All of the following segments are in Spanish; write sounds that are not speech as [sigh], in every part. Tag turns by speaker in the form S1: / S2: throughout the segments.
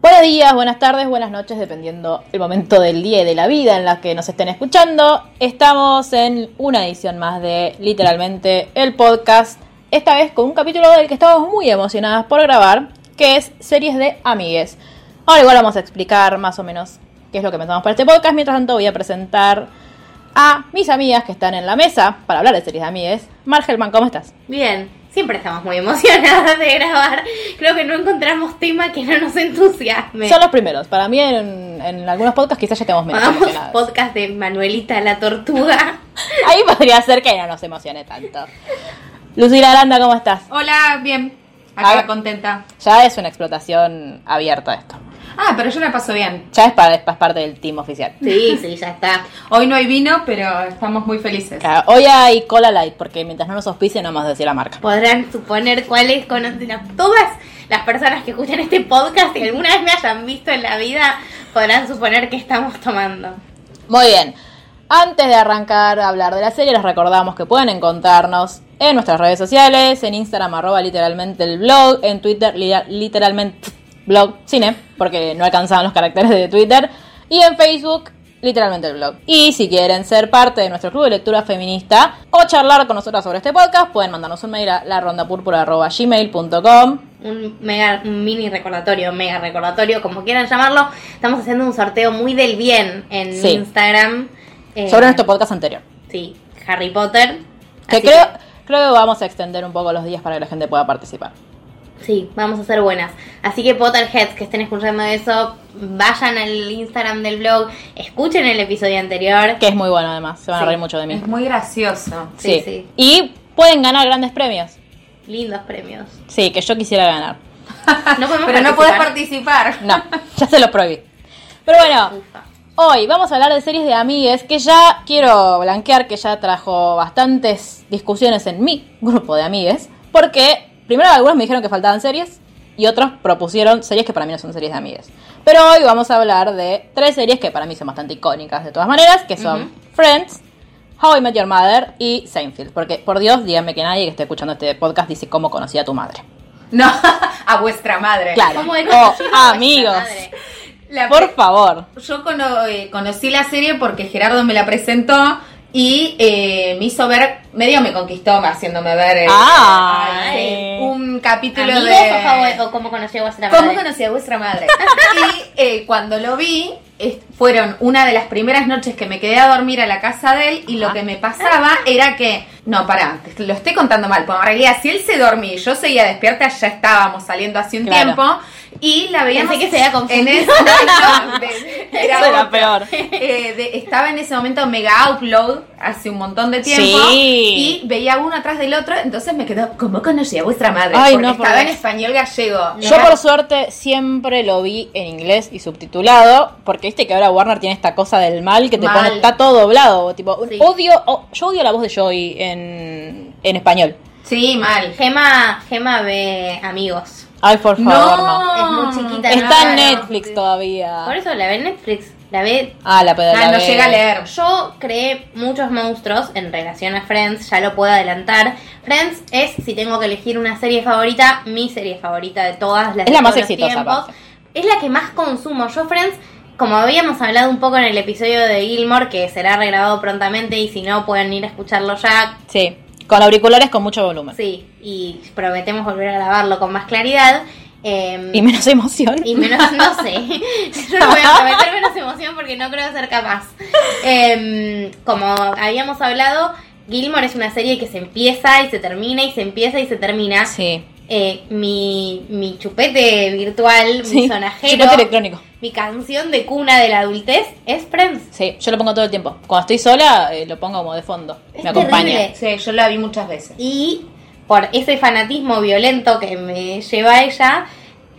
S1: Buenos días, buenas tardes, buenas noches, dependiendo el momento del día y de la vida en la que nos estén escuchando. Estamos en una edición más de literalmente el podcast, esta vez con un capítulo del que estamos muy emocionadas por grabar, que es series de amigues. Ahora igual vamos a explicar más o menos qué es lo que pensamos para este podcast. Mientras tanto voy a presentar a mis amigas que están en la mesa para hablar de series de amigues. Margelman, ¿cómo estás?
S2: Bien, siempre estamos muy emocionadas de grabar. Creo que no encontramos tema que no nos entusiasme.
S1: Son los primeros. Para mí en, en algunos podcasts quizás ya estemos menos
S2: Hagamos
S1: emocionadas.
S2: podcast de Manuelita la Tortuga.
S1: Ahí podría ser que no nos emocione tanto. Lucila Aranda, ¿cómo estás?
S3: Hola, bien. Acá
S1: Ah.
S3: contenta.
S1: Ya es una explotación abierta esto.
S3: Ah, pero yo la paso bien.
S1: Ya es, pa- es parte del team oficial.
S2: Sí, sí, ya está.
S3: Hoy no hay vino, pero estamos muy felices.
S1: Claro, hoy hay Cola Light, porque mientras no nos auspicie no vamos a decir la marca.
S2: Podrán suponer cuáles conocen a todas las personas que escuchan este podcast y alguna vez me hayan visto en la vida, podrán suponer que estamos tomando.
S1: Muy bien. Antes de arrancar a hablar de la serie, les recordamos que pueden encontrarnos en nuestras redes sociales, en Instagram, arroba literalmente el blog, en Twitter, li- literalmente blog cine, porque no alcanzaban los caracteres de Twitter, y en Facebook, literalmente el blog. Y si quieren ser parte de nuestro club de lectura feminista o charlar con nosotras sobre este podcast, pueden mandarnos un mail a larondapurpura.gmail.com.
S2: un mega un mini recordatorio, mega recordatorio, como quieran llamarlo. Estamos haciendo un sorteo muy del bien en
S1: Sí.
S2: Instagram. eh,
S1: Sobre nuestro podcast anterior.
S2: Sí, Harry Potter.
S1: Que
S2: Así
S1: creo, creo que vamos a extender un poco los días para que la gente pueda participar.
S2: que- sí, vamos a ser buenas. Así que Potterheads que estén escuchando eso, vayan al Instagram del blog, escuchen el episodio anterior.
S1: Que es muy bueno además, se van a reír mucho de mí.
S3: Es muy gracioso.
S1: Sí.
S2: Sí, sí.
S1: Y pueden ganar grandes premios.
S2: Lindos premios.
S1: Sí, que yo quisiera ganar.
S2: No podemos
S3: Pero no podés participar.
S1: No, ya se los prohibí. Pero bueno,
S2: Ufa.
S1: hoy vamos a hablar de series de amigues que ya quiero blanquear, que ya trajo bastantes discusiones en mi grupo de amigues. Porque primero algunos me dijeron que faltaban series y otros propusieron series que para mí no son series de amigues. Pero hoy vamos a hablar de tres series que para mí son bastante icónicas de todas maneras, que son Friends, How I Met Your Mother y Seinfeld. Porque, por Dios, díganme que nadie que esté escuchando este podcast dice cómo conocí a tu madre.
S3: No, [laughs] a vuestra madre.
S1: Claro.
S2: ¿Cómo es?
S1: Oh,
S2: Sí, no,
S1: amigos.
S2: nuestra madre.
S3: La-
S1: Por favor.
S3: Yo cono- eh, conocí la serie porque Gerardo me la presentó y eh, me hizo ver, medio me conquistó haciéndome ver eh,
S1: Ah,
S3: eh,
S1: eh.
S3: un capítulo
S2: ¿Amigos
S3: de...
S2: o favor- o cómo conocí a vuestra
S3: ¿Cómo
S2: madre?
S3: conocí a vuestra madre? [laughs] Y eh, cuando lo vi, es- fueron una de las primeras noches que me quedé a dormir a la casa de él y lo que me pasaba era que, no, pará, te- lo estoy contando mal, porque en realidad si él se dormía y yo seguía despierta, ya estábamos saliendo hace un
S1: Claro.
S3: tiempo y la veíamos
S2: Pensé que se había
S3: en
S2: confundido.
S1: [laughs]
S3: ese momento de- era
S1: Eso era
S3: otra.
S1: peor.
S3: Eh, de- estaba en ese momento mega upload hace un montón de tiempo
S1: Sí.
S3: y veía uno atrás del otro, entonces me quedó, ¿cómo conocí a vuestra madre?
S1: Ay,
S3: porque
S1: no, por
S3: estaba en
S1: Dios.
S3: español gallego.
S1: Yo por suerte siempre lo vi en inglés y subtitulado, porque viste que ahora Warner tiene esta cosa del mal que te
S2: Mal.
S1: pone, está todo doblado, tipo, un
S2: Sí.
S1: odio, o- yo odio la voz de Joey en, en español.
S3: Sí, mal.
S2: Gema, Gema ve amigos.
S1: Ay, por favor, no.
S2: Es muy chiquita,
S1: Está
S2: claro.
S1: en Netflix todavía.
S2: Por eso la ve en Netflix, la ve
S1: Ah, la
S3: Ah,
S1: pedalada.
S3: no llega a leer.
S2: Yo creé muchos monstruos en relación a Friends, ya lo puedo adelantar. Friends es, si tengo que elegir una serie favorita, mi serie favorita de todas las
S1: Es
S2: de
S1: la más
S2: todos los
S1: exitosa,
S2: tiempos.
S1: aparte.
S2: Es la que más consumo. Yo Friends como habíamos hablado un poco en el episodio de Gilmore, que será regrabado prontamente y si no pueden ir a escucharlo ya,
S1: Sí, con auriculares con mucho volumen.
S2: sí, y prometemos volver a grabarlo con más claridad. eh,
S1: Y menos emoción.
S2: y menos,
S1: [laughs]
S2: no sé, yo no voy a prometer menos emoción porque no creo ser capaz. Em, como habíamos hablado, Gilmore es una serie que se empieza y se termina y se empieza y se termina.
S1: Sí.
S2: Eh, mi, mi chupete virtual, mi
S1: Sí.
S2: sonajero,
S1: Chupete electrónico.
S2: mi canción de cuna de la adultez es Friends.
S1: Sí, yo lo pongo todo el tiempo. Cuando estoy sola, eh, lo pongo como de fondo.
S2: Es
S1: me acompaña.
S2: terrible.
S3: Sí, yo la vi muchas veces.
S2: Y por ese fanatismo violento que me lleva a ella,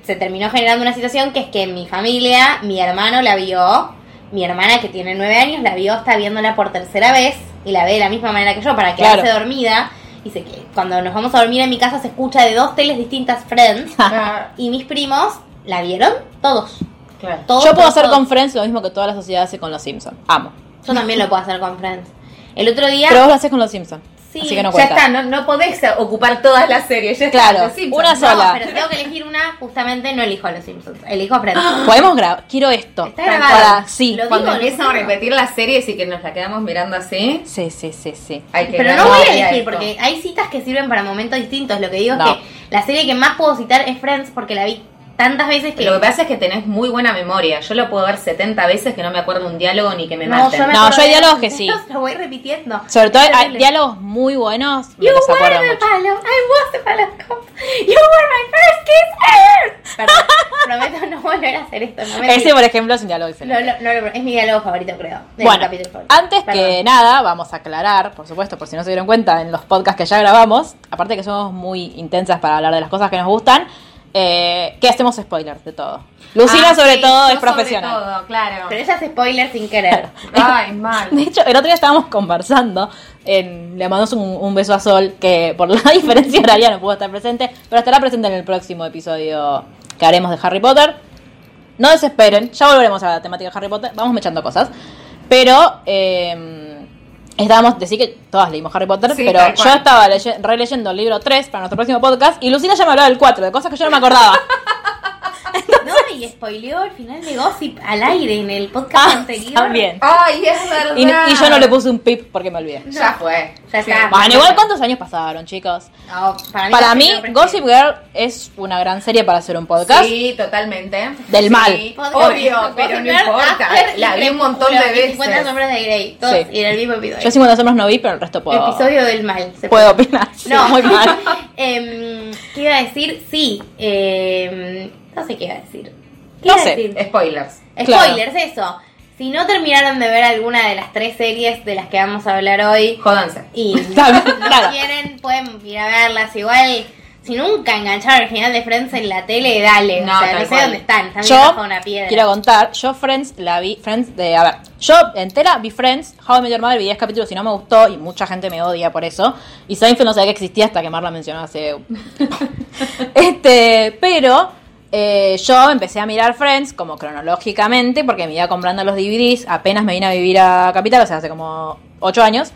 S2: se terminó generando una situación que es que en mi familia, mi hermano la vio, mi hermana que tiene nueve años la vio, está viéndola por tercera vez y la ve de la misma manera que yo para
S1: Claro.
S2: quedarse dormida. Y se que cuando nos vamos a dormir en mi casa se escucha de dos teles distintas
S1: [laughs]
S2: Friends
S3: Ah,
S2: y mis primos la vieron todos.
S3: claro.
S2: todos
S1: Yo puedo
S2: todos,
S1: hacer
S2: todos.
S1: con Friends lo mismo que toda la sociedad hace con los Simpsons. Amo.
S2: Yo también lo puedo hacer con Friends. El otro día,
S1: Pero vos lo haces con los Simpsons.
S2: Sí,
S1: así que no
S3: ya
S1: cuenta.
S3: está, no, no podés ocupar todas las series. Ya está,
S1: Claro,
S3: Los Simpsons.
S1: una
S2: no,
S1: sola.
S2: pero tengo que elegir una, justamente no elijo a los Simpsons, elijo
S1: [gasps]
S2: a Friends. [gasps]
S1: Podemos grabar. Quiero esto.
S2: Está grabado.
S1: Para- Sí.
S2: Lo-
S3: Cuando
S2: digo,
S3: empiezan a
S2: digo.
S3: repetir las series y que nos la quedamos mirando así,
S1: Sí, sí, sí, sí.
S3: hay que
S2: Pero
S3: ver.
S2: no voy a
S3: Mira
S2: elegir
S3: esto.
S2: porque hay citas que sirven para momentos distintos. Lo que digo
S1: No.
S2: es que la serie que más puedo citar es Friends porque la vi tantas veces que.
S3: Lo que pasa es que tenés muy buena memoria. Yo lo puedo ver 70 veces que no me acuerdo un diálogo ni que me
S2: no,
S3: maten.
S2: yo me
S1: No,
S2: acuerdo
S1: yo hay
S2: de-
S1: diálogos que sí.
S2: [laughs] Lo voy repitiendo.
S1: Sobre todo hay,
S2: Es
S1: hay
S2: horrible.
S1: diálogos muy buenos. Me
S2: You
S1: los acuerdo
S2: were the
S1: mucho.
S2: palo, I was the palo cop. You were my first kiss ever.
S1: [laughs]
S2: Perdón, prometo no volver a hacer esto. No me
S1: Ese, por ejemplo, es un diálogo
S2: no,
S1: excelente.
S2: no, no, lo- es mi diálogo favorito, creo. de mi
S1: Bueno,
S2: capítulo favorito.
S1: antes que
S2: Perdón.
S1: nada, vamos a aclarar, por supuesto, por si no se dieron cuenta en los podcasts que ya grabamos, aparte que somos muy intensas para hablar de las cosas que nos gustan, eh, que hacemos spoilers de todo. Lucila,
S3: Ah,
S1: sobre
S3: sí,
S1: todo,
S3: yo
S1: es profesional.
S3: Sobre todo, claro.
S2: Pero ella hace spoiler sin
S1: [laughs]
S2: querer.
S3: Ay, mal.
S1: De hecho, el otro día estábamos conversando, en- le mandamos un, un beso a Sol, que por la [laughs] diferencia horaria no pudo estar presente, pero estará presente en el próximo episodio que haremos de Harry Potter. No desesperen, ya volveremos a la temática de Harry Potter, vamos mechando cosas. Pero eh, estábamos, decir que todas leímos Harry Potter,
S3: Sí,
S1: pero
S3: tal
S1: yo
S3: cual.
S1: estaba leye- releyendo el libro 3 para nuestro próximo podcast y Lucila ya me hablaba del 4, de cosas que yo no me
S3: [laughs]
S1: acordaba.
S2: No, y spoileó el final de Gossip al aire en el podcast anterior.
S1: Ah, También.
S3: Ay, es verdad.
S1: [laughs] Y, y yo no le puse un pip porque me olvidé.
S3: Ya fue.
S2: Ya
S3: Sí.
S2: está.
S1: Bueno, igual cuántos años pasaron, chicos.
S2: No, para mí,
S1: Para mí, Gossip
S2: Gossip Girl
S1: Girl es una gran serie para hacer un podcast.
S3: Sí, totalmente.
S1: Del
S3: Sí,
S1: mal.
S3: Obvio,
S2: Gossip
S3: pero no
S2: Girl,
S3: importa.
S2: After y
S3: La vi un montón de
S2: Crepúsculo y
S3: veces.
S2: 50 sombras de Grey. Todos
S1: Sí.
S2: y en el mismo episodio.
S1: Yo 50 sombras no vi, pero el resto puedo,
S2: Episodio del mal. se
S1: puedo opinar. Sí,
S2: [laughs] No.
S1: Muy mal.
S2: [laughs] Em, ¿Qué iba a decir? Sí. em, no sé qué iba a decir. ¿Qué
S1: No
S2: iba a
S1: sé. Eh,
S2: decir?
S3: Spoilers.
S1: Claro.
S2: Spoilers, eso. Si no terminaron de ver alguna de las tres series de las que vamos a hablar hoy
S3: Jódanse.
S2: y
S1: Está bien,
S2: no
S1: claro.
S2: quieren, pueden ir a verlas. Igual, si nunca engancharon el final de Friends en la tele, dale.
S3: No,
S2: o sea, no
S3: tal
S2: sé
S3: cual.
S2: dónde están. Están
S1: Yo
S2: viendo bajo una piedra.
S1: quiero contar, yo Friends la vi, Friends de, a ver, yo entera vi Friends, How I Met Your Mother vi 10 capítulos y no me gustó y mucha gente me odia por eso. Y Seinfeld no sabía que existía hasta que Marla mencionó hace...
S2: [laughs]
S1: [laughs] este, pero eh, yo empecé a mirar Friends como cronológicamente porque me iba comprando los DVDs, apenas me vine a vivir a Capital, o sea, hace como 8 años.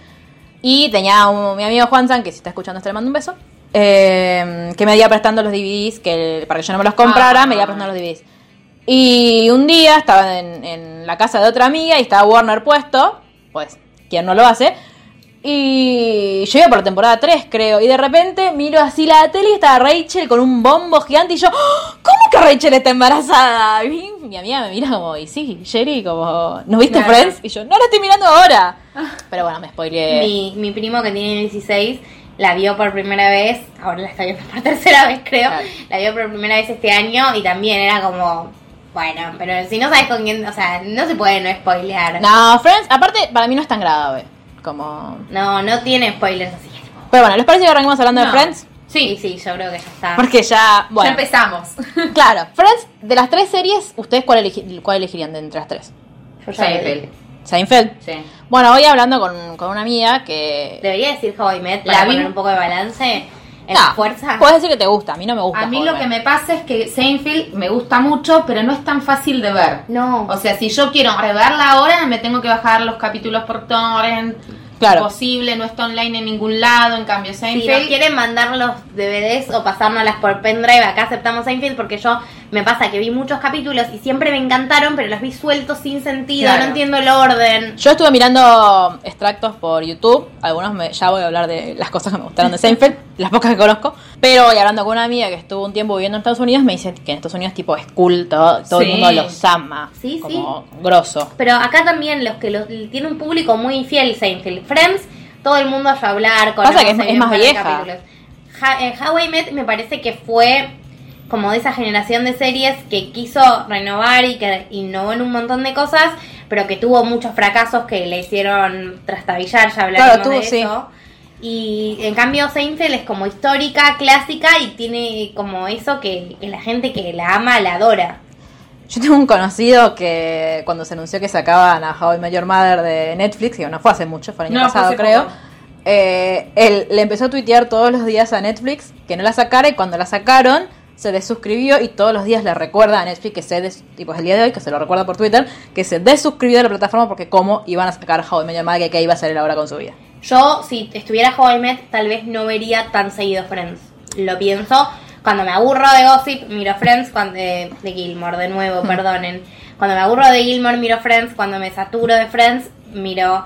S1: Y tenía un, mi amigo Juan San, que si está escuchando, este le mando un beso. eh, que me iba prestando los DVDs, que el- para que yo no me los comprara,
S3: Ah.
S1: me iba prestando los DVDs. Y un día estaba en, en la casa de otra amiga y estaba Warner puesto, pues, quien no lo hace. Y yo iba por la temporada 3, creo, y de repente miro así la tele y estaba Rachel con un bombo gigante y yo, ¡Ah! ¿cómo que Rachel está embarazada? Y mi- mi amiga me mira como, y sí, Jerry, como, ¿no viste
S3: Claro. Ah.
S1: Friends? Y yo, no, la estoy mirando ahora. Pero bueno, me spoileé.
S2: Mi, mi primo que tiene 16 la vio por primera vez, ahora la está viendo por tercera vez creo,
S1: Claro.
S2: la vio por primera vez este año y también era como, bueno, pero si no sabes con quién, o sea, no se puede no spoilear. No,
S1: No, Friends, aparte, para mí no es tan grave. Como.
S2: no, tiene spoilers así. que tipo,
S1: Pero bueno, ¿les parece que arranquemos hablando de
S3: No.
S1: Friends?
S2: Sí, y sí, yo creo que ya está.
S1: Porque ya.
S3: Ya
S1: Bueno,
S3: empezamos.
S1: [laughs] claro. Friends, de las tres series, ¿ustedes cuál, elegi- cuál elegirían de entre las tres?
S2: Yo ya lo dije.
S1: Seinfeld.
S3: Sí.
S1: Bueno, hoy hablando con, con una amiga que.
S2: Debería decir How I Met para
S3: La vi-
S2: poner un poco de balance en
S1: No,
S2: la fuerza.
S1: Puedes decir que te gusta, a mí no me gusta.
S3: A mí lo
S1: Homer.
S3: que me pasa es que Seinfeld me gusta mucho, pero no es tan fácil de ver.
S2: No,
S3: O sea, si yo quiero reverla ahora, me tengo que bajar los capítulos por torrent.
S1: Claro.
S3: Posible, no está online en ningún lado. En cambio,
S2: Si nos
S3: Seinfeld.
S2: quieren mandar los DVDs o pasárnoslas por pendrive, acá aceptamos Seinfeld porque yo me pasa que vi muchos capítulos y siempre me encantaron, pero los vi sueltos sin sentido,
S3: Claro.
S2: no entiendo el orden.
S1: Yo estuve mirando extractos por YouTube, algunos me- ya voy a hablar de las cosas que me gustaron de
S3: [laughs]
S1: Seinfeld, las pocas que conozco, pero y hablando con una amiga que estuvo un tiempo viviendo en Estados Unidos, me dice que en Estados Unidos tipo es cool, todo, todo el
S3: Sí.
S1: mundo los ama,
S2: Sí,
S1: como grosso.
S2: Pero acá también los que los, tiene un público muy fiel, Seinfeld. Friends, todo el mundo a hablar con
S1: Pasa que es- es más vieja.
S2: eh, How I Met me parece que fue como de esa generación de series que quiso renovar y que innovó en un montón de cosas, pero que tuvo muchos fracasos que le hicieron trastabillar, ya hablaremos
S1: Claro, tuvo,
S2: de
S1: sí.
S2: eso. Y en cambio Seinfeld es como histórica, clásica y tiene como eso que, que la gente que la ama la adora.
S1: Yo tengo un conocido que cuando se anunció que sacaban a How I Met Your Mother de Netflix, que no fue hace mucho, fue el año
S3: No, fue
S1: pasado
S3: hace
S1: creo,
S3: poco.
S1: eh, él le empezó a tuitear todos los días a Netflix que no la sacara y cuando la sacaron se desuscribió y todos los días le recuerda a Netflix que se des, tipo es el día de hoy que se lo recuerda por Twitter que se desuscribió de la plataforma porque cómo iban a sacar How I Met Your Mother que qué iba a hacer él ahora con su vida.
S2: Yo, si estuviera joven, Met, tal vez no vería tan seguido Friends. Lo pienso. Cuando me aburro de Gossip, miro Friends. Cuando, de, de Gilmore, de nuevo, perdonen. Cuando me aburro de Gilmore, miro Friends. Cuando me saturo de Friends, miro.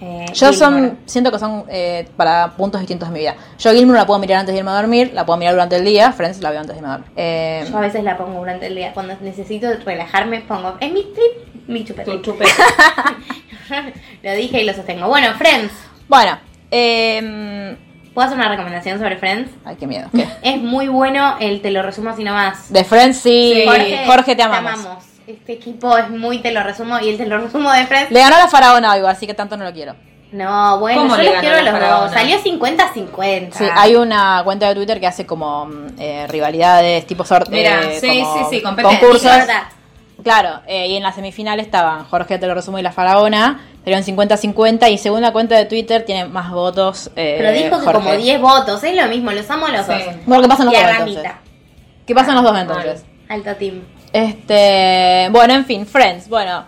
S2: eh,
S1: Yo
S2: Gilmore.
S1: son, siento que son eh, para puntos distintos de mi vida. Yo Gilmore la puedo mirar antes de irme a dormir, la puedo mirar durante el día, Friends la veo antes de irme a dormir. Eh,
S2: Yo a veces la pongo durante el día. Cuando necesito relajarme, pongo. Es mi trip, mi chupete.
S3: Tu chupete.
S2: lo dije y lo sostengo. Bueno, Friends.
S1: Bueno, eh,
S2: ¿Puedo hacer una recomendación sobre Friends?
S1: ay, qué miedo. ¿qué?
S2: Es muy bueno el te lo resumo así nomás.
S1: De Friends, sí. Jorge, te amamos.
S2: Este equipo es muy, te lo resumo, y el te lo resumo de Friends.
S1: Le ganó la faraona hoy, así que tanto no lo quiero.
S2: No, bueno,
S3: ¿Cómo
S2: yo
S3: le
S2: los
S3: ganó
S2: quiero a
S3: la
S2: los
S3: Faraona?
S2: dos. Salió 50-50.
S1: Sí, hay una cuenta de Twitter que hace como mm, eh, rivalidades, tipo sorteo.
S3: Mira, sí, sí, sí, competencia.
S2: Sí,
S1: concursos.
S2: es verdad.
S1: Claro, eh, y en la semifinal estaban Jorge te lo resumo y la faraona. Serían 50-50 y según la cuenta de Twitter tiene más votos. eh,
S2: Pero dijo que
S1: Jorge.
S2: como 10 votos, es lo mismo, los amo a los
S3: Sí.
S2: dos.
S1: Bueno, ¿qué pasan los
S2: Y a
S1: dos entonces?
S2: Ramita,
S1: ¿Qué pasan los dos entonces?
S2: alto team.
S1: Este, bueno, en fin, Friends, bueno.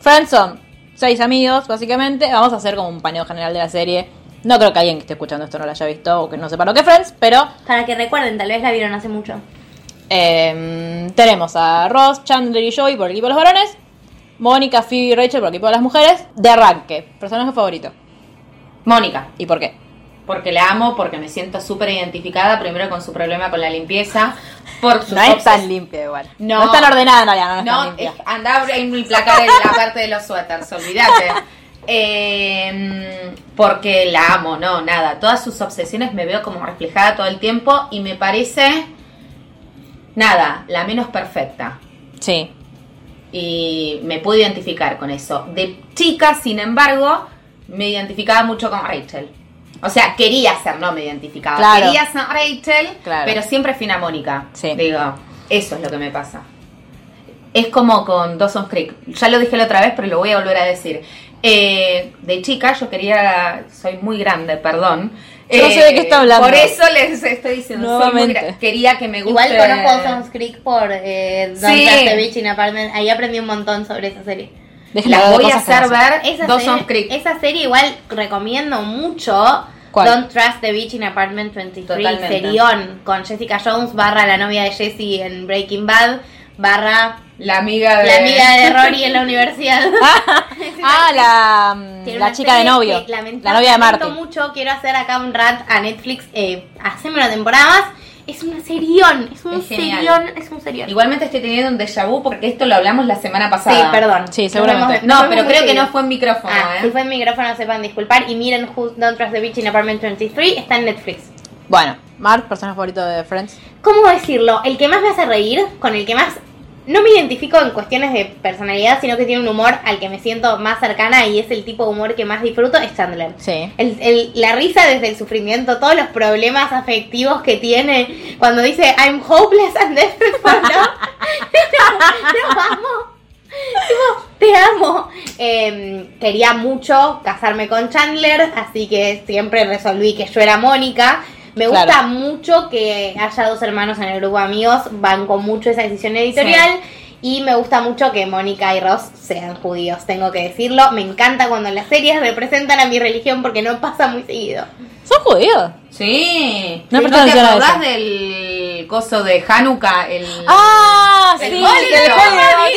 S1: Friends son seis amigos, básicamente. Vamos a hacer como un paneo general de la serie. No creo que alguien que esté escuchando esto no lo haya visto o que no sepa lo que es Friends, pero
S2: Para que recuerden, tal vez la vieron hace mucho.
S1: eh, tenemos a Ross, Chandler y Joey por el equipo de los varones. Mónica, Phoebe y Rachel por el equipo de las mujeres. De arranque, personaje favorito.
S3: Mónica,
S1: ¿Y por qué?
S3: porque la amo, porque me siento súper identificada, primero con su problema con la limpieza, por sus
S1: No es
S3: obses-
S1: tan limpia igual.
S3: No.
S1: No, es tan ordenada en realidad, no es tan
S3: No,
S1: limpia.
S3: es- andá a abrir mi placar en la parte de los suéteres, olvídate. Eh, porque la amo, no, nada. Todas sus obsesiones me veo como reflejada todo el tiempo y me parece, nada, la menos perfecta.
S1: Sí.
S3: Y me puedo identificar con eso. De chica, sin embargo, me identificaba mucho con Rachel. O sea, quería ser, no me identificaba.
S1: Claro.
S3: Quería ser Rachel,
S1: Claro.
S3: pero siempre fui una Mónica.
S1: Sí.
S3: Digo, eso es lo que me pasa. Es como con Dawson's Creek. Ya lo dije la otra vez, pero lo voy a volver a decir. Eh, de chica yo quería... Soy muy grande, perdón. Eh,
S1: Yo no sé de qué está hablando.
S3: Por eso les estoy diciendo. soy muy
S1: Nuevamente.
S3: gra- quería que me guste...
S2: Igual conozco Dawson's Creek por eh, Don't
S3: Sí.
S2: Trust the Beach in Apartment. Ahí aprendí un montón sobre esa serie.
S1: Déjenme
S3: La
S1: hablar de
S3: voy a
S1: cosas que no sé.
S3: hacer ver
S2: Esa
S3: Dawson's
S2: serie,
S3: Creek.
S2: esa serie igual recomiendo mucho.
S1: ¿Cuál?
S2: Don't Trust the Beach in Apartment 23.
S3: Totalmente.
S2: Serión con Jessica Jones barra la novia de Jesse en Breaking Bad barra
S3: La amiga de...
S2: la amiga de Rory en la
S3: [laughs]
S2: universidad.
S1: Ah, la, mm,
S2: Tiene
S1: la
S2: una
S1: chica de
S2: serie
S1: novio.
S2: que
S1: La novia de
S2: lamento
S1: Martin.
S2: mucho, quiero hacer acá un rat a Netflix. Eh, haceme una temporada más. Es una serión, es un
S3: Es genial.
S2: serión, es un serión.
S3: Igualmente estoy teniendo un déjà vu porque esto lo hablamos la semana
S2: sí,
S3: pasada.
S2: perdón.
S1: Sí, seguramente.
S2: Nos vemos- nos
S3: No,
S2: vemos
S3: pero creo que
S2: recibido.
S3: no fue en micrófono,
S2: Ah,
S3: ¿eh?
S2: si fue en micrófono sepan disculpar y miren Who Don't Trust the Beach in Apartment 23, está en Netflix.
S1: Bueno, Mark, personaje favorito de Friends.
S2: ¿Cómo decirlo? El que más me hace reír, con el que más... No me identifico en cuestiones de personalidad, sino que tiene un humor al que me siento más cercana y es el tipo de humor que más disfruto, es Chandler.
S1: Sí.
S2: El- el- la risa desde el sufrimiento, todos los problemas afectivos que tiene cuando dice I'm hopeless and desperate. No, no, amo. Tipo, te amo. Eh, quería mucho casarme con Chandler, así que siempre resolví que yo era Mónica. Me gusta
S1: Claro.
S2: mucho que haya dos hermanos en el grupo de amigos, banco mucho esa decisión editorial. Y me gusta mucho que Mónica y Ross sean judíos, tengo que decirlo. Me encanta cuando las series representan a mi religión porque no pasa muy seguido.
S1: ¿Son judíos?
S3: Sí.
S1: No
S3: ¿No
S1: prestaron
S3: te
S1: atención a
S3: acordás
S1: eso.
S3: del coso de Hanukkah, el...
S1: ¡Ah!
S2: El
S1: sí, el bolillo.
S2: bolillo.
S3: El armadillo.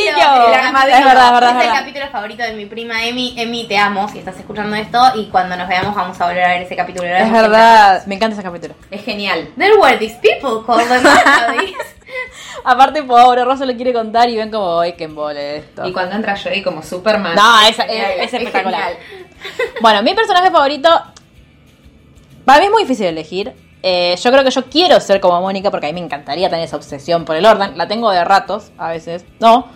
S1: Es verdad, es verdad, es
S2: Este es el
S1: verdad.
S2: capítulo favorito de mi prima Emi. Emi, te amo si estás escuchando esto. Y cuando nos veamos, vamos a volver a ver ese capítulo. Lo
S1: Es
S2: haremos
S1: verdad, me encanta ese capítulo.
S3: Es genial.
S2: siempre. There were these people called the [laughs] Maccabees.
S1: Aparte, pobre, Rosa lo quiere contar y ven como, ay, que embole esto.
S3: Y cuando entra Joey como Superman.
S1: No, es- es- es espectacular. [laughs] Bueno, mi personaje favorito. Para mí es muy difícil elegir. Eh, yo creo que yo quiero ser como Mónica porque a mí me encantaría tener esa obsesión por el orden. La tengo de ratos, a veces no.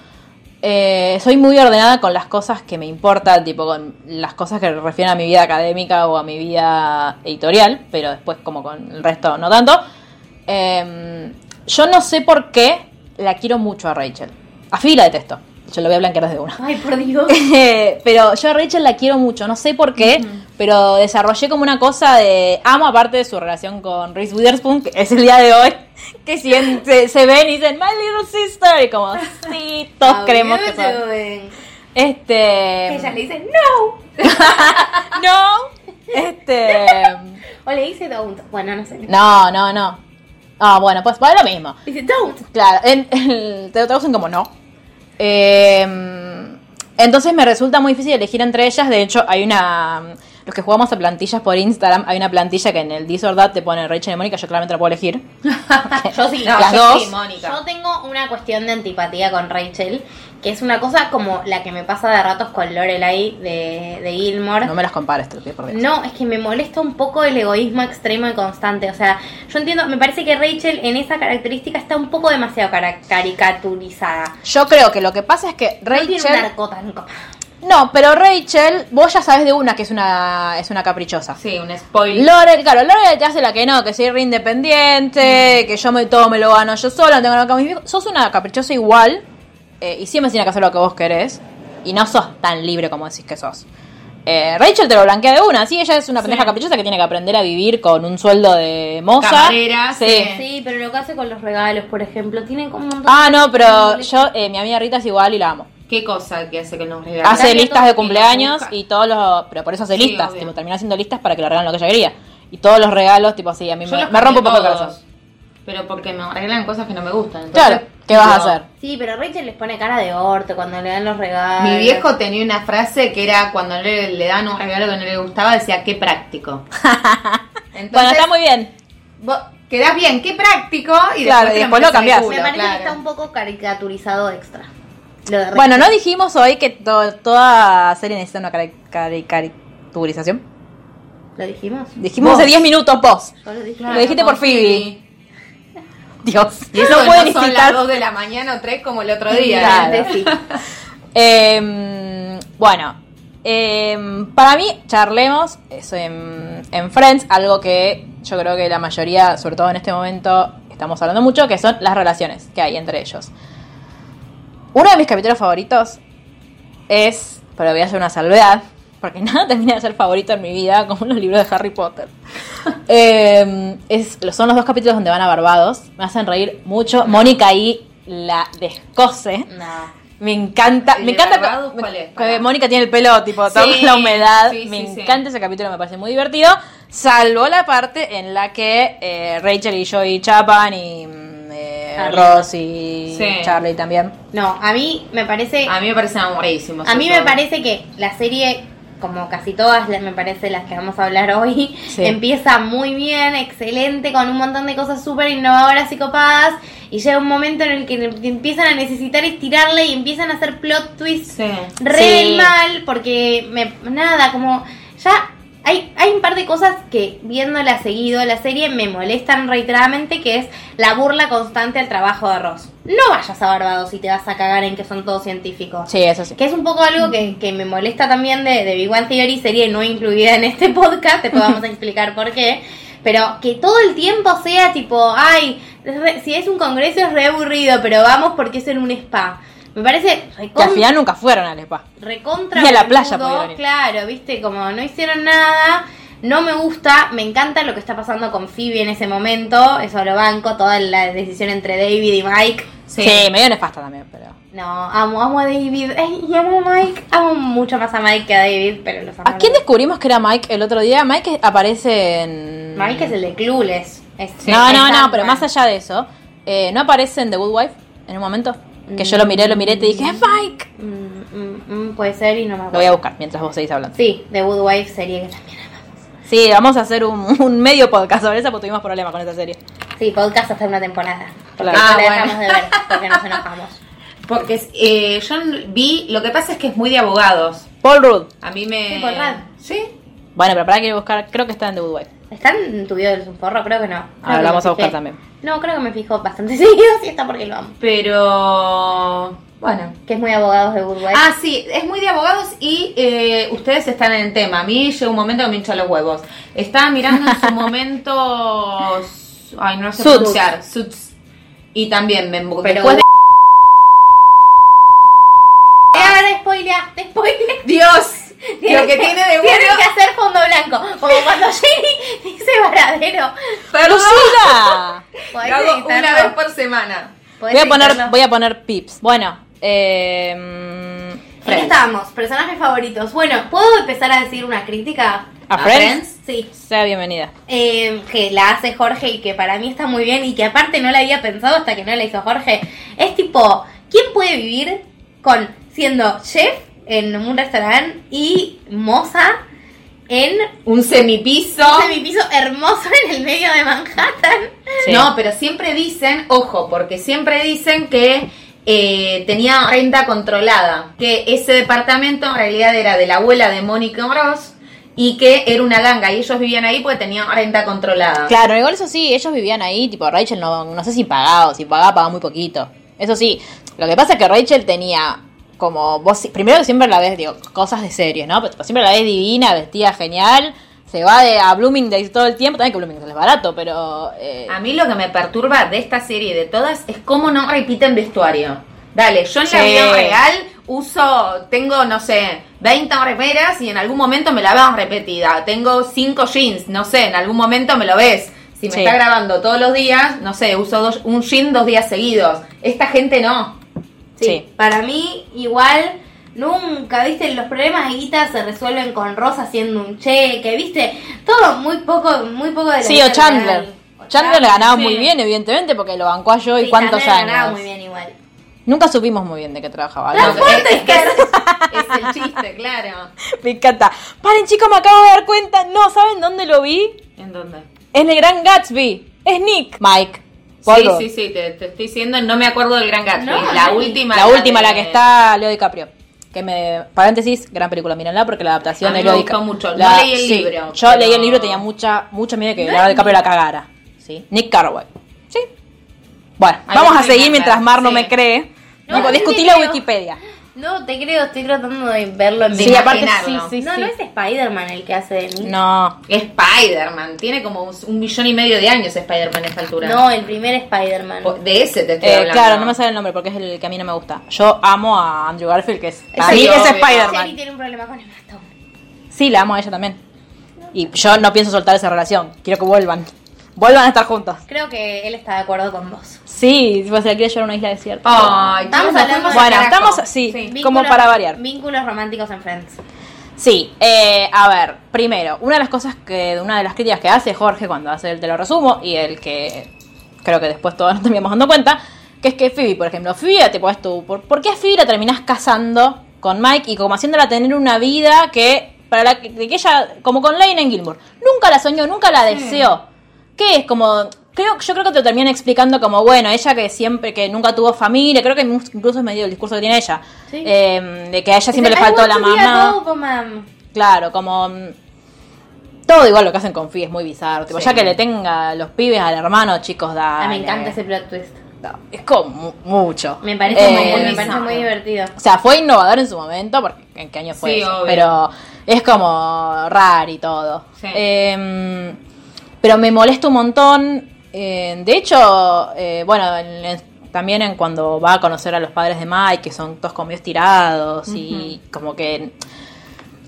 S1: Eh, soy muy ordenada con las cosas que me importan, tipo con las cosas que refieren a mi vida académica o a mi vida editorial, pero después como con el resto no tanto. Eh, yo no sé por qué la quiero mucho a Rachel. A Phoebe la detesto. Yo lo voy a blanquear desde una.
S2: Ay, por Dios.
S1: Eh, [laughs] pero yo a Rachel la quiero mucho, no sé por qué, pero desarrollé como una cosa de amo aparte de su relación con Reese Witherspoon, que es el día de hoy, [laughs] que si en- se, se ven y dicen, my little sister, y como, sí, todos
S2: How
S1: creemos
S2: you
S1: que son.
S2: doing?
S1: Este...
S2: Ella le dice no.
S1: No, este...
S2: [laughs] O le dice don't. Bueno, no sé.
S1: No, no, no. Ah, bueno, pues vale lo mismo.
S2: Dice don't.
S1: Claro, en, en- te lo traducen como no. Eh, entonces me resulta muy difícil elegir entre ellas. De hecho, hay una. Los que jugamos a plantillas por Instagram, hay una plantilla que en el Disordat te pone Rachel y Mónica. Yo claramente la puedo elegir.
S2: Ah, Yo sí.
S3: No,
S1: Las
S3: yo
S1: dos.
S3: sí, Mónica.
S2: Yo tengo una cuestión de antipatía con Rachel, que es una cosa como la que me pasa de ratos con Lorelai de, de Gilmore.
S1: No me las compares, te lo pido por Dios.
S2: No, es que me molesta un poco el egoísmo extremo y constante. O sea, yo entiendo, me parece que Rachel en esa característica está un poco demasiado cara- caricaturizada.
S1: Yo creo que lo que pasa es que
S2: No tiene un
S1: Rachel.
S2: arco tan copado.
S1: No, pero Rachel, vos ya sabes de una que es una, es una caprichosa.
S3: Sí, un spoiler.
S1: Lore, claro, Lore te hace la que no, que soy re
S3: Mm.
S1: independiente, que yo me, todo me lo gano yo sola, no tengo nada que mis viejos. Sos una caprichosa igual eh, y siempre tienes que hacer lo que vos querés y no sos tan libre como decís que sos. Eh, Rachel te lo blanquea de una, sí, ella es una pendeja caprichosa que tiene que aprender a vivir con un sueldo de moza.
S3: Camarera, sí.
S2: Sí, pero lo que hace con los regalos, por ejemplo, tiene como un montón
S1: Ah,
S2: de
S1: no,
S2: cosas que me
S1: pero
S2: molestan.
S1: yo, eh, mi amiga Rita es igual y la amo.
S3: ¿Qué cosa que hace que nos regalen?
S1: Hace
S2: Dale
S1: listas
S2: todo
S1: de
S2: y
S1: cumpleaños
S3: busca.
S1: y todos los. Pero por eso hace
S3: Sí,
S1: listas,
S3: obvio.
S1: tipo, termina haciendo listas para que le regalen lo que ella quería. Y todos los regalos, tipo, sí, a mí
S3: Yo
S1: me,
S3: los
S1: me rompe un poco el
S3: todos,
S1: corazón.
S3: Pero porque me arreglan cosas que no me gustan. entonces,
S1: Claro, ¿qué vas a
S3: tipo,
S1: hacer?
S2: Sí, pero Rachel les pone cara de orto cuando le dan los regalos.
S3: Mi viejo tenía una frase que era cuando le, le dan un regalo que no le gustaba, decía, qué práctico.
S1: [laughs]
S3: Entonces,
S1: bueno, está muy bien.
S3: vos quedás bien, qué práctico, y
S1: Claro, y
S3: te
S1: después lo
S3: metes en el
S1: cambiás.
S3: culo,
S2: Me parece
S3: claro.
S2: que está un poco caricaturizado extra. Lo de Rachel.
S1: Bueno, no dijimos hoy que to- toda serie necesita una cari- cari- caricaturización.
S2: ¿Lo dijimos?
S1: Dijimos
S3: Vos.
S1: hace 10 minutos vos.
S2: ¿O lo dijimos?
S3: Claro,
S1: Lo dijiste por
S3: con
S1: Phoebe. Dios.
S3: Y eso
S1: no
S3: no
S1: pueden
S3: son las
S1: citar-
S3: 2 de la mañana o 3 como el otro día.
S1: Claro.
S3: ¿eh?
S2: Claramente sí.
S1: Em, bueno, em, para mí, charlemos eso en, en Friends, algo que yo creo que la mayoría, sobre todo en este momento, estamos hablando mucho, que son las relaciones que hay entre ellos. Uno de mis capítulos favoritos es, pero voy a hacer una salvedad, porque [laughs] nada termina de ser favorito en mi vida, como los libros de Harry Potter. Em, es, son los dos capítulos donde van a Barbados, me hacen reír mucho. Mónica ahí la descose.
S2: No.
S1: Me encanta,
S3: ¿El
S1: me
S3: de
S1: encanta
S3: Barbados
S1: que-
S3: cuál es?
S1: que
S3: Pará.
S1: Mónica tiene el pelo tipo toda
S3: Sí,
S1: la humedad.
S3: sí,
S1: me
S3: sí, sí.
S1: encanta ese capítulo, me parece muy divertido. Salvo la parte en la que eh, Rachel y Joey chapan y mm, eh,
S2: Charlie.
S1: Ross y
S3: Sí.
S1: Charlie también.
S2: No, a mí me parece.
S1: Ah,
S3: A mí me parece amorísimo.
S2: A mí me parece que la serie, como casi todas, la- me parece las que vamos a hablar hoy,
S1: Sí.
S2: empieza muy bien, excelente, con un montón de cosas súper innovadoras y copadas. Y llega un momento en el que te empiezan a necesitar estirarle y empiezan a hacer plot twists
S3: Sí.
S2: re
S1: Sí.
S2: mal, porque me, nada, como ya hay, hay un par de cosas que viéndola seguido la serie me molestan reiteradamente, que es la burla constante al trabajo de Ross. No vayas a Barbados y te vas a cagar en que son todos científicos.
S1: Sí, eso sí.
S2: Que es un poco algo que, que me molesta también de, de Big One Theory, serie no incluida en este podcast, después vamos a explicar por qué. Pero que todo el tiempo sea tipo, ay, es re- si es un congreso es re aburrido, pero vamos porque es en un spa. Me parece
S1: Que al
S2: recontra
S1: final nunca fueron al spa.
S2: recontra
S1: Ni a la
S2: boludo,
S1: playa podía venir.
S2: claro, viste, como no hicieron nada, no me gusta, me encanta lo que está pasando con Phoebe en ese momento, eso lo banco, toda la decisión entre David y Mike.
S1: Sí, medio nefasta también, pero.
S2: No, amo, amo a David, Ay, y amo a Mike, amo mucho más a Mike que a David, pero los amo.
S1: ¿A quién descubrimos que era Mike el otro día? Mike aparece en.
S2: Mike es el de Clueless. Es-
S1: no,
S2: es
S1: no, no,
S2: Sandman.
S1: pero más allá de eso, eh, no aparece en The Good Wife en un momento. Que yo
S3: Mm.
S1: lo miré, lo miré y te dije, ¡Es Mike!
S2: Mm, mm, mm, puede ser y no me
S1: Lo voy a
S2: acuerdo.
S1: buscar mientras vos seguís hablando.
S2: Sí, The Good Wife serie que también amamos.
S1: Sí, vamos a hacer un, [laughs] un medio podcast sobre esa porque tuvimos problemas con esa serie.
S2: Sí, podcast hasta una temporada. Porque
S1: Claro.
S2: no
S3: Ah,
S2: la
S3: bueno.
S2: dejamos de ver porque nos enojamos.
S3: Porque eh, yo vi, lo que pasa es que es muy de abogados.
S1: Paul Rudd.
S3: A mí me...
S2: Sí, por Rad.
S3: Sí.
S1: Bueno, pero para que buscar, creo que está en The Good Wife.
S2: ¿Están en tu video del forro? Creo que no. Creo
S1: Ahora
S2: que
S1: Ah, la vamos
S2: me
S1: a buscar
S2: fijé.
S1: también.
S2: No, creo que me fijo bastante [laughs] seguido si está porque lo amo.
S3: Pero... Bueno.
S2: Que es muy abogados de Uruguay.
S3: Ah, sí, es muy de abogados y eh, ustedes están en el tema. A mí llegó un momento que me hinchó los huevos. Estaba mirando en su momento. Ay, no sé
S1: Suits.
S3: pronunciar. Suits. Y también me
S2: Pero-
S3: después de-
S2: Ah, te spoileaste, te spoileaste.
S3: Dios,
S2: [laughs]
S3: lo que tiene de
S2: Tiene
S3: bueno.
S2: que hacer fondo blanco. Como
S1: [laughs]
S2: cuando Jenny dice varadero.
S3: Perdón,
S2: Podés
S3: lo hago una
S2: editarlo.
S3: vez por semana.
S2: Podés
S1: Voy a poner,
S2: editarlo.
S1: voy a poner pips. Bueno, eh,
S2: ¿En
S1: mm,
S2: qué estábamos? Personajes favoritos. Bueno, ¿puedo empezar a decir una crítica?
S1: a Friends,
S2: Sí.
S1: sea bienvenida.
S2: Eh, que la hace Jorge y que para mí está muy bien y que aparte no la había pensado hasta que no la hizo Jorge. Es tipo, ¿quién puede vivir con siendo chef en un restaurante y moza en
S3: Un semipiso.
S2: un semipiso hermoso en el medio de Manhattan?
S1: Sí.
S3: No, pero siempre dicen, ojo, porque siempre dicen que eh, tenía renta controlada, que ese departamento en realidad era de la abuela de Mónica Ross y que era una ganga y ellos vivían ahí porque tenían renta controlada.
S1: Claro, igual eso sí, ellos vivían ahí, tipo Rachel no, no sé si pagaba, o si pagaba, pagaba muy poquito. Eso sí, lo que pasa es que Rachel tenía como vos, si- primero que siempre la ves, digo, cosas de series, ¿no? Pero tipo, siempre la ves divina, vestida genial, se va de, a Bloomingdale's todo el tiempo, también que Bloomingdale's es barato, pero... eh,
S3: A mí lo que me perturba de esta serie y de todas es cómo no repiten vestuario. Dale, yo en la
S1: Sí.
S3: vida real uso, tengo, no sé, 20 remeras y en algún momento me la veo repetida. Tengo 5 jeans, no sé, en algún momento me lo ves. Si me
S1: Sí.
S3: está grabando todos los días, no sé, uso dos- un jean dos días seguidos. Esta gente no.
S2: Sí.
S1: Sí.
S2: Para mí, igual, nunca, viste, los problemas de guita se resuelven con Rosa haciendo un cheque, viste, todo muy poco, muy poco de la
S1: sí,
S2: vida
S1: o Chandler.
S2: real. O
S1: Chandler ganaba
S3: sí.
S1: muy bien, evidentemente, porque lo bancó a Joey
S2: Sí,
S1: cuántos
S2: Chandler
S1: años.
S2: ganaba muy bien igual.
S1: Nunca supimos muy bien de qué trabajaba.
S3: No,
S1: No,
S3: es, es que es- es el chiste, claro.
S1: [laughs] me encanta. Paren, chicos, me acabo de dar cuenta. No, ¿saben dónde lo vi?
S3: ¿En dónde?
S1: Es el gran Gatsby. Es Nick. Mike. Paul
S3: Sí,
S1: Rudd.
S3: sí, sí, te, te estoy diciendo, no me acuerdo del Gran Gatsby.
S2: No,
S3: la
S2: no,
S3: última.
S1: La última, la que
S3: de-
S1: está Leo DiCaprio. Que me. Paréntesis, gran película, mírenla porque la adaptación
S3: A mí
S1: de
S3: me
S1: Leo
S3: gustó
S1: Dica-
S3: mucho. No
S1: la-
S3: leí el
S1: sí,
S3: libro,
S1: Yo
S3: pero-
S1: leí el libro, tenía mucha, mucho miedo que Leo DiCaprio la cagara. ¿sí? Nick Carraway. Sí. Bueno,
S3: Ahí
S1: vamos a
S3: estoy
S1: seguir
S3: viendo,
S1: mientras Mar no
S3: sí.
S1: me cree.
S2: No,
S1: Tipo,
S2: no
S1: discutí
S2: te
S1: la
S2: creo.
S1: Wikipedia.
S2: [laughs] No, te creo, estoy tratando de verlo en
S3: De
S1: Sí,
S2: vivo.
S1: aparte sí,
S3: imaginarlo.
S1: sí,
S2: no,
S1: sí.
S2: no es Spider-Man el que hace de mí.
S1: No.
S3: Spider-Man, tiene como un, un millón y medio de años Spider-Man a esta altura.
S2: No, el primer Spider-Man.
S3: Po- De ese te estoy
S1: Eh,
S3: hablando.
S1: claro, no me sale el nombre porque es el que a mí no me gusta. Yo amo a Andrew Garfield, que es. Para
S3: sí,
S1: mí es
S3: obvio.
S2: Jenny
S1: Spider-Man.
S2: tiene un problema con el bastón.
S1: Sí, la amo a ella también. Y yo no pienso soltar esa relación. Quiero que vuelvan. Vuelvan a estar juntos.
S2: Creo que él está de acuerdo con vos.
S1: Sí, tipo, se la quiere llevar a una isla desierta.
S3: Ay,
S2: Estamos
S3: nos
S2: hablando
S3: fuimos
S2: de-
S3: al
S1: Bueno,
S3: carajo.
S1: estamos- sí. Como para variar.
S2: Vínculos románticos en Friends.
S1: Sí, eh, a ver, primero, una de las cosas que, una de las críticas que hace Jorge cuando hace el te lo resumo y el que creo que después todos nos terminamos dando cuenta, que es que Phoebe, por ejemplo, Phoebe, te pones tú, ¿por, por qué a Phoebe la terminás casando con Mike y como haciéndola tener una vida que, para la que, que ella, como con Lane en Gilmour, nunca la soñó, nunca la deseó? ¿Qué es? Como, creo, yo creo que te lo terminan explicando como, bueno, ella que siempre, que nunca tuvo familia, creo que incluso es medio el discurso que tiene ella,
S2: Sí.
S1: eh, de que a ella siempre le
S2: Dice, "I
S1: faltó
S2: want
S1: la
S2: to be a
S1: mamá.
S2: dope mom".
S1: Claro, como. mm, Todo igual lo que hacen con Fi es muy bizarro. Tipo, ya que le tenga los pibes al hermano, chicos, da.
S2: Ah, me encanta ese plot twist.
S1: Es como mu- mucho.
S2: Me parece,
S1: Eh,
S2: muy, me
S3: bizarro.
S2: parece muy divertido.
S1: O sea, fue innovador en su momento, porque en qué año fue
S3: Sí,
S1: eso?
S3: obvio.
S1: pero es como raro y todo.
S3: Sí.
S1: Eh, pero me molesta un montón. Eh, de hecho, eh, bueno, en- en- también en cuando va a conocer a los padres de Mike, que son todos como medio tirados y como que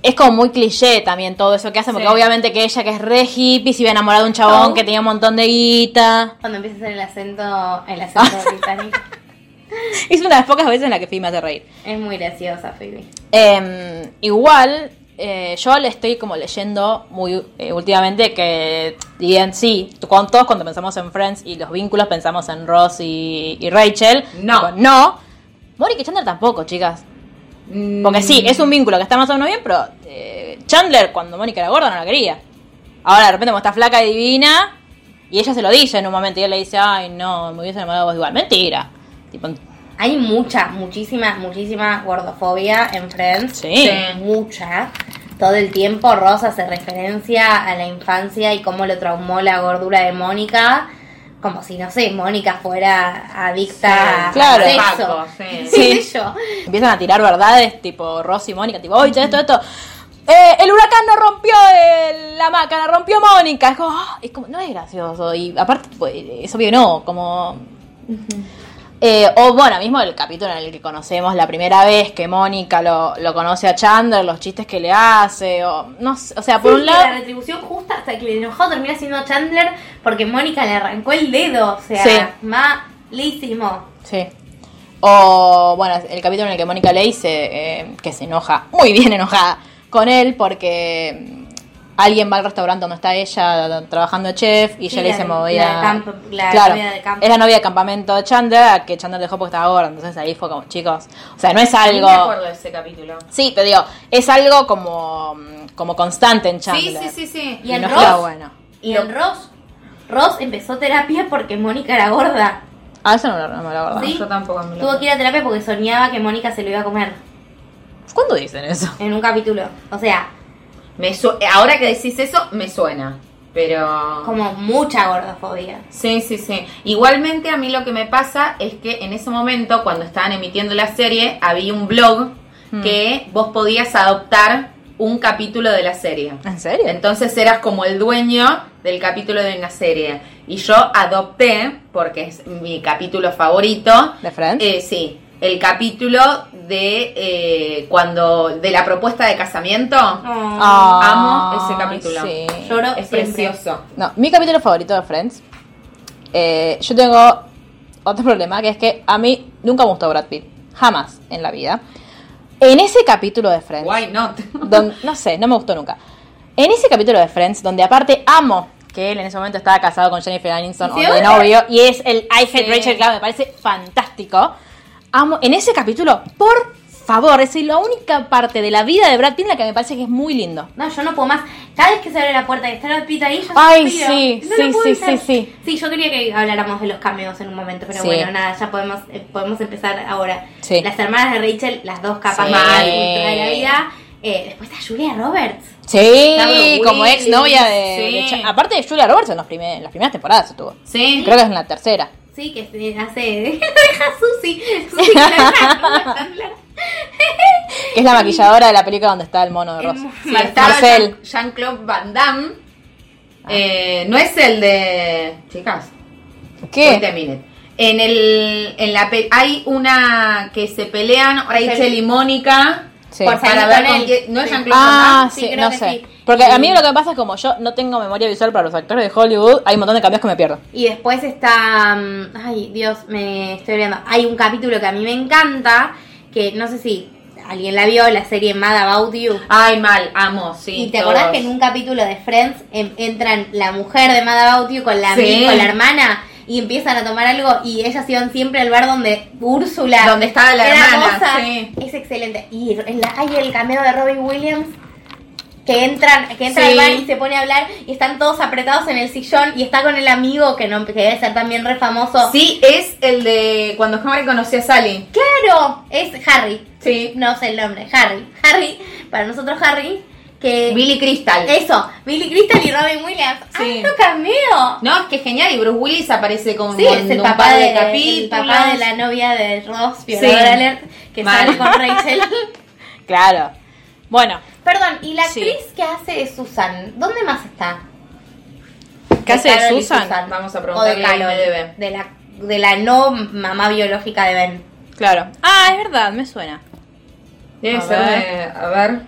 S1: es como muy cliché también todo eso que hace, porque
S3: Sí.
S1: obviamente que ella que es re hippie se iba a enamorar de un chabón
S2: Oh.
S1: que tenía un montón de guita.
S3: [laughs]
S2: Cuando empieza a hacer el acento, el
S1: [laughs]
S2: acento británico.
S1: Es una de las pocas veces en la que Phoebe me hace reír.
S2: Es muy graciosa, Phoebe.
S1: Em, igual, eh, yo le estoy como leyendo muy eh, últimamente que digan, sí, tú- con- todos cuando pensamos en Friends y los vínculos pensamos en Ross y, y Rachel.
S3: No.
S1: Tipo, no. Morik y Chandler tampoco, chicas. Porque sí, es un vínculo que está más o menos bien, pero eh, Chandler cuando Mónica era gorda no la quería. Ahora de repente como está flaca y divina, y ella se lo dice en un momento y él le dice, ay no, me hubiese enamorado de vos igual. Mentira. Tipo,
S2: Hay mucha, muchísima, muchísima gordofobia en Friends.
S1: Sí. Sí.
S2: Mucha. Todo el tiempo Rosa hace referencia a la infancia y cómo lo traumó la gordura de Mónica. Como si, no sé, Mónica fuera adicta
S1: Sí,
S2: al
S1: claro.
S2: sexo.
S3: Paco, Ah, sí.
S2: Sí.
S1: Sí.
S2: yo.
S1: empiezan a tirar verdades tipo Ross y Mónica, tipo, oye, esto, esto. Eh, el huracán no rompió el- la hamaca, la rompió Mónica. Es como, ah, es como, no es gracioso. Y aparte, tipo, eh, es obvio, no, como. Eh, o bueno, mismo el capítulo en el que conocemos la primera vez que Mónica lo, lo conoce a Chandler, los chistes que le hace, o no sé, o sea, Ah, por
S2: Sí,
S1: un
S2: que
S1: lado.
S2: La retribución justa hasta que el enojado termina siendo Chandler porque Mónica le arrancó el dedo. O sea,
S1: Sí.
S2: malísimo.
S1: Sí. O, bueno, el capítulo en el que Mónica le dice eh, que se enoja, muy bien enojada con él porque mm, alguien va al restaurante donde está ella trabajando de chef y ella
S2: Sí,
S1: le
S2: la
S1: dice
S2: de-
S1: me voy
S2: la de
S1: a-
S2: campo- la
S1: claro,
S2: novia de campo.
S1: es la novia de campamento de Chandler, que Chandler dejó porque estaba gorda, entonces ahí fue como, chicos, o sea, no es
S3: Ni
S1: algo...
S3: me acuerdo de ese capítulo.
S1: Sí, pero digo, es algo como, mm, como constante en
S3: Sí,
S1: Chandler.
S3: sí, sí, sí.
S2: Y en
S1: no
S2: Ross,
S1: está bueno.
S2: y en Ross, Ross empezó terapia porque Mónica era gorda.
S1: Ah, eso no, lo- no me lo acuerdo.
S2: Sí.
S3: Yo tampoco me lo
S2: Tuvo que ir a terapia porque soñaba que Mónica se lo iba a comer
S1: ¿Cuándo dicen eso?
S2: en un capítulo. O sea,
S3: Me su- Ahora que decís eso, me suena. Pero.
S2: como mucha gordofobia.
S3: Sí, sí, sí. Igualmente a mí lo que me pasa es que en ese momento, cuando estaban emitiendo la serie, había un blog que vos podías adoptar un capítulo de la serie.
S1: ¿En serio?
S3: Entonces eras como el dueño del capítulo de una serie. Y yo adopté, porque es mi capítulo favorito,
S1: ¿De Friends?
S3: eh, sí, el capítulo de eh, cuando de la propuesta de casamiento.
S1: Ah,
S3: amo ese capítulo.
S1: sí.
S2: Lloro
S3: Es
S2: siempre.
S3: precioso.
S1: No, mi capítulo favorito de Friends. eh, yo tengo otro problema que es que a mí nunca me gustó Brad Pitt. Jamás en la vida. En ese capítulo de Friends.
S3: Why not?
S1: don- no sé, no me gustó nunca. En ese capítulo de Friends, donde aparte amo que él en ese momento estaba casado con Jennifer Aniston o
S2: Sí,
S1: de
S2: ahora-
S1: novio y es el I hate Rachel Cloud, me parece fantástico. Amo en ese capítulo, por favor, es la única parte de la vida de Brad Pitt en la que me parece que es muy lindo.
S2: No, yo no puedo más. Cada vez que se abre la puerta y está la pita ahí, yo
S1: Ay,
S2: suspiro.
S1: sí,
S2: No lo
S1: sí,
S2: puedo
S1: sí, sí,
S2: evitar.
S1: sí.
S2: Sí, yo quería que habláramos de los cameos en un momento, pero
S1: Sí.
S2: bueno, nada, ya podemos eh, podemos empezar ahora.
S1: Sí.
S2: Las hermanas de Rachel, las dos capas
S1: Sí.
S2: más de la vida. Eh, después está Julia Roberts.
S1: Sí,
S3: Dame
S1: como
S3: Willis,
S1: ex novia de,
S3: sí.
S1: de Cha- Aparte de Julia Roberts en, los prime- en las primeras temporadas estuvo.
S3: [laughs] Sí.
S1: Creo que es en la tercera.
S2: Sí, que se hace. [laughs] Deja a Susi. Susi, que la deja, no la deja hablar.
S1: Que es la maquilladora de la película donde está el mono de
S2: El
S1: Ross.
S2: mono.
S3: Sí,
S1: Sí,
S3: estaba
S1: Marcel.
S3: Jean- Jean-Claude Van Damme. Eh, no es el de. Chicas, wait a
S1: ¿Qué?
S3: minute. En, el, en la pe- hay una que se pelean Rachel y Mónica.
S1: Sí.
S3: por-
S2: salir
S3: Para ver
S2: con
S3: con
S2: él.
S3: quién- ¿No es
S2: Sí.
S3: Jean-Claude Van
S1: Ah,
S3: Damme?
S2: sí,
S1: sí,
S2: creo
S1: no
S2: que
S1: sé.
S2: sí.
S1: Porque a mí
S2: Y-
S1: lo que me pasa es como yo no tengo memoria visual para los actores de Hollywood, hay un montón de cambios que me pierdo.
S2: Y después está. mm, Ay, Dios, me estoy olvidando. Hay un capítulo que a mí me encanta. Que no sé si alguien la vio, la serie Mad About You.
S3: Ay, mal, amo, sí.
S2: y te acordás
S3: todos.
S2: que en un capítulo de Friends em- entran la mujer de Mad About You con la
S3: Sí.
S2: amiga, con la hermana. Y empiezan a tomar algo y ellas iban siempre al bar donde Úrsula.
S3: Donde estaba la
S2: era
S3: hermana,
S2: hermosa.
S3: sí.
S2: Es excelente. Y en la- hay el cameo de Robin Williams que entran, que entra
S3: Sí.
S2: al bar y se pone a hablar y están todos apretados en el sillón y está con el amigo que no que debe ser también re famoso.
S3: Sí, es el de cuando Henry conoció a Sally.
S2: Claro, es Harry.
S3: Sí.
S2: No sé el nombre, Harry. Harry, para nosotros Harry, que
S3: Billy Crystal.
S2: eso, Billy Crystal y Robin Williams.
S3: Sí.
S2: ¡Ay, no cameo!
S3: No, es que es genial. Y Bruce Willis aparece con,
S2: Sí,
S3: con
S2: es el
S3: un
S2: papá,
S3: par
S2: de,
S3: de,
S2: el
S3: capítulos.
S2: papá de la novia de Ross,
S3: Sí.
S2: violador alert, que
S3: Mal.
S2: sale con
S3: [laughs]
S2: Rachel.
S1: Claro. Bueno,
S2: Perdón, ¿y la actriz
S1: Sí.
S2: que hace de Susan? ¿Dónde más está?
S1: ¿qué hace
S2: Carol y
S1: Susan?
S3: Vamos a
S2: O de
S3: preguntarle a
S2: Carol.
S3: IMDb.
S2: De la, de la no mamá biológica de Ben.
S1: Claro. Ah, es verdad, me suena.
S3: Debe
S1: A
S3: ser de-
S1: ver.
S3: A ver.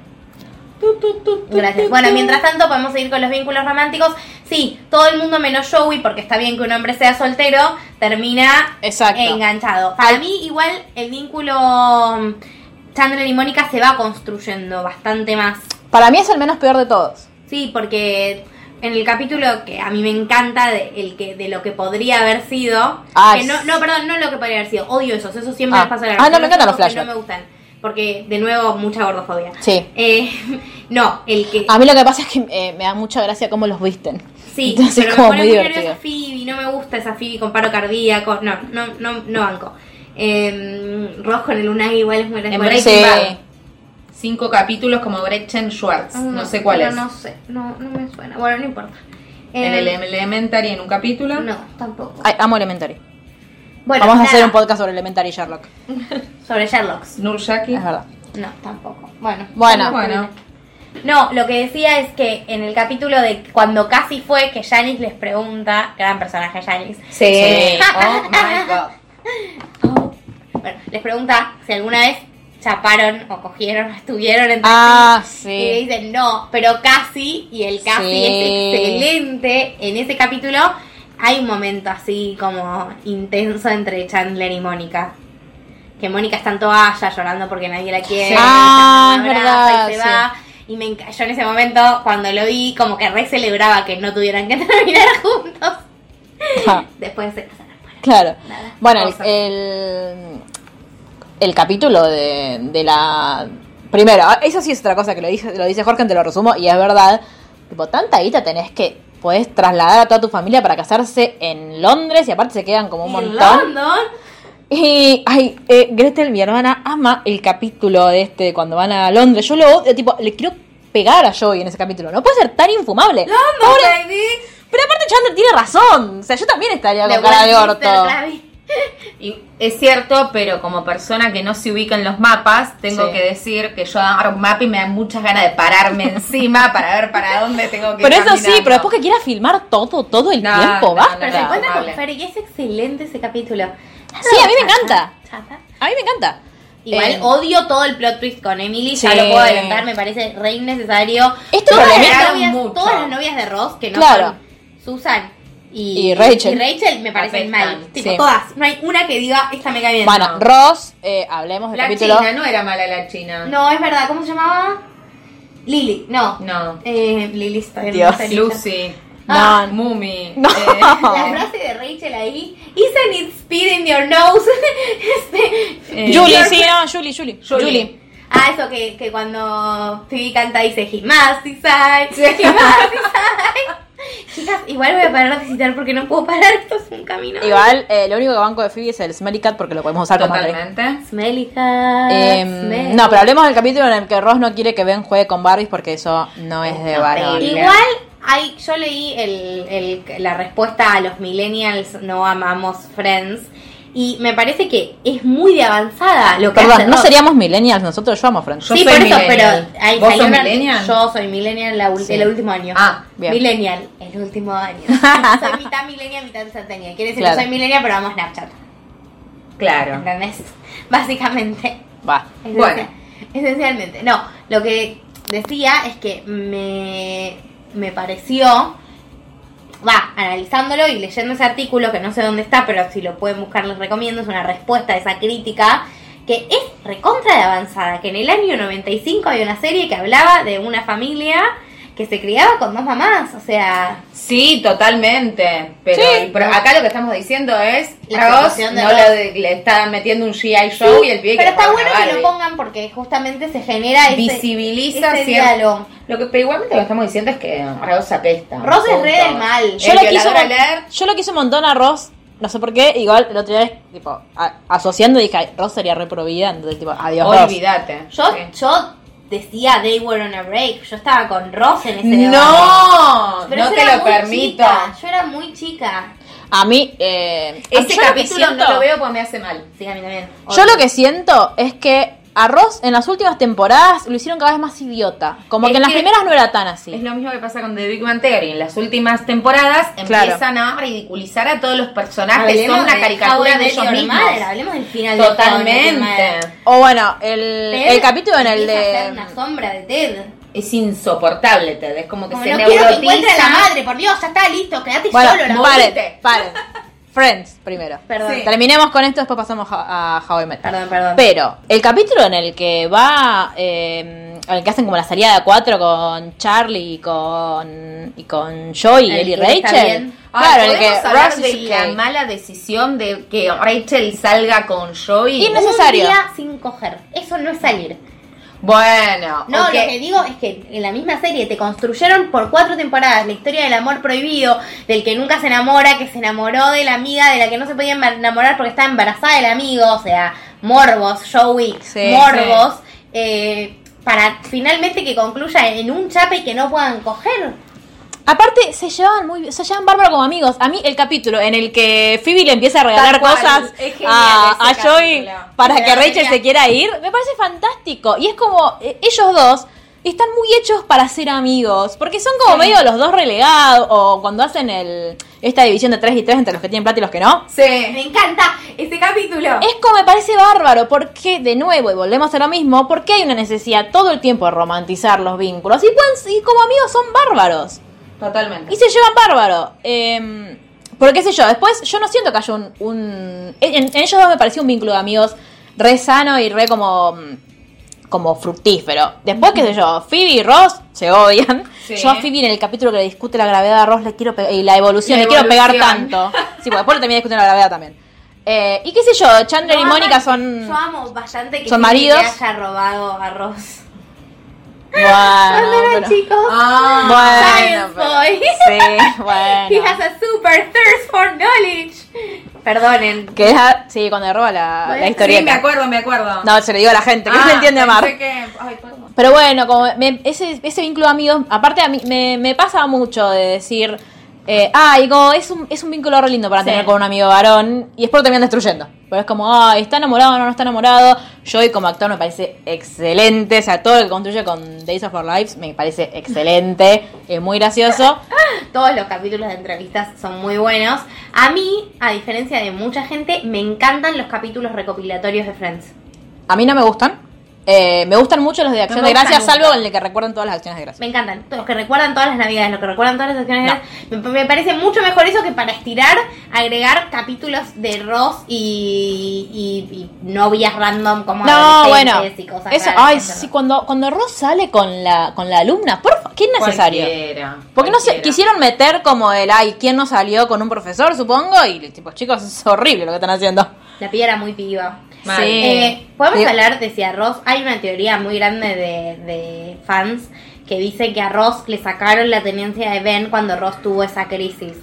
S2: Gracias. Bueno, mientras tanto podemos seguir con los vínculos románticos. Sí, todo el mundo menos Joey, porque está bien que un hombre sea soltero, termina
S1: Exacto.
S2: enganchado. Para mí igual el vínculo mm, Chandler y Mónica se va construyendo bastante más.
S1: Para mí es el menos peor de todos.
S2: Sí, porque en el capítulo que a mí me encanta de, el que, de lo que podría haber sido.
S1: Ah,
S2: que no,
S1: sí.
S2: no, perdón, no lo que podría haber sido. Odio esos. Esos siempre
S1: Ah.
S2: les pasa a la
S1: Ah, no, me encantan los
S2: Esos que
S1: flashbacks.
S2: No me gustan. Porque, de nuevo, mucha gordofobia.
S1: Sí.
S2: Eh, [laughs] no, el que.
S1: A mí lo que pasa es que eh, me da mucha gracia cómo los visten.
S2: Sí,
S1: Entonces
S2: pero
S1: es como
S2: me
S1: muy
S2: pone muy nerviosa
S1: divertido.
S2: Phoebe, no me gusta esa Phoebe con paro cardíaco, no, no, no, no banco. Eh, Rojo en el Unagi igual es muy
S3: En
S2: muy-
S3: Breaking
S1: Sí.
S3: Bad. Cinco capítulos como Gretchen Schwartz.
S2: Ah,
S3: No, sé cuál
S2: pero
S3: es.
S2: No sé, no, no me suena. Bueno, no importa.
S3: En el
S2: Eh,
S3: Elementary en un capítulo.
S2: No, tampoco.
S1: Ay, amo Elementary.
S2: Bueno,
S1: Vamos a hacer
S2: nada,
S1: un podcast sobre Elementary Sherlock.
S2: sobre Sherlock's.
S3: Nur Shaki.
S1: Es verdad.
S2: No, tampoco. Bueno.
S1: Bueno.
S3: Bueno.
S2: No, lo que decía es que en el capítulo de cuando casi fue que Janice les pregunta, gran personaje Janice, [laughs]
S3: Sí. Oh my god.
S2: bueno, les pregunta si alguna vez chaparon o cogieron [laughs] o estuvieron entre
S1: Ah,
S2: sí. Y le
S1: sí.
S2: dicen no, pero casi, y el casi
S1: Sí.
S2: es excelente. En ese capítulo hay un momento así como intenso entre Chandler y Mónica. Que Mónica está en toalla llorando porque nadie la quiere.
S1: Ah,
S2: Chandler
S1: es
S2: la abraza
S1: verdad,
S2: y se
S1: sí.
S2: va. Y me enca- yo en ese momento, cuando lo vi, como que re celebraba que no tuvieran que [laughs] terminar juntos.
S1: [laughs] Ja,
S2: Después se casaron.
S1: Ah, claro. Bueno, el,
S3: Cosa.
S1: el, el capítulo de, de la... Primero, ah, eso sí es otra cosa que lo dice, lo dice Jorge, te lo resumo, y es verdad. Tipo, tanta guita tenés que... Puedes trasladar a toda tu familia para casarse en Londres y aparte se quedan como un
S2: Y en
S1: montón.
S2: London,
S1: Y, ay, eh, Gretel, mi hermana, ama el capítulo de este de cuando van a Londres. Yo lo odio, tipo, le quiero pegar a Joey en ese capítulo. No puede ser tan infumable. Pobre-
S2: baby.
S1: Pero aparte Chandler tiene razón. O sea, yo también estaría
S2: De
S1: con cara de
S2: Westminster,
S1: orto.
S2: la vi.
S3: Y es cierto, pero como persona que no se ubica en los mapas, tengo
S1: Sí.
S3: que decir que yo agarro un mapa y me dan muchas ganas de pararme [laughs] encima para ver para dónde tengo que ir.
S1: Pero eso sí, pero después que quiera filmar todo, todo el
S3: No,
S1: tiempo,
S3: no,
S1: basta.
S3: no,
S2: Pero se
S3: no.
S2: encuentra con
S3: Vale.
S2: Fer y es excelente ese capítulo.
S1: Sí, a mí me encanta.
S2: Chata.
S1: A mí me encanta.
S2: Igual
S1: Eh,
S2: odio todo el plot twist con Emily, ya
S1: Sí.
S2: lo puedo adelantar, me parece re innecesario.
S1: Este
S2: todas,
S1: problema-
S2: las novias,
S3: mucho.
S2: todas las novias de Ross, que no
S1: Claro.
S2: son Susan y,
S1: Y Rachel.
S2: y Rachel me parecen
S3: Apestan,
S2: mal. Tipo,
S1: sí.
S2: todas. No hay una que diga, esta me cae bien.
S1: Bueno, Ross, eh, hablemos del
S3: La
S1: capítulo.
S3: China, no era mala la China.
S2: No, es verdad. ¿Cómo se llamaba? Lily. No.
S3: No.
S2: Eh, Lily está bien,
S1: Dios.
S2: no sé,
S3: Lucy.
S2: Ah.
S3: Mumi.
S1: No. [laughs]
S3: eh,
S2: La frase de Rachel ahí, isn't it speed in your nose? [laughs] este,
S3: eh,
S1: Julie, sí, no, Julie, Julie.
S3: Julie.
S2: Ah, eso que, que cuando Phoebe canta dice He must decide, he must decide". [laughs] Chicas, igual voy a parar de visitar porque no puedo parar, esto es un camino.
S1: Igual, eh, lo único que banco de Phoebe es el Smelly Cat porque lo podemos usar como André.
S3: Totalmente.
S2: Smelly cat,
S1: Eh,
S3: Ah,
S2: smelly.
S1: no, pero hablemos del capítulo en el que Ross no quiere que Ben juegue con Barbies porque eso no es de varón.
S2: Igual, hay, yo leí el, el- la respuesta a los millennials no amamos Friends y me parece que es muy de avanzada lo que hace
S1: Perdón, no
S2: Ross.
S1: seríamos millennials, nosotros yo amo Friends.
S3: Yo
S2: sí,
S3: soy
S2: por eso,
S3: millennial.
S2: pero ahí
S3: ¿Vos
S2: salió
S3: sos
S2: una-
S3: millennial?
S2: Yo soy millennial la ul-
S1: Sí.
S2: el último año.
S3: Ah,
S1: bien.
S2: Millennial, el último
S3: [laughs]
S2: año. soy mitad millennial, mitad centennial. Quiere decir
S1: Claro.
S2: que soy millennial, pero vamos Snapchat.
S3: Claro.
S2: ¿Entendés? Básicamente.
S1: Va.
S2: Esencial-
S3: Bueno.
S2: Esencialmente. No, lo que decía es que me, me pareció. Va, analizándolo y leyendo ese artículo, que no sé dónde está, pero si lo pueden buscar les recomiendo, es una respuesta a esa crítica, que es recontra de avanzada, que en el año 95 había una serie que hablaba de una familia que se criaba con dos mamás, o sea,
S3: Sí, totalmente. Pero, el pro- acá lo que estamos diciendo es
S2: La
S3: Ross
S2: situación de
S3: no
S2: Ross.
S3: le, le está metiendo un GI show y el pibe
S2: pero
S3: que
S2: está
S3: juega
S2: bueno que
S3: Barbie.
S2: lo pongan porque justamente se genera ese,
S3: visibiliza
S2: ese
S3: cierto-
S2: diálogo.
S3: Lo que pero igualmente lo que estamos diciendo es que Ross apesta.
S2: Ross es
S3: punto.
S2: re del mal.
S3: Yo
S1: Yo
S3: el
S1: lo, quiso,
S3: violador alert.
S1: yo lo quise un montón a Ross, no sé por qué, igual el otro día, tipo, a- asociando dije, "Ay, Ross sería reprovida, entonces tipo, adiós Ross.
S3: Olvídate.
S2: Yo,
S3: Sí.
S2: yo decía they were on a break. Yo estaba con Ross en ese debate.
S3: No,
S2: Pero
S3: no
S2: yo
S3: te
S2: era
S3: lo
S2: muy
S3: permito.
S2: chica, Yo era muy chica.
S1: A mí, eh, a-
S3: Ese
S1: yo lo que
S3: capítulo
S1: siento-
S3: no lo veo porque me hace mal.
S2: Sí, a mí también.
S1: Yo lo que siento es que a Ross en las últimas temporadas lo hicieron cada vez más idiota. Como
S3: Es
S1: que en las
S3: que-
S1: primeras no era tan así.
S3: Es lo mismo que pasa con The Big Bang Theory. En las últimas temporadas
S1: Claro.
S3: empiezan a ridiculizar a todos los personajes.
S2: Hablemos
S3: Son una
S2: de
S3: caricatura
S2: How I
S3: de
S2: Met
S3: ellos
S2: Your
S3: mismos.
S2: Mother, Hablemos del final de
S3: Totalmente.
S1: O bueno, el, el capítulo en el
S2: empieza a ser
S1: de...
S2: una sombra de Ted.
S3: Es insoportable, Ted. Es como que
S2: Como
S3: Pues se
S2: no quiero que encuentre a la
S3: neurotiza.
S2: madre, por Dios, ya está listo, quédate
S1: Bueno,
S2: solo. La
S3: madre.
S1: paren,
S3: moriste.
S1: paren. Friends primero.
S2: Perdón.
S3: Sí.
S1: Terminemos con esto, después pasamos a, a How I Met.
S2: Perdón, perdón.
S1: Pero el capítulo en el que va, eh, en el que hacen como la salida de a cuatro con Charlie y con, y con Joey,
S2: El
S1: él y
S2: que él está
S1: Rachel.
S2: bien.
S1: Claro, en el que
S3: ¿podemos hablar
S1: Ross
S3: de
S1: y
S3: la
S1: Jay.
S3: mala decisión de que Rachel salga con Joey.
S1: Y no- Innecesario.
S2: Un día sin coger. Eso no es salir.
S3: Bueno,
S2: No,
S3: ok.
S2: lo que digo es que en la misma serie te construyeron por cuatro temporadas la historia del amor prohibido, del que nunca se enamora, que se enamoró de la amiga de la que no se podía embar- enamorar porque estaba embarazada del amigo, o sea, morbos, Joey,
S1: Sí,
S2: morbos, eh, para finalmente que concluya en un chape y que no puedan coger.
S1: Aparte, se llevan muy bien, se llevan bárbaro como amigos. A mí el capítulo en el que Phoebe le empieza a regalar
S3: Tal cual,
S1: cosas
S3: es genial
S1: a, a
S3: ese
S1: Joey
S3: capítulo.
S1: para
S2: Me
S1: que
S2: da
S1: Rachel
S2: genial.
S1: se quiera ir, me parece fantástico. Y es como, eh, ellos dos están muy hechos para ser amigos, porque son como medio los dos relegados, o cuando hacen el esta división de 3 y 3 entre los que tienen plata y los que no.
S3: Sí.
S2: Me encanta este capítulo.
S1: Es como me parece bárbaro, porque de nuevo, y volvemos a lo mismo, porque hay una necesidad todo el tiempo de romantizar los vínculos. Y, pueden- y como amigos son bárbaros.
S3: Totalmente.
S1: Y se llevan bárbaro. Eh, porque qué sé yo, después yo no siento que haya un... un- en, en ellos dos me pareció un vínculo de amigos re sano y re como... mm, como fructífero. Después, qué sé yo, Phoebe y Ross se odian.
S3: Sí.
S1: Yo a Phoebe en el capítulo que le discute la gravedad a Ross le quiero pe- y la evolución,
S3: La
S1: le quiero pegar
S3: evolución.
S1: tanto. Sí, porque después le terminé discutiendo la gravedad también. Eh, y qué sé yo, Chandler y
S2: Yo amo-
S1: Mónica son...
S2: Yo amo bastante que
S1: son
S2: Phoebe
S1: maridos.
S2: le haya robado a Ross.
S1: Bueno,
S2: Perdón,
S1: pero-
S2: chicos.
S3: Ah,
S1: bueno,
S2: Science
S1: pero-
S2: boy.
S1: Sí,
S3: [laughs]
S1: bueno.
S2: He has a super thirst for knowledge. Perdonen.
S1: Que deja- sí, cuando le roba la, la historieta.
S3: sí, me acuerdo, me acuerdo.
S1: No, se lo digo a la gente, que
S3: Ah,
S1: se entiende amar.
S3: pensé que- ay, perdón.
S1: Pero bueno, como me- ese, ese vínculo de amigos, aparte a mí me, me pasa mucho de decir, eh, ay, como es un, es un vínculo re lindo para tener con un amigo varón, y después lo terminan destruyendo. Pero es como, ay, está enamorado, no, no está enamorado. Joey como actor me parece excelente, o sea, todo lo que construye con Days of Our Lives me parece excelente, es muy gracioso.
S2: Todos los capítulos de entrevistas son muy buenos. A mí, a diferencia de mucha gente, me encantan los capítulos recopilatorios de Friends.
S1: A mí no me gustan, eh, me gustan mucho los de Acción
S3: me
S1: de
S3: gustan
S1: Gracias,
S3: nunca.
S1: salvo en el que recuerdan todas las acciones de Gracias.
S2: Me encantan. Los que recuerdan todas las navidades, los que recuerdan todas las acciones.
S1: No.
S2: de- Me, me parece mucho mejor eso que para estirar, agregar capítulos de Ross y, y- y novias random como
S1: No, bueno.
S2: adolescentes y cosas
S1: Eso,
S2: raras,
S1: ay,
S2: no sé,
S1: sí,
S2: no.
S1: cuando, cuando Ross sale con la, con la alumna, por favor, qué innecesario.
S3: Cualquiera,
S1: Porque no sé,
S3: cualquiera.
S1: quisieron meter como el, ay, ¿quién no salió con un profesor, supongo? Y tipo, chicos, es horrible lo que están haciendo.
S2: La piba era muy piba.
S3: Mal.
S1: Sí.
S2: Eh, Podemos
S1: Sí.
S2: hablar de si a Ross hay una teoría muy grande de, de fans que dice que a Ross le sacaron la tenencia de Ben cuando Ross tuvo esa crisis.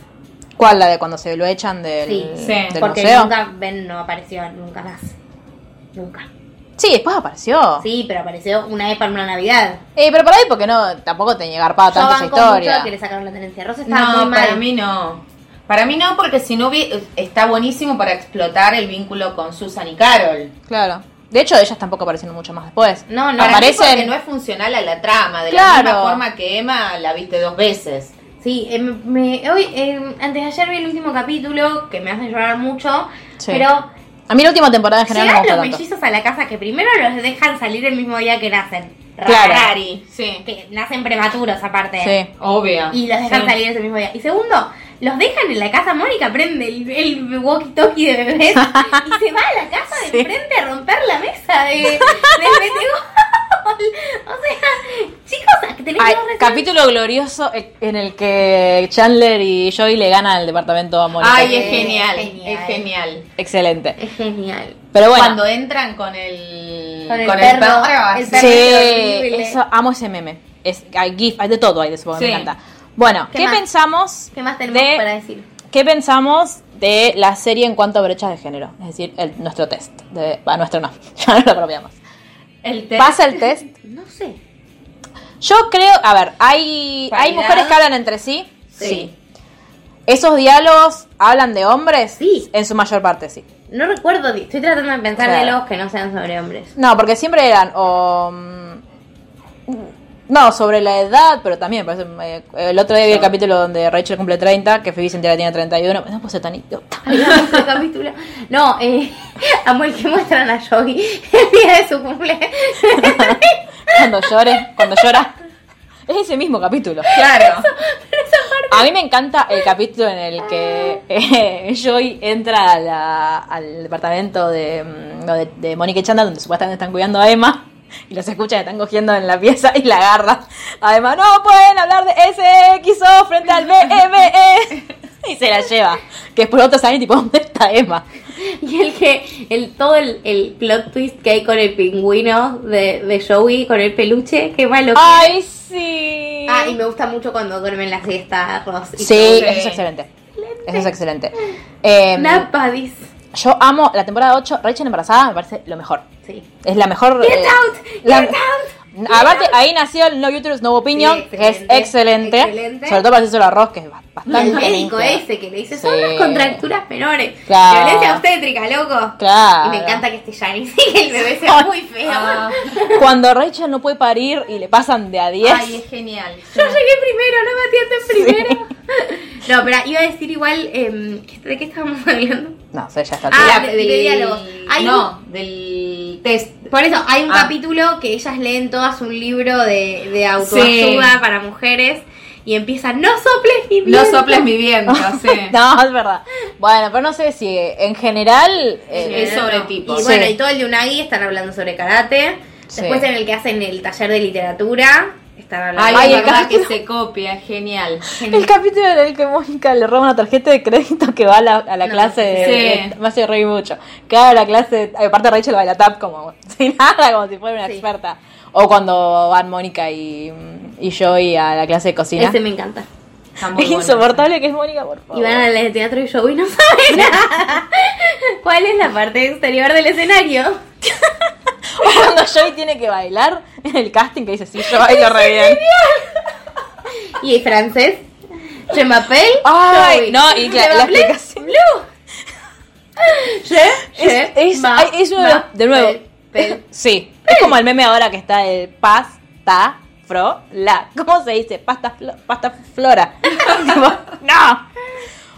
S1: ¿Cuál? La de cuando se lo echan del,
S2: Sí,
S3: sí,
S1: del
S2: porque
S1: museo.
S2: nunca Ben no apareció nunca más. Nunca.
S1: Sí, después apareció.
S2: Sí, pero apareció una vez para una Navidad.
S1: Eh, pero por ahí porque no, tampoco tenía garpada
S2: Yo
S1: tanto esa
S2: banco mucho
S1: historia.
S2: de que le sacaron la tenencia. Ross estaba muy
S3: No,
S2: mal.
S3: para mí no. Para mí no, porque si no hubi- está buenísimo para explotar el vínculo con Susan y Carol.
S1: Claro. De hecho, ellas tampoco aparecieron mucho más después.
S2: No, no,
S3: Para mí
S1: Aparecen.
S3: porque no es funcional a la trama, de la
S1: Claro.
S3: misma forma que Emma la viste dos veces.
S2: Sí, eh, me- me- hoy, eh, antes de ayer vi el último capítulo que me hace llorar mucho,
S1: Sí.
S2: pero
S1: A mí la última temporada en general no me
S2: Llegan
S1: gustó
S2: los
S1: tanto.
S2: mellizos a la casa que primero los dejan salir el mismo día que nacen.
S1: Claro.
S2: Raro.
S3: Sí.
S2: Que nacen prematuros aparte.
S1: Sí.
S3: Obvio.
S2: Y los dejan
S3: Sí.
S2: salir ese mismo día. Y segundo, los dejan en la casa. Mónica prende el, el walkie-talkie
S1: [laughs]
S2: de bebés y se va a la casa de enfrente a romper la mesa de, del metegol. O sea, chicos, tenemos
S1: Ay,
S2: que resolver-
S1: capítulo glorioso e- en el que Chandler y Joey le ganan el departamento a Mónica.
S3: Ay, es
S2: Eh,
S3: genial,
S2: genial.
S3: es genial.
S1: Excelente.
S2: Es genial.
S1: Pero bueno.
S3: Cuando entran con el,
S2: Con el perro,
S3: así.
S2: el
S1: sí,
S2: perro. horrible.
S1: eso, amo ese meme. Es, hay GIF, hay de todo, hay de eso, me
S3: Sí.
S1: encanta. Bueno,
S2: ¿Qué
S1: ¿qué,
S2: más?
S1: pensamos?
S2: ¿Qué más tenemos
S1: de-
S2: para decir?
S1: ¿Qué pensamos de la serie en cuanto a brechas de género? Es decir, el- nuestro test. De, va, nuestro no, [laughs] ya no lo apropiamos.
S3: El test.
S1: ¿Pasa el test?
S2: No sé.
S1: Yo creo, a ver, hay, hay
S3: Paridad.
S1: mujeres que hablan entre sí.
S3: Sí.
S1: ¿Esos diálogos hablan de hombres?
S2: Sí.
S1: En su mayor parte, sí.
S2: No recuerdo, di- estoy tratando de pensar
S1: Claro.
S2: diálogos que no sean sobre hombres.
S1: No, porque siempre eran o... mm, No, sobre la edad, pero también, por eso, eh, el otro día vi el capítulo donde Rachel cumple 30, que Phoebe Cynthia tiene 31, no pues soy tan idiota. [laughs]
S2: Ay, amo este capítulo. No, eh, amo el que muestran a Joey el día de su cumple.
S1: Cuando llore, cuando llora. Es ese mismo capítulo.
S3: Claro.
S1: A mí me encanta el capítulo en el que eh, [laughs] Joy entra a la- al departamento de, mm, no, de, de Mónica y Chanda, donde supuestamente están cuidando a Emma. Y los escuchan, están cogiendo en la pieza y la agarra. Además, no pueden hablar de SXO frente al BME. [laughs] Y se la lleva. Que después otros saben, tipo, ¿dónde está Emma?
S2: Y el que, el, todo el, el plot twist que hay con el pingüino de, de Joey, con el peluche, qué malo. que-
S1: ¡Ay, sí!
S2: Ah, y me gusta mucho cuando duermen la siesta, Ross. y
S1: Sí,
S2: todo.
S1: eso es excelente. Eso es excelente.
S2: Em,
S1: Eh,
S2: Napa dice.
S1: yo amo la temporada 8, Rachel embarazada, me parece lo mejor.
S2: Sí.
S1: Es la mejor.
S2: Get
S1: eh,
S2: out,
S1: la-
S2: get out,
S1: Aparte, ahí nació el No Uterus, No Opinion,
S2: Sí,
S1: que es excelente,
S2: excelente, excelente.
S1: Sobre todo para hacerse el arroz, que es ba-
S2: Y
S1: bastante.
S2: el médico
S1: limpio.
S2: ese que le dice,
S1: Sí.
S2: son las contracturas menores.
S1: Claro.
S2: Violencia obstétrica, loco.
S1: Claro.
S2: Y me encanta que esté Janice y [laughs] que el bebé sea muy feo.
S3: Ah,
S1: Cuando Rachel no puede parir y le pasan de a 10.
S3: Ay, es genial.
S2: Yo llegué primero, no me atienden primero. No, pero iba a decir igual, em, ¿de qué estábamos [laughs] hablando?
S1: No sé, ya está.
S2: Ah,
S3: La-
S2: de- de diálogos. Hay
S3: no, del test.
S2: Por eso, hay un
S3: Ah.
S2: capítulo que ellas leen todas un libro de, de autoayuda
S3: Sí.
S2: para mujeres y empiezan, no soples ni
S3: No
S2: viento".
S3: soples
S1: [laughs]
S3: mi viento, sí.
S1: No, es verdad. Bueno, pero no sé si eh, en general. eh,
S3: Es sobre tipos.
S2: Y bueno,
S1: Sí.
S2: y todo el de Unagi están hablando sobre karate.
S1: Sí.
S2: Después en el que hacen el taller de literatura, están
S3: Ay,
S2: hablando
S1: Ay,
S3: es
S1: el
S3: verdad que
S1: capítulo-
S3: se copia, es genial.
S1: El capítulo en el que Mónica le roba una tarjeta de crédito que va a la, a la
S2: No,
S1: clase de,
S3: sí.
S1: me hace reír mucho. Que va a la clase, de- aparte Rachel baila tap como [laughs] sin nada, como si fuera una
S2: Sí.
S1: experta. O cuando van Mónica y, y Joey a la clase de cocina. [laughs]
S2: Ese me encanta.
S3: Está muy
S1: Es
S3: bueno.
S1: insoportable que es Mónica, por favor.
S2: Y van al de teatro y show y no saben nada. [laughs] ¿Cuál es la parte exterior del escenario?
S1: [laughs] O cuando Joey tiene que bailar en el casting que dice, sí,
S2: [laughs]
S1: yo bailo re bien.
S2: Y francés, je m'appelle
S1: Ay,
S2: Joey.
S1: no, y
S2: Je
S1: la, la
S2: m'appelle
S1: explicación.
S2: Je,
S1: Es,
S2: je
S1: es-
S2: ma-
S1: ay, es uno de los-
S2: ma-
S1: de nuevo.
S2: pel- pel-
S1: Sí, es como el meme ahora que está de pasta fro la. ¿Cómo se dice? Pasta, flo- pasta flora. [laughs] Tipo, no.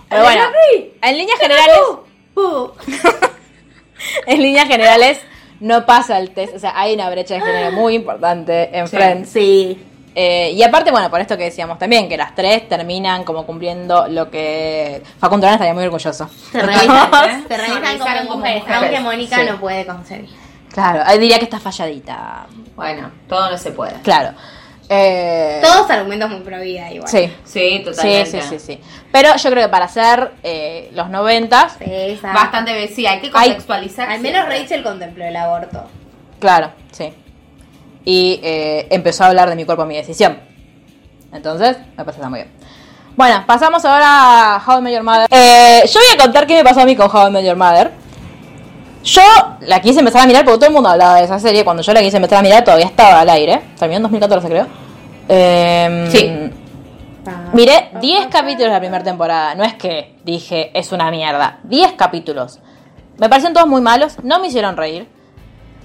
S1: Pero bueno, en líneas generales,
S2: pu.
S1: [laughs] en líneas generales no pasa el test, o sea, hay una brecha de género muy importante en Friends.
S2: Sí.
S1: Eh, y aparte, bueno, por esto que decíamos también, que las tres terminan como cumpliendo lo que Facundo Arana estaría muy orgulloso. [laughs]
S2: Se revisan,
S3: ¿eh?
S2: se revisan
S3: Revisaron
S2: como
S3: como
S2: mujeres,
S3: mujeres,
S2: aunque Mónica
S1: sí.
S2: no puede concebir.
S1: Claro, ahí diría que está falladita.
S3: Bueno, todo no se puede.
S1: Claro. Eh,
S2: Todos argumentos muy pro vida igual.
S1: Sí.
S3: Sí,
S1: Sí,
S3: totalmente.
S1: sí, sí, sí. Pero yo creo que para hacer eh, los noventas,
S2: Esa.
S3: Ah. Bastante, bien, sí, hay que
S1: Ay,
S3: contextualizar.
S2: Al menos Rachel contempló el aborto.
S1: claro, sí. Y eh, empezó a hablar de mi cuerpo, mi decisión. Entonces, me parece que está muy bien. Bueno, pasamos ahora a How I Met Your Mother. Eh, yo voy a contar qué me pasó a mí con How I Met Your Mother. Yo la quise empezar a mirar porque todo el mundo hablaba de esa serie. Cuando yo la quise empezar a mirar todavía estaba al aire. Terminó en 2014, creo. Em,
S3: Sí. Ah.
S1: Miré 10 capítulos de la primera temporada. No es que dije, es una mierda. 10 capítulos. Me parecieron todos muy malos. No me hicieron reír.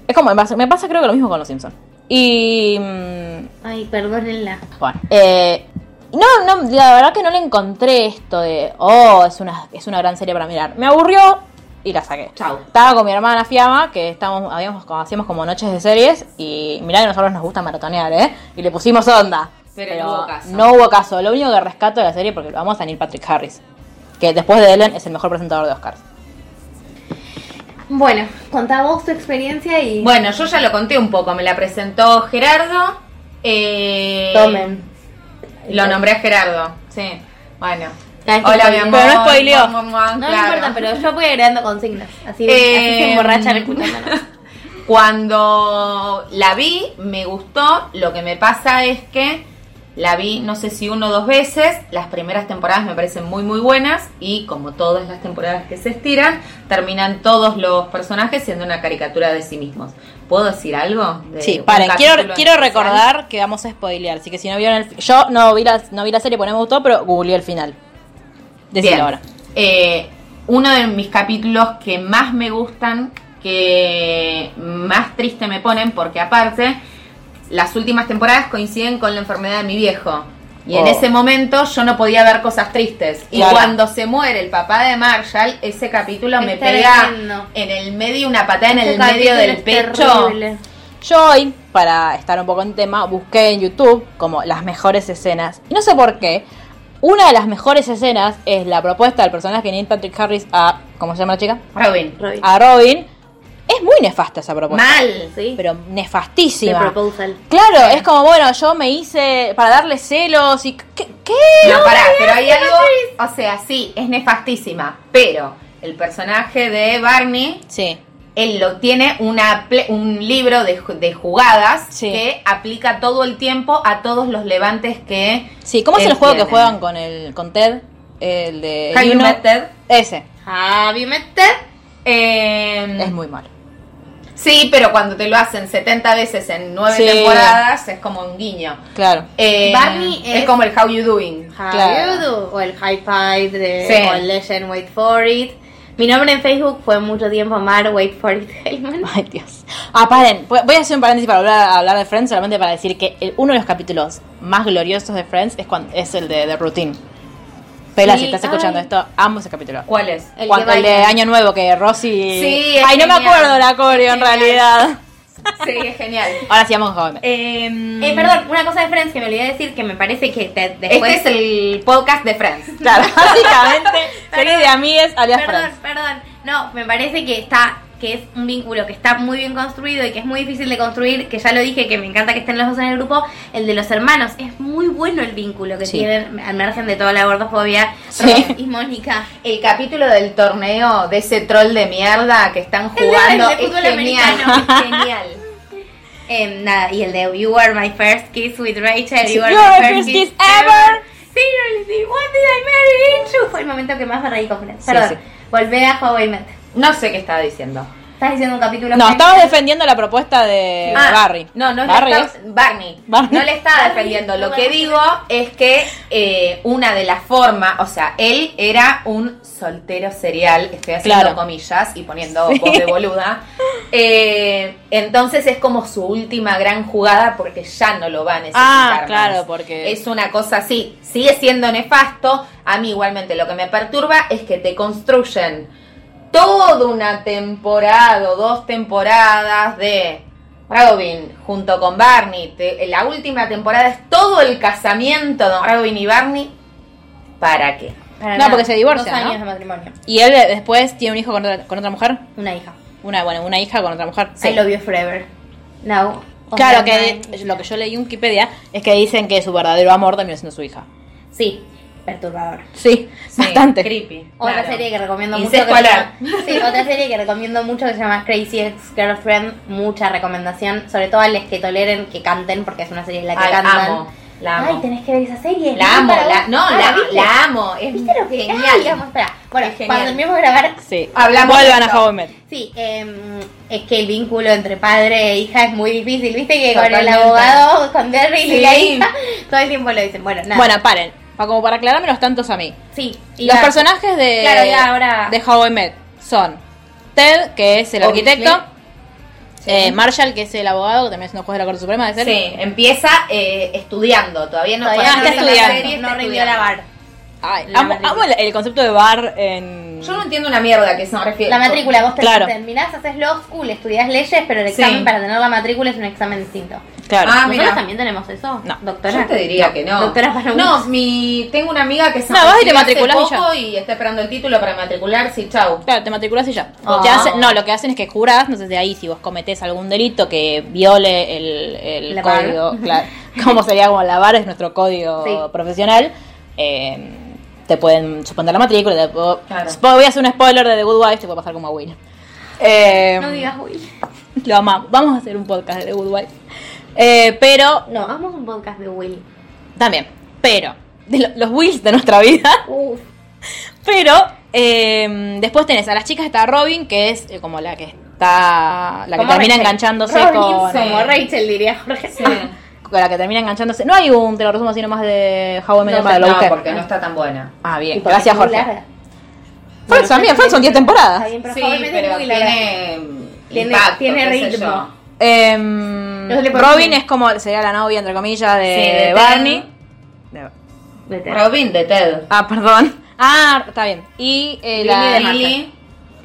S1: Es como, me pasa, me pasa creo que lo mismo con Los Simpsons. Y... mm,
S2: Ay, perdónenla.
S1: bueno, eh, no, no, la verdad que no le encontré esto de, oh, es una, es una gran serie para mirar. Me aburrió y la saqué.
S3: Chau.
S1: Estaba con mi hermana Fiamma, que estábamos, habíamos, como- hacíamos como noches de series, y mirá que nosotros nos gusta maratonear, ¿eh? Y le pusimos onda.
S3: Pero no hubo caso.
S1: no hubo caso. Lo único que rescato de la serie, porque lo vamos a Neil Patrick Harris, que después de Ellen es el mejor presentador de Oscars.
S2: Bueno, contá vos tu experiencia y.
S3: Bueno, yo ya lo conté un poco, me la presentó Gerardo. eh,
S2: tomen.
S3: Lo nombré a Gerardo, sí. Bueno.
S2: Cada vez que
S3: Hola, mi
S2: spoileo.
S3: amor.
S1: Pero no spoileó.
S3: Mua, mua, mua,
S2: No me
S3: claro.
S2: importa, pero yo voy agregando consignas. Así, así se
S3: Eh,
S2: emborrachan escuchándonos.
S3: [laughs] Cuando la vi, me gustó. Lo que me pasa es que la vi, no sé si uno o dos veces. Las primeras temporadas me parecen muy, muy buenas. Y como todas las temporadas que se estiran, terminan todos los personajes siendo una caricatura de sí mismos. ¿Puedo decir algo? de
S1: Sí,
S3: un
S1: paren, quiero,
S3: capítulo
S1: quiero
S3: especial?
S1: recordar que vamos a spoilear, así que si no vieron el... fi- Yo no vi la, no vi la serie porque no me gustó, pero googleé el final. Decílo
S3: Bien.
S1: ahora.
S3: Eh, uno de mis capítulos que más me gustan, que más triste me ponen, porque aparte, las últimas temporadas coinciden con la enfermedad de mi viejo. Y en
S1: Oh.
S3: ese momento yo no podía ver cosas tristes. Y
S1: Claro.
S3: cuando se mumuere el papá de Marshall, ese capítulo me
S2: Es
S3: pega
S2: tremendo.
S3: en el medio, una patada en
S2: Este
S3: el medio
S2: capítulo
S3: del
S2: es
S3: pecho.
S2: terrible.
S1: Yo hoy, para estar un poco en tema, busqué en YouTube como las mejores escenas. Y no sé por qué. Una de las mejores escenas es la propuesta del personaje de Neil Patrick Harris a. ¿Cómo se llama la chica?
S3: Robin.
S2: Robin.
S1: A Robin. Es muy nefasta esa propuesta.
S3: Mal.
S2: Sí.
S1: Pero
S2: The
S1: nefastísima.
S2: Proposal.
S1: Claro, es como, bueno, yo me hice para darle celos y... ¿Qué? qué?
S3: No, pará, pero hay algo. O sea, sí, es nefastísima. Pero el personaje de Barney,
S1: Sí,
S3: él lo tiene una ple- un libro de, ju- de jugadas
S1: Sí.
S3: que aplica todo el tiempo a todos los levantes que.
S1: sí. ¿Cómo es el
S3: él
S1: juego
S3: tiene.
S1: que juegan con el con Ted? El de...
S3: Have you
S1: Juno.
S3: met Ted?
S1: Ese.
S2: Have you met Em, Ted?
S3: Eh,
S1: Es muy malo.
S3: Sí, pero cuando te lo hacen 70 veces en 9
S1: Sí.
S3: temporadas es como un guiño.
S1: Claro.
S3: Eh,
S2: Barney es-
S3: como el How You Doing.
S2: How
S1: Claro.
S2: you do? O el high five de
S3: Sí.
S2: o el Legend Wait for it. Mi nombre en Facebook fue mucho tiempo Mar Wait for it Hellman.
S1: [laughs] Ay, Dios. Ah, paren. Voy voy a hacer un paréntesis para hablar, hablar de Friends, solamente para decir que el- uno de los capítulos más gloriosos de Friends es, cuando, es el de, de Routine. Pela,
S2: Sí,
S1: si estás escuchando
S2: ay.
S1: esto, amo ese capítulo.
S3: ¿Cuál es?
S2: El que
S1: Cuando- el de
S2: bailan.
S1: Año Nuevo, que Rosy...
S3: Sí, es
S1: Ay, no me
S3: genial.
S1: acuerdo la coreo en
S3: Genial.
S1: realidad.
S3: Sí, es genial.
S1: Ahora sí, vamos con Homer. Mm.
S3: Eh,
S2: Eh, perdón, una cosa de Friends que me olvidé decir que me parece que te- después.
S3: este es el podcast de Friends. [laughs]
S1: Claro, básicamente, serie de amigues alias
S2: Perdón,
S1: Friends.
S2: perdón. No, me parece que está que es un vínculo que está muy bien construido y que es muy difícil de construir, que ya lo dije, que me encanta que estén los dos en el grupo, el de los hermanos. Es muy bueno el vínculo que
S1: Sí.
S2: tienen al margen de toda la gordofobia
S1: Sí.
S2: Ross y
S1: [laughs]
S2: Mónica.
S3: El capítulo del torneo de ese troll de mierda que están jugando
S2: El de
S3: es
S2: fútbol [laughs]
S3: genial.
S1: [laughs]
S2: americano.
S3: es genial.
S2: Eh, nada, y el de You Were My First Kiss with Rachel,
S1: Sí, You Were My First Kiss Ever.
S2: Seriously, what did I marry into? Fue el momento que más me reí con Fran.
S1: Sí,
S2: Perdón,
S1: sí.
S2: volvé a How I Met.
S3: No sé qué estaba diciendo.
S2: Estás diciendo un capítulo.
S1: No,
S2: Fran?
S1: estabas defendiendo la propuesta de de
S3: Ah,
S1: Eh, Barry.
S3: No, no
S1: Barry
S3: le
S1: es-
S3: estaba, Barney.
S1: Barney.
S3: No le estaba
S2: Barney,
S3: defendiendo. Lo
S2: no,
S3: que
S2: Barney.
S3: digo es que eh, una de las formas, o sea, él era un soltero serial, estoy haciendo
S1: Claro.
S3: comillas y poniendo voz
S1: [laughs]
S3: de boluda. Eh, entonces es como su última gran jugada porque ya no lo va a necesitar.
S1: Ah,
S3: más.
S1: claro, porque...
S3: Es una cosa así, sigue siendo nefasto. A mí igualmente lo que me perturba es que te construyen toda una temporada o dos temporadas de Robin junto con Barney. Te- la última temporada es todo el casamiento de Robin y Barney. ¿Para qué?
S2: Para
S1: No,
S2: nada.
S1: porque se divorcia,
S2: Dos años
S1: ¿no?
S2: de matrimonio.
S1: Y él eh, después tiene un hijo con otra, con otra mujer.
S2: Una hija.
S1: Una, bueno, una hija con otra mujer.
S2: I love you forever. Now. of
S1: Claro,
S2: my
S1: que
S2: mind.
S1: lo que yo leí en Wikipedia es que dicen que su verdadero amor terminó siendo su hija.
S2: Sí, perturbador.
S1: Sí, bastante.
S3: Creepy.
S2: Otra
S3: claro.
S2: serie que recomiendo mucho. que
S3: Incesto
S2: se
S3: alarm.
S2: llama- sí, otra serie que recomiendo mucho que se llama Crazy Ex Girlfriend. Mucha recomendación, sobre todo a los que toleren que canten, porque es una serie en la que
S3: Ay,
S2: cantan.
S3: amo, la amo.
S2: Ay, tenés que ver esa serie.
S3: La amo,
S2: Para
S3: la,
S2: vos.
S3: no,
S2: Ah,
S3: la,
S2: ¿viste?
S3: la amo. Es
S2: ¿Viste lo que
S3: genial.
S2: Ay, vamos, espera. Bueno,
S3: Es genial.
S2: cuando terminemos de grabar,
S1: Sí.
S3: Hablamos de
S1: Vuelvan a
S3: esto.
S1: How I Met.
S2: Sí, eh, es que el vínculo entre padre e hija es muy difícil, viste que con
S3: Totalmente.
S2: el abogado, con Derry y
S3: Sí.
S2: la hija, todo el tiempo lo dicen. Bueno, nada.
S1: Bueno, paren. Pa- Como para aclararme los tantos a mí.
S2: sí. y
S1: Los
S2: la-
S1: personajes de,
S2: Claro, ya ahora-
S1: de How I Met son Ted, que es el
S3: Obviously.
S1: arquitecto, eh, Marshall, que es el abogado, que también es un juez de la Corte Suprema, ¿es él?
S3: Sí, empieza eh, estudiando. Todavía no,
S2: Todavía
S3: cuando
S2: no
S1: está
S3: empieza la
S1: estudiando.
S3: serie, está
S2: no rindió
S3: estudiando.
S2: la bar.
S1: Ay,
S2: La
S1: amo,
S2: matrícula.
S1: amo el, el concepto de bar en...
S3: Yo no entiendo una mierda a qué se refiere.
S2: La matrícula, vos te
S1: Claro.
S2: terminás, haces law school, estudias leyes, pero el
S3: Sí.
S2: examen para tener la matrícula es un examen distinto.
S1: Claro.
S3: Ah,
S2: ¿Nosotros
S3: mira.
S2: también tenemos eso?
S1: No.
S2: doctora.
S3: Yo te diría que no.
S2: Doctora para
S3: No, mi, tengo una amiga que se
S1: No, vas y te
S3: recibió hace
S1: matriculás y ya.
S3: poco y, está esperando el título para matricularse y chau.
S1: Claro, te matriculas y ya.
S3: Ah.
S1: Te hacen- no, lo que hacen es que jurás, no sé si ahí si vos cometés algún delito que viole el, el
S2: La bar.
S1: código,
S2: [laughs]
S1: claro, como sería como la VAR es nuestro código
S2: Sí.
S1: profesional, eh, te pueden suspender la matrícula. Te puedo-
S3: Claro.
S1: spo- Voy a hacer un spoiler de The Good Wife, te puede pasar como a Will. Eh,
S2: No digas, uy.
S1: Lo amamos. Vamos a hacer un podcast de The Good Wife. Eh, pero,
S2: No, hagamos un podcast de Will.
S1: también, pero, de lo- los Wills de nuestra vida.
S2: Uf.
S1: Pero eh, después tenés a las chicas, está Robin, que es eh, como la que está. La que
S2: Como
S1: termina
S2: Rachel.
S1: enganchándose
S2: Robin,
S1: con.
S2: Como Rachel diría Jorge. [laughs]
S1: con [laughs] la que termina enganchándose. No hay un, te lo resumo así nomás de How I Met Your
S3: No,
S1: Mother, lo
S3: no,
S1: busqué.
S3: porque no está tan buena.
S1: Ah,
S2: Y
S1: bien,
S2: porque
S1: gracias
S2: es muy
S1: Jorge.
S2: larga.
S1: Friends también, Friends son 10
S2: Está
S1: temporadas.
S2: bien, pero
S3: sí,
S2: Jorge es
S3: pero
S2: muy larga.
S3: tiene,
S2: Tiene-
S3: impacto,
S2: tiene
S3: qué sé
S2: ritmo.
S3: yo.
S1: Em,
S2: le ponemos
S1: Robin
S2: bien.
S1: es como, sería la novia, entre comillas, de,
S3: Sí, de
S1: Barney. De-
S2: Vete.
S3: Robin de Ted.
S1: Ah, perdón. Ah, está bien. Y eh, la
S3: Lily.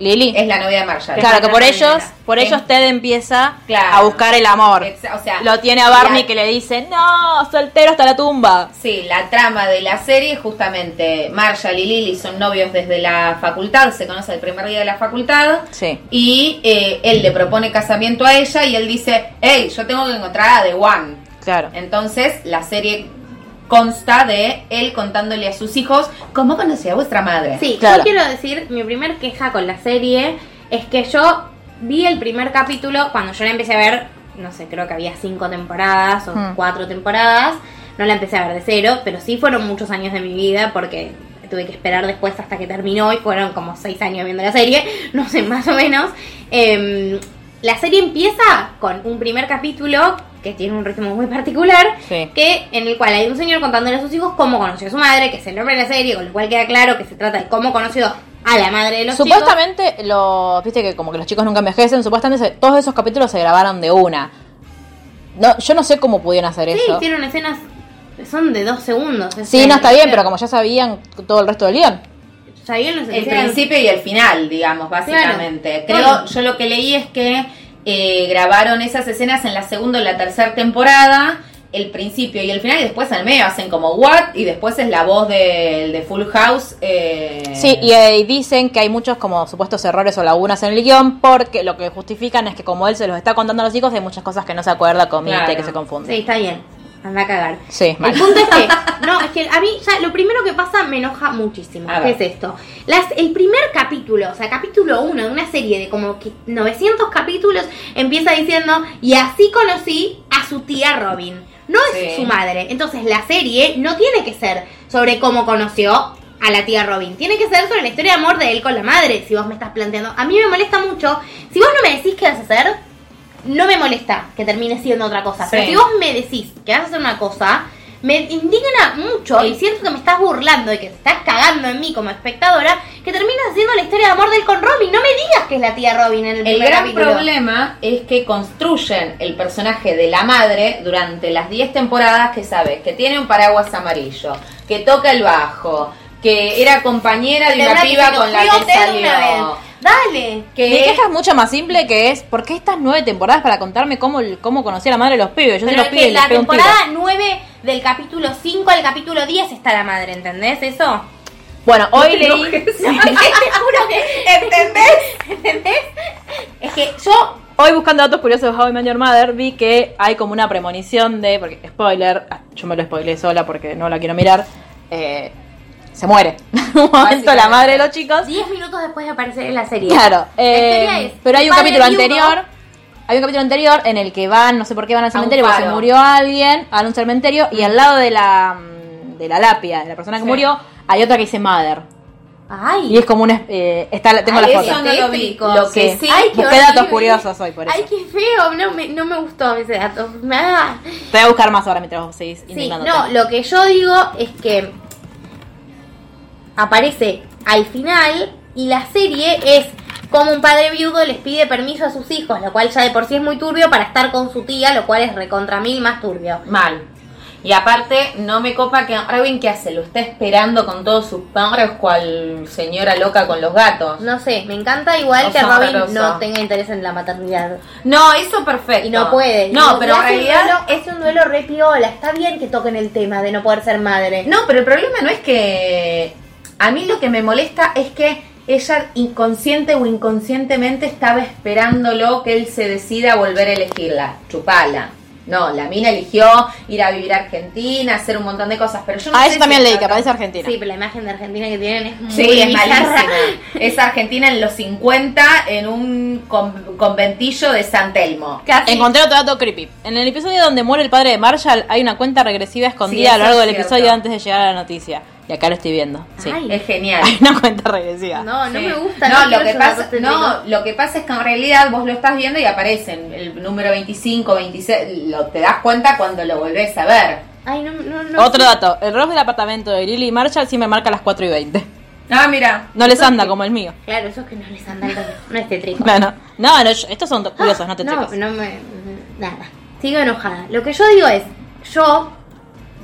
S1: Lili.
S3: Es la novia de Marshall.
S1: Claro, que por
S2: Fernanda
S1: ellos,
S2: Aguilera.
S1: por
S3: Sí.
S1: ellos Ted empieza
S3: Claro.
S1: a buscar el amor.
S3: Exa- o sea,
S1: Lo tiene a Barney
S3: la-
S1: que le dice, no, soltero hasta la tumba.
S3: Sí, la trama de la serie, justamente Marshall y Lily son novios desde la facultad, se conoce el primer día de la facultad.
S1: Sí.
S3: Y eh, él le propone casamiento a ella y él dice, hey, yo tengo que encontrar a The One.
S1: Claro.
S3: Entonces, la serie consta de él contándole a sus hijos cómo conocía a vuestra madre.
S2: Sí,
S1: Claro.
S2: yo quiero decir, mi primer queja con la serie es que yo vi el primer capítulo cuando yo la empecé a ver, no sé, creo que había cinco temporadas o cuatro temporadas. No la empecé a ver de cero, pero sí fueron muchos años de mi vida porque tuve que esperar después hasta que terminó y fueron como seis años viendo la serie, [laughs] no sé, más o menos. Em, la serie empieza con un primer capítulo que tiene un ritmo muy particular
S1: Sí.
S2: que en el cual hay un señor contándole a sus hijos cómo conoció a su madre, que es el nombre de la serie, con lo cual queda claro que se trata de cómo conoció a la madre de los chicos.
S1: Supuestamente, los, viste que como que los chicos nunca envejecen, supuestamente se- todos esos capítulos se grabaron de una. No, yo no sé cómo pudieron hacer
S2: Sí,
S1: eso.
S2: hicieron escenas, son de dos segundos.
S1: Sí, no está bien, pero como ya sabían todo el resto del guión.
S2: Sabían los
S3: El principio y el final, digamos, básicamente.
S2: Claro.
S3: Creo, yo lo que leí es que eh, grabaron esas escenas en la segunda o la tercera temporada, el principio y el final, y después al medio hacen como what, y después es la voz del de Full House. eh,
S1: Sí, y, eh, y dicen que hay muchos como supuestos errores o lagunas en el guión porque lo que justifican es que como él se los está contando a los hijos hay muchas cosas que no se acuerda, comite,
S3: Claro.
S1: que se confunde.
S2: Sí, está bien. Anda a cagar.
S1: Sí, mal.
S2: El punto es que, no, es que a mí ya lo primero que pasa me enoja muchísimo.
S3: A
S2: ¿Qué
S3: ver.
S2: es esto? Las, el primer capítulo, o sea, capítulo 1 de una serie de como que 900 capítulos, empieza diciendo, y así conocí a su tía Robin. No es
S3: Sí.
S2: su madre. Entonces la serie no tiene que ser sobre cómo conoció a la tía Robin. Tiene que ser sobre la historia de amor de él con la madre, si vos me estás planteando. A mí me molesta mucho. Si vos no me decís qué vas a hacer, no me molesta que termine siendo otra cosa. Pero
S3: Sí.
S2: si vos me decís que vas a hacer una cosa, me indigna mucho y siento que me estás burlando y que te estás cagando en mí como espectadora, que terminas haciendo la historia de amor del con Robin. No me digas que es la tía Robin en el,
S3: El
S2: primer
S3: gran
S2: capítulo.
S3: problema es que construyen el personaje de la madre durante las 10 temporadas que sabes que tiene un paraguas amarillo, que toca el bajo, que era compañera de
S2: De
S3: una
S2: una que
S3: piba
S2: se
S3: con la
S2: cogió
S3: que
S2: Ted una vez.
S3: salió.
S2: Dale.
S3: Que
S1: Mi queja es mucho más simple que es ¿por qué estas nueve temporadas para contarme cómo, cómo conocí a la madre de los pibes? Yo soy
S2: Pero
S1: los
S2: es
S1: pibes
S2: que
S1: y les
S2: la
S1: pego un tiro.
S2: temporada 9 del capítulo 5 al capítulo 10 está la madre, ¿entendés eso?
S1: Bueno, hoy leí, [laughs]
S2: No, [laughs] te juro
S3: [laughs]
S2: que... ¿Entendés? ¿Entendés? Es que yo...
S1: hoy buscando datos curiosos de How I Met Your Mother, vi que hay como una premonición de, porque spoiler, ah, yo me lo spoileé sola porque no la quiero mirar, eh, se muere. [laughs] Un momento la madre de los chicos
S2: 10 minutos después de aparecer en la serie.
S1: Claro,
S2: La historia
S1: eh,
S2: es,
S1: pero hay
S2: el
S1: un
S2: padre
S1: capítulo
S2: viudo-
S1: anterior. Hay un capítulo anterior en el que van, no sé por qué van al cementerio, porque se
S3: faro.
S1: murió alguien, van a un cementerio, y al lado de la mm, de la lápida, de la persona que
S3: Sí.
S1: murió, hay otra que dice Mother.
S2: Ay.
S1: Y es como una eh, está la-
S2: Ah,
S1: tengo
S3: Ay,
S1: la
S3: eso
S1: foto.
S3: no lo vi. Lo que sí.
S2: Ay,
S1: Busqué
S2: horrible.
S1: datos curiosos hoy por eso.
S2: Ay, qué feo. No me, no me gustó ese dato. Nada.
S1: Te voy a buscar más ahora mientras vos seguís
S2: Sí,
S1: indignándote.
S2: no, lo que yo digo es que aparece al final y la serie es como un padre viudo les pide permiso a sus hijos, lo cual ya de por sí es muy turbio para estar con su tía, lo cual es recontra mil más turbio.
S3: Mal. Y aparte, no me copa que Robin, ¿qué hace? Lo está esperando con todos sus padres, cual señora loca con los gatos.
S2: No sé, me encanta igual
S3: O
S2: que
S3: sea,
S2: Robin
S3: horroroso.
S2: no tenga interés en la maternidad.
S3: No, eso perfecto.
S2: Y no puede.
S3: No,
S2: Y
S3: pero en
S2: hace un
S3: realidad.
S2: duelo- es un duelo re piola. Está bien que toquen el tema de no poder ser madre.
S3: No, pero el problema no es que. A mí lo que me molesta es que ella inconsciente o inconscientemente estaba esperándolo que él se decida a volver a elegirla. Chupala. No, la mina eligió ir a vivir a Argentina, hacer un montón de cosas, pero yo no
S1: a
S3: sé
S1: Ah, eso
S3: si
S1: también leí,
S3: está
S1: que aparece
S3: tan-
S1: Argentina.
S2: Sí, pero la imagen de Argentina que tienen es muy
S3: Sí, es
S2: bizarra.
S3: malísima. [laughs] Es Argentina en los 50 en un con- conventillo de San Telmo.
S2: Casi.
S1: Encontré otro dato creepy. En el episodio donde muere el padre de Marshall, hay una cuenta regresiva escondida
S3: Sí,
S1: a lo
S3: eso
S1: largo
S3: es
S1: del
S3: cierto.
S1: episodio antes de llegar a la noticia. Y acá lo estoy viendo. Sí.
S2: Ay,
S3: Es genial.
S1: [laughs] Hay una cuenta regresiva.
S2: No, no
S3: Sí.
S2: me gusta.
S3: No,
S2: quiero este
S3: lo que,
S2: ser una
S3: pasa,
S2: cosa de
S3: no
S2: Lilo.
S3: lo que pasa es que en realidad vos lo estás viendo y aparecen el número 25, 26. Lo, te das cuenta cuando lo volvés a ver.
S2: Ay, no, no, no.
S1: Otro dato, el reloj del apartamento de Lily y Marshall sí me marca las 4 y 20.
S3: Ah, mira.
S1: No les anda como el mío.
S2: Claro, eso es que no les anda el rollo. No es
S1: [laughs]
S2: tétrico.
S1: No, no, no, no, yo- estos son curiosos, no te
S2: no,
S1: cheques.
S2: no me. Nada. Sigo enojada. Lo que yo digo es: yo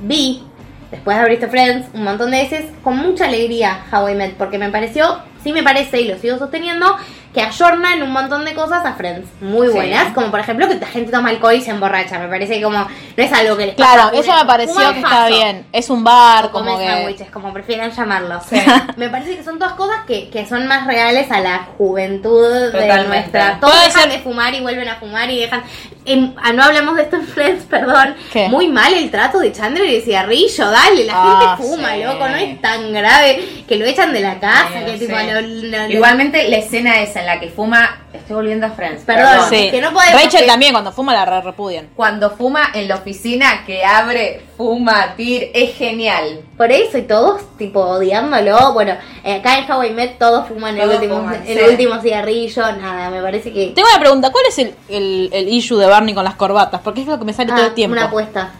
S2: vi, después de haber visto Friends, un montón de veces, con mucha alegría How I Met, porque me pareció sí me parece, y lo sigo sosteniendo, que ayorna en un montón de cosas a Friends muy buenas, como por ejemplo que la gente toma alcohol y se emborracha. Me parece que como no es algo que les
S1: Claro,
S2: pasa a
S1: eso
S2: una-
S1: me pareció
S2: un
S1: que está
S2: alfazo.
S1: bien. Es un bar,
S2: O
S1: como
S2: comen
S1: que.
S2: sándwiches, como prefieran llamarlo. [laughs] Me parece que son todas cosas que, que son más reales a la juventud de
S3: Totalmente.
S2: nuestra. Todos
S1: Puede
S2: dejan
S1: ser-
S2: de fumar y vuelven a fumar y dejan. en- ah, no hablemos de esto en Friends, [laughs] perdón.
S1: ¿Qué?
S2: Muy mal el trato de Chandler y de cigarrillo, dale, la
S1: Ah,
S2: gente fuma,
S3: sí.
S2: loco, no es tan grave que lo echan de la casa,
S3: Sí,
S2: que
S3: sí.
S2: tipo lo- lo- lo-
S3: Igualmente, la escena esa en la que fuma. Estoy volviendo a Friends.
S2: Perdón.
S1: Sí.
S2: que no podemos-
S1: Rachel
S2: que-
S1: también, cuando fuma, la re- repudian.
S3: Cuando fuma en la oficina, que abre, fuma, tir, es genial.
S2: Por eso, y todos, tipo, odiándolo. Bueno, eh, acá en How I Met todos fuman el,
S3: Todos
S2: último,
S3: fuman,
S2: el
S3: sí.
S2: último cigarrillo, nada, me parece que.
S1: Tengo una pregunta: ¿cuál es el, el, el issue de Barney con las corbatas? Porque es lo que me sale
S2: Ah,
S1: todo el tiempo.
S2: Una apuesta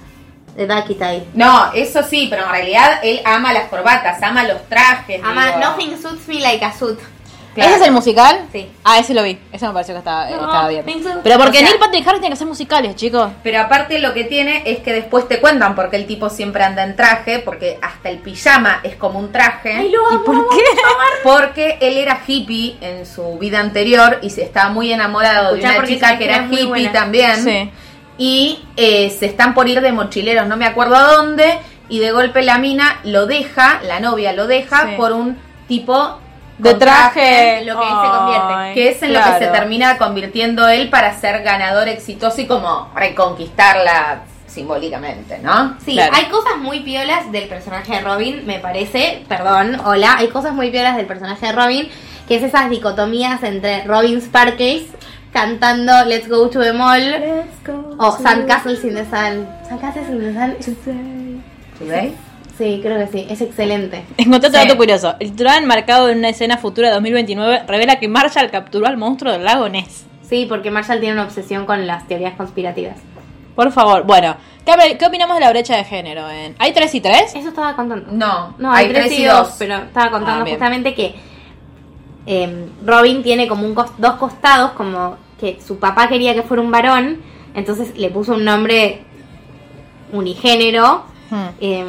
S2: de Ducky Tai.
S3: No, eso sí, pero en realidad él ama las corbatas, ama los trajes.
S2: Ama,
S3: digo.
S2: nothing suits me like a suit.
S3: Claro.
S1: ¿Ese es el musical?
S2: Sí.
S1: Ah, ese lo vi. Ese me pareció que estaba,
S2: No,
S1: estaba bien.
S2: pienso-
S1: Pero porque
S2: o sea-
S1: Neil Patrick Harris tiene que ser musicales, chicos.
S3: Pero aparte lo que tiene es que después te cuentan porque el tipo siempre anda en traje, porque hasta el pijama es como un traje.
S1: ¿Y por qué?
S3: Porque él era hippie en su vida anterior y se estaba muy enamorado
S2: Escuchá,
S3: de una
S2: porque
S3: chica
S2: esa
S3: que era
S2: historia es muy
S3: hippie
S2: buena.
S3: también.
S1: Sí.
S3: Y eh, se están por ir de mochileros, no me acuerdo a dónde. Y de golpe la mina lo deja, la novia lo deja
S1: Sí.
S3: por un tipo
S1: De
S3: con
S1: traje.
S2: Lo que él se convierte.
S3: que es en lo que se
S1: Claro.
S3: termina convirtiendo él para ser ganador exitoso y como reconquistarla simbólicamente, ¿no?
S2: Sí,
S1: Claro.
S2: hay cosas muy piolas del personaje de Robin, me parece. Perdón, hola. Hay cosas muy piolas del personaje de Robin, que es esas dicotomías entre Robin Sparkles cantando Let's Go to the Mall o Sandcastles in the Sun. Sandcastles in the Sun. Sí, creo que sí, es excelente.
S1: [laughs] Encontré otro
S3: Sí.
S1: dato curioso. El titular enmarcado en una escena futura de 2029 revela que Marshall capturó al monstruo del lago Ness.
S2: Sí, porque Marshall tiene una obsesión con las teorías conspirativas.
S1: Por favor, bueno, ¿qué, hab- qué opinamos de la brecha de género? en- ¿Hay 3 y 3?
S2: Eso estaba contando.
S3: No,
S2: No, hay, tres y dos, pero estaba contando
S1: Ah, bien.
S2: justamente que eh, Robin tiene como un cos- dos costados, como que su papá quería que fuera un varón, entonces le puso un nombre unigénero, eh,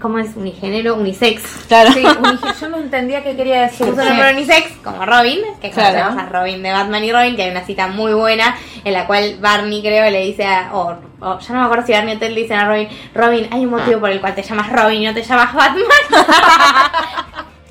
S2: ¿cómo es? Unigénero, unisex.
S1: Hmm. Claro. [laughs]
S3: Sí, un hijito, yo no entendía qué quería
S2: Le
S3: decir.
S2: puso un nombre unisex, como Robin, que
S1: Claro.
S2: conocemos a Robin de Batman y Robin, que hay una cita muy buena en la cual Barney creo le dice a... o- o ya no me acuerdo si Barney o Ted le dicen a Robin, Robin, hay un motivo por el cual te llamas Robin y no te llamas Batman. [laughs]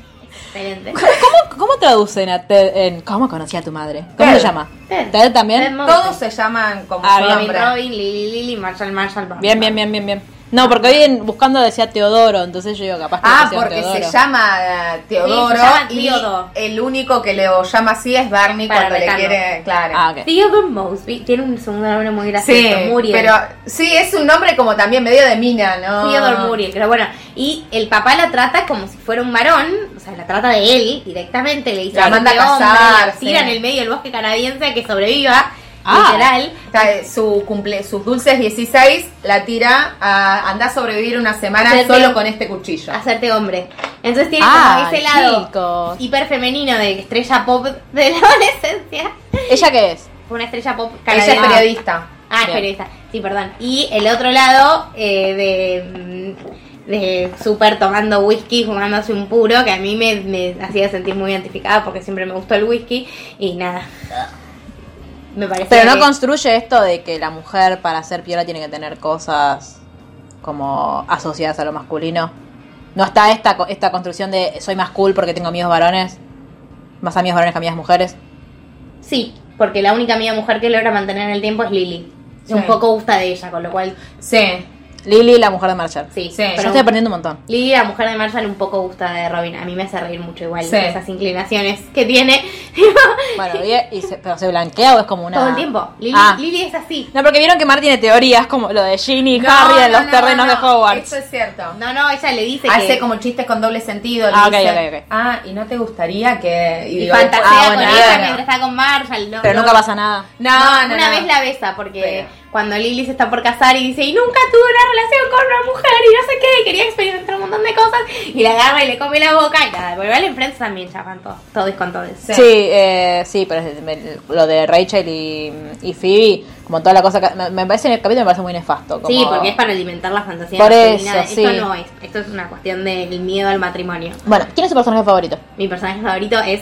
S2: Excelente.
S1: ¿Cómo, cómo traducen a Ted en ¿Cómo conocí a tu madre? ¿Cómo
S3: Ted.
S1: se llama?
S2: Ted.
S1: ¿Ted
S2: Ted
S1: también?
S2: Mosby.
S3: Todos se llaman como
S1: Ah,
S3: su
S1: bien,
S2: Robin,
S3: nombre.
S2: Robin, Lily, Lily, Marshall, Marshall, Barney.
S1: Bien, bien, bien, bien, bien. No, porque hoy en- buscando decía Teodoro, entonces yo digo capaz que
S3: Ah,
S1: decían
S3: porque
S1: Teodoro.
S3: se llama eh, Teodoro
S2: Sí, se llama
S3: y
S2: Teodo.
S3: el único que lo llama así es Barney
S2: Para
S3: cuando le
S2: retarlo.
S3: quiere, claro.
S1: Ah, ok.
S2: Theodore Mosby tiene un segundo nombre muy gracioso,
S3: sí,
S2: Muriel.
S3: pero sí es un nombre como también medio de mina, ¿no?
S2: Theodore Muriel, pero bueno. Y el papá la trata como si fuera un varón, o sea, la trata de él directamente, le dice
S3: La
S2: "Este
S3: manda a
S2: hombre",
S3: casar,
S2: la tira
S3: sí.
S2: en el medio del bosque canadiense a que sobreviva,
S1: Ah.
S2: literal.
S3: Está, eh, su cumple, sus dulces 16 la tira a andar a sobrevivir una semana
S2: Hacerte-
S3: solo con este cuchillo.
S2: hacerte hombre. Entonces tiene
S1: Ah,
S2: como ese lado
S1: chicos.
S2: hiper femenino de estrella pop de la [laughs] adolescencia.
S1: ¿Ella qué es?
S2: Una estrella pop
S3: Ella
S2: canadiense.
S3: es periodista.
S2: Ah, es
S1: Bien.
S2: periodista. Sí, perdón. Y el otro lado eh, de, mm, de súper tomando whisky, fumándose un puro, que a mí me, me hacía sentir muy identificada porque siempre me gustó el whisky y nada. Me parece
S1: Pero no
S2: que-
S1: construye esto de que la mujer para ser piola tiene que tener cosas como asociadas a lo masculino. No está esta, co- esta construcción de soy más cool porque tengo amigos varones, más amigos varones que amigas mujeres.
S2: Sí, porque la única amiga mujer que logra mantener en el tiempo es Lily. Y Un
S3: Sí.
S2: poco gusta de ella, con lo cual
S3: Sí.
S1: Lily, la mujer de Marshall.
S2: sí.
S3: Sí,
S1: Yo
S2: pero
S1: estoy aprendiendo un montón.
S2: Lily, la mujer de Marshall, un poco gusta de Robin. A mí me hace reír mucho igual
S3: Sí.
S2: esas inclinaciones que tiene [laughs]
S1: Bueno, y, y se- pero se blanquea o es como una.
S2: todo el tiempo. Lily,
S1: Ah.
S2: Lily es así.
S1: No, porque vieron que Mar tiene teorías como lo de Ginny y
S3: No,
S1: Harry en
S3: no,
S1: los
S3: no,
S1: terrenos
S3: no,
S1: de Hogwarts.
S3: Eso es cierto.
S2: No, no, ella le dice
S3: Hace
S2: que...
S3: como chistes con doble sentido. le
S1: Ah, ok,
S3: dice,
S1: ok, ok.
S3: Ah, y no te gustaría que.
S2: Y
S3: digo,
S2: fantasea
S3: ah,
S2: con
S3: bueno,
S2: ella
S3: claro.
S2: mientras está con Marshall. no,
S1: Pero
S2: no.
S1: nunca pasa nada.
S3: No, no,
S2: una
S3: no.
S2: vez la besa porque
S3: Bueno.
S2: cuando Lily se está por casar y dice, y nunca tuve una relación con una mujer y no sé qué, y quería experimentar un montón de cosas y la agarra y le come la boca y nada. Volver en Friends también chapan todos, todos con todos.
S1: Sí, eh, sí pero es- me- lo de Rachel y, y Phoebe, como toda la cosa que me, me parece en el capítulo me parece muy nefasto. como-
S2: Sí, porque es para alimentar la fantasía
S1: Por
S2: masculina.
S1: eso, sí.
S2: Esto no es, esto es una cuestión del miedo al matrimonio.
S1: Bueno, ¿quién es su personaje favorito?
S2: Mi personaje favorito es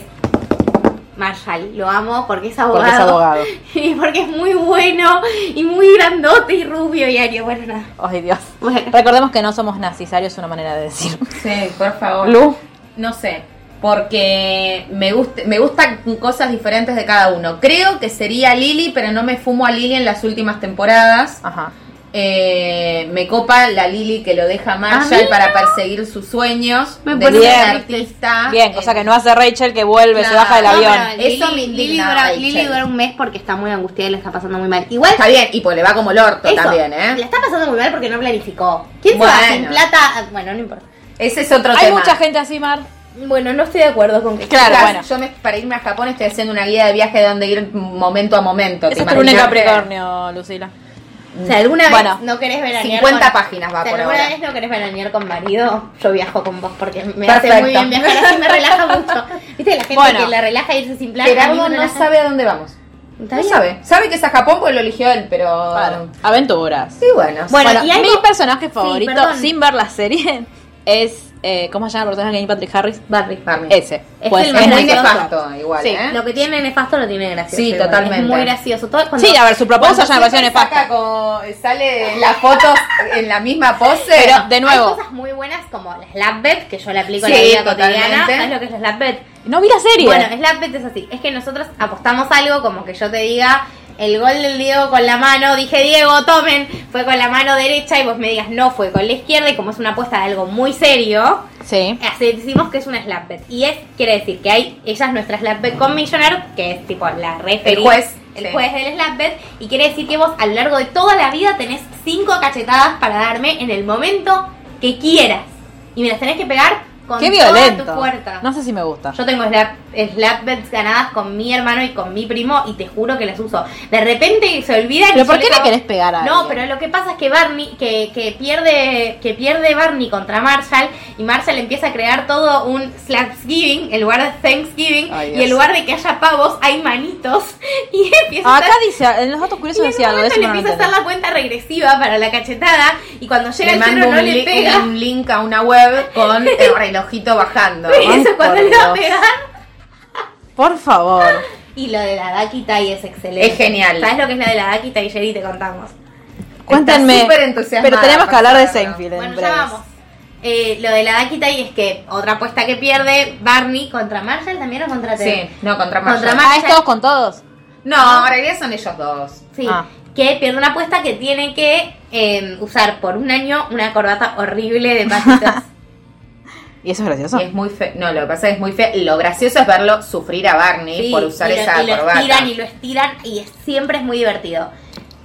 S2: Marshall. Lo amo porque es abogado.
S1: Porque es abogado.
S2: [laughs] y porque es muy bueno y muy grandote y rubio y ario. Bueno, nada.
S1: Ay, Dios.
S2: Bueno.
S1: Recordemos que no somos nazis, Ario es una manera de decir.
S3: Sí, por favor.
S1: Lu.
S3: No sé, porque me, gust- me gustan cosas diferentes de cada uno. Creo que sería Lily, pero no me fumo a Lily en las últimas temporadas.
S1: Ajá.
S3: Eh, me copa la Lily que lo deja a Marshall para perseguir sus sueños.
S2: Me
S3: de
S2: pone
S3: ser
S1: bien.
S2: Ah,
S3: artista.
S1: Bien, cosa
S3: Eh,
S1: que no hace Rachel que vuelve, se
S3: Claro.
S1: baja del
S3: No,
S1: avión.
S2: pero
S3: Eso me
S2: Lily, Lily,
S3: indigna,
S2: dura,
S3: Rachel.
S2: Lily dura un mes porque está muy angustiada y le está pasando muy mal. Igual
S3: Está bien, y pues le va como el orto
S2: eso,
S3: también,
S2: La
S3: ¿eh?
S2: está pasando muy mal porque no planificó. ¿Quién se va
S3: Bueno.
S2: sin plata? Ah, Bueno, no importa.
S3: Ese es otro
S1: Hay
S3: tema.
S1: mucha gente así, Mar.
S2: Bueno, no estoy de acuerdo con que.
S1: Claro,
S3: Chicas,
S1: bueno.
S3: Yo me- para irme a Japón estoy haciendo una guía de viaje de dónde ir momento a momento. ¿te
S1: Eso es un
S3: imaginas?
S1: Capricornio, Lucila.
S2: O sea, alguna vez
S1: Bueno,
S2: no querés veranear.
S3: 50 Mm. páginas va
S2: o sea,
S3: por
S2: alguna
S3: ahora.
S2: vez no querés veranear con marido, yo viajo con vos porque me hace
S3: Perfecto.
S2: muy bien viajar así, me relaja
S3: [laughs]
S2: mucho. ¿Viste la gente
S1: Bueno.
S2: que la relaja irse sin plan? a mí
S3: Gerardo
S2: me
S3: no
S2: relaja.
S3: sabe a dónde vamos.
S2: ¿Está
S3: No
S2: bien?
S3: sabe. Sabe que es a Japón porque lo eligió él, pero.
S1: Aventuras.
S3: Sí, bueno.
S2: Bueno, y algo-
S1: mi personaje favorito,
S2: perdón.
S1: sin ver la serie, [laughs] es. eh, ¿Cómo se llama el personaje que hay Patrick Harris?
S2: Barry.
S3: Barney.
S1: Ese.
S2: Es
S1: Pues
S2: el
S3: Es
S2: más
S3: muy
S2: gracioso.
S3: nefasto, igual,
S2: Sí,
S3: ¿eh?
S2: lo que tiene nefasto lo tiene gracioso.
S3: Sí,
S2: igual.
S3: totalmente.
S2: Es muy gracioso. Todo, cuando-
S1: Sí, a ver, su propuesta ya me
S3: Cuando
S1: pareció
S3: siempre saca
S1: nefasta.
S2: eh,
S3: con- sale las fotos en la misma pose.
S1: Pero, de
S2: Hay
S1: nuevo,
S2: cosas muy buenas como la slap bet, que yo la aplico
S3: Sí,
S2: en la vida
S3: totalmente.
S2: cotidiana. ¿Sabes lo que es la slap bet?
S1: no vi la serie.
S2: Bueno, slap bet es así. Es que nosotros apostamos algo como que yo te diga el gol del Diego con la mano. Dije, Diego, tomen. Fue con la mano derecha y vos me digas, no, fue con la izquierda. Y como es una apuesta de algo muy serio,
S1: sí.
S2: así decimos que es una slap bet. Y es, quiere decir que hay, ella es nuestra slap bet con Millionaire, que es tipo la referee.
S3: El juez,
S2: El
S3: sí.
S2: juez del slap bet. Y quiere decir que vos a lo largo de toda la vida tenés cinco cachetadas para darme en el momento que quieras. Y me las tenés que pegar con
S1: Qué
S2: toda
S1: violento.
S2: tu fuerza.
S1: No sé si me gusta.
S2: Yo tengo slap, slap bets ganadas con mi hermano y con mi primo y te juro que las uso. De repente se olvida que
S1: ¿Pero por
S2: yo
S1: qué le
S2: hago-
S1: querés pegar a
S2: No,
S1: alguien?
S2: pero lo que pasa es que Barney, que, que pierde, que pierde Barney contra Marshall, y Marshall empieza a crear todo un Slapsgiving, en lugar de Thanksgiving,
S1: Ay,
S2: y
S1: Dios.
S2: en lugar de que haya pavos, hay manitos, [laughs] y empieza a
S1: Acá
S2: hacer-
S1: dice, en los datos
S2: y
S1: curiosos
S2: en un
S1: decía algo de
S2: momento
S1: eso.
S2: le
S1: no lo
S2: empieza a hacer
S1: entendí.
S2: la cuenta regresiva para la cachetada, y cuando llega
S3: Le
S2: el cero
S3: mando
S2: no
S3: un,
S2: le
S3: li-
S2: pega.
S3: un link a una
S2: [laughs]
S3: web con el relojito bajando.
S2: Y [laughs] eso es cuando
S1: por
S2: le va a
S1: Dios.
S2: pegar.
S1: Por favor.
S2: Y lo de la Dakita y es excelente.
S3: Es genial.
S2: ¿Sabes lo que es la de la Dakita y Jerry? Te contamos.
S1: Cuéntenme.
S3: súper entusiasmada,
S1: Pero tenemos que
S3: por
S1: hablar de
S3: favor.
S1: Seinfeld. en
S2: bueno, ya
S1: breves.
S2: vamos. Eh, lo de la Dakita y es que otra apuesta que pierde Barney contra Marshall también o contra Ted.
S3: Sí, no,
S2: Contra
S3: contra Marshall.
S2: Mar-
S1: Ah, ¿es todos con todos?
S3: No, en realidad son ellos dos.
S2: Sí.
S1: Ah.
S2: Que pierde una apuesta que tiene que eh, usar por un año una corbata horrible de
S3: [laughs]
S2: patitas.
S1: ¿Y eso es gracioso?
S3: Y es muy feo. No, lo que pasa es que es muy feo. Lo gracioso es verlo sufrir a Barney
S2: Sí,
S3: por usar
S2: y lo,
S3: esa
S2: y lo
S3: corbata.
S2: estiran y lo estiran y es- siempre es muy divertido.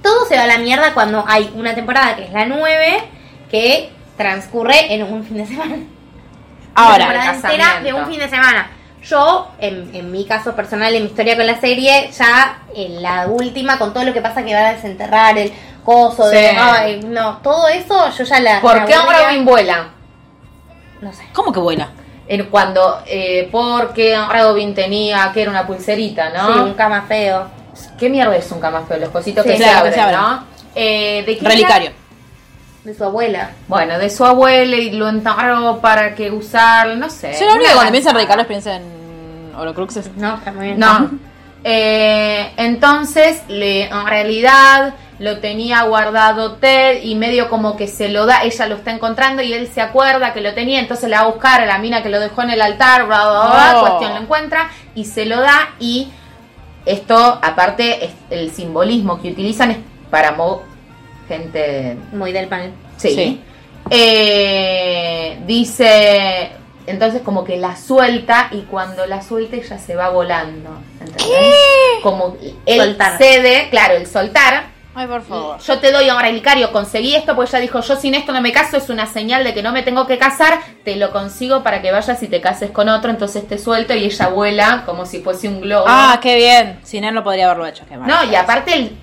S2: Todo se va a la mierda cuando hay una temporada que es la 9 que transcurre en un fin de semana.
S1: Ahora,
S2: Una temporada
S3: el
S2: entera de
S3: casamiento.
S2: un fin de semana. Yo, en, en mi caso personal, en mi historia con la serie, ya en la última, con todo lo que pasa que van a desenterrar, el coso, de,
S3: Sí.
S2: ay, no, todo eso, yo ya la...
S3: ¿Por
S2: la
S3: qué
S2: aburría.
S3: ahora vuela?
S2: No sé.
S1: ¿cómo que vuela?
S3: En cuando, eh, porque Robin tenía que era una pulserita,
S2: Sí,
S3: ¿no?
S2: un cama feo.
S3: ¿Qué mierda es un camafeo? Los cositos
S1: Sí,
S3: que,
S1: claro,
S3: se abren,
S1: que se abren.
S3: ¿no? Eh, ¿de qué
S1: Relicario.
S2: De su abuela.
S3: era? Bueno, de su abuela y lo enterró para que usar, no sé.
S1: Yo lo único
S3: Una
S1: que cuando pienso en
S3: lanza.
S1: radicales pienso en Horocruxes.
S2: No, está muy bien.
S3: No. [laughs] Eh, entonces, le, en realidad lo tenía guardado Ted y medio como que se lo da, ella lo está encontrando y él se acuerda que lo tenía, entonces la va a buscar a la mina que lo dejó en el altar, bla, bla, bla,
S1: Oh.
S3: cuestión lo encuentra y se lo da y esto, aparte, es- el simbolismo que utilizan es para mo- gente
S2: Muy del panel.
S3: Sí.
S1: Sí.
S3: Eh, dice, entonces como que la suelta y cuando la suelta ella se va volando. ¿entendés? Como el
S2: Soltar.
S3: cede, claro, el soltar.
S1: Ay, por favor.
S3: Yo te doy ahora el cario, conseguí esto, pues ella dijo, yo sin esto no me caso, es una señal de que no me tengo que casar, te lo consigo para que vayas y te cases con otro, entonces te suelto y ella vuela como si fuese un globo.
S1: Ah, qué bien. Sin él no podría haberlo hecho. Qué mal.
S3: no, y aparte el,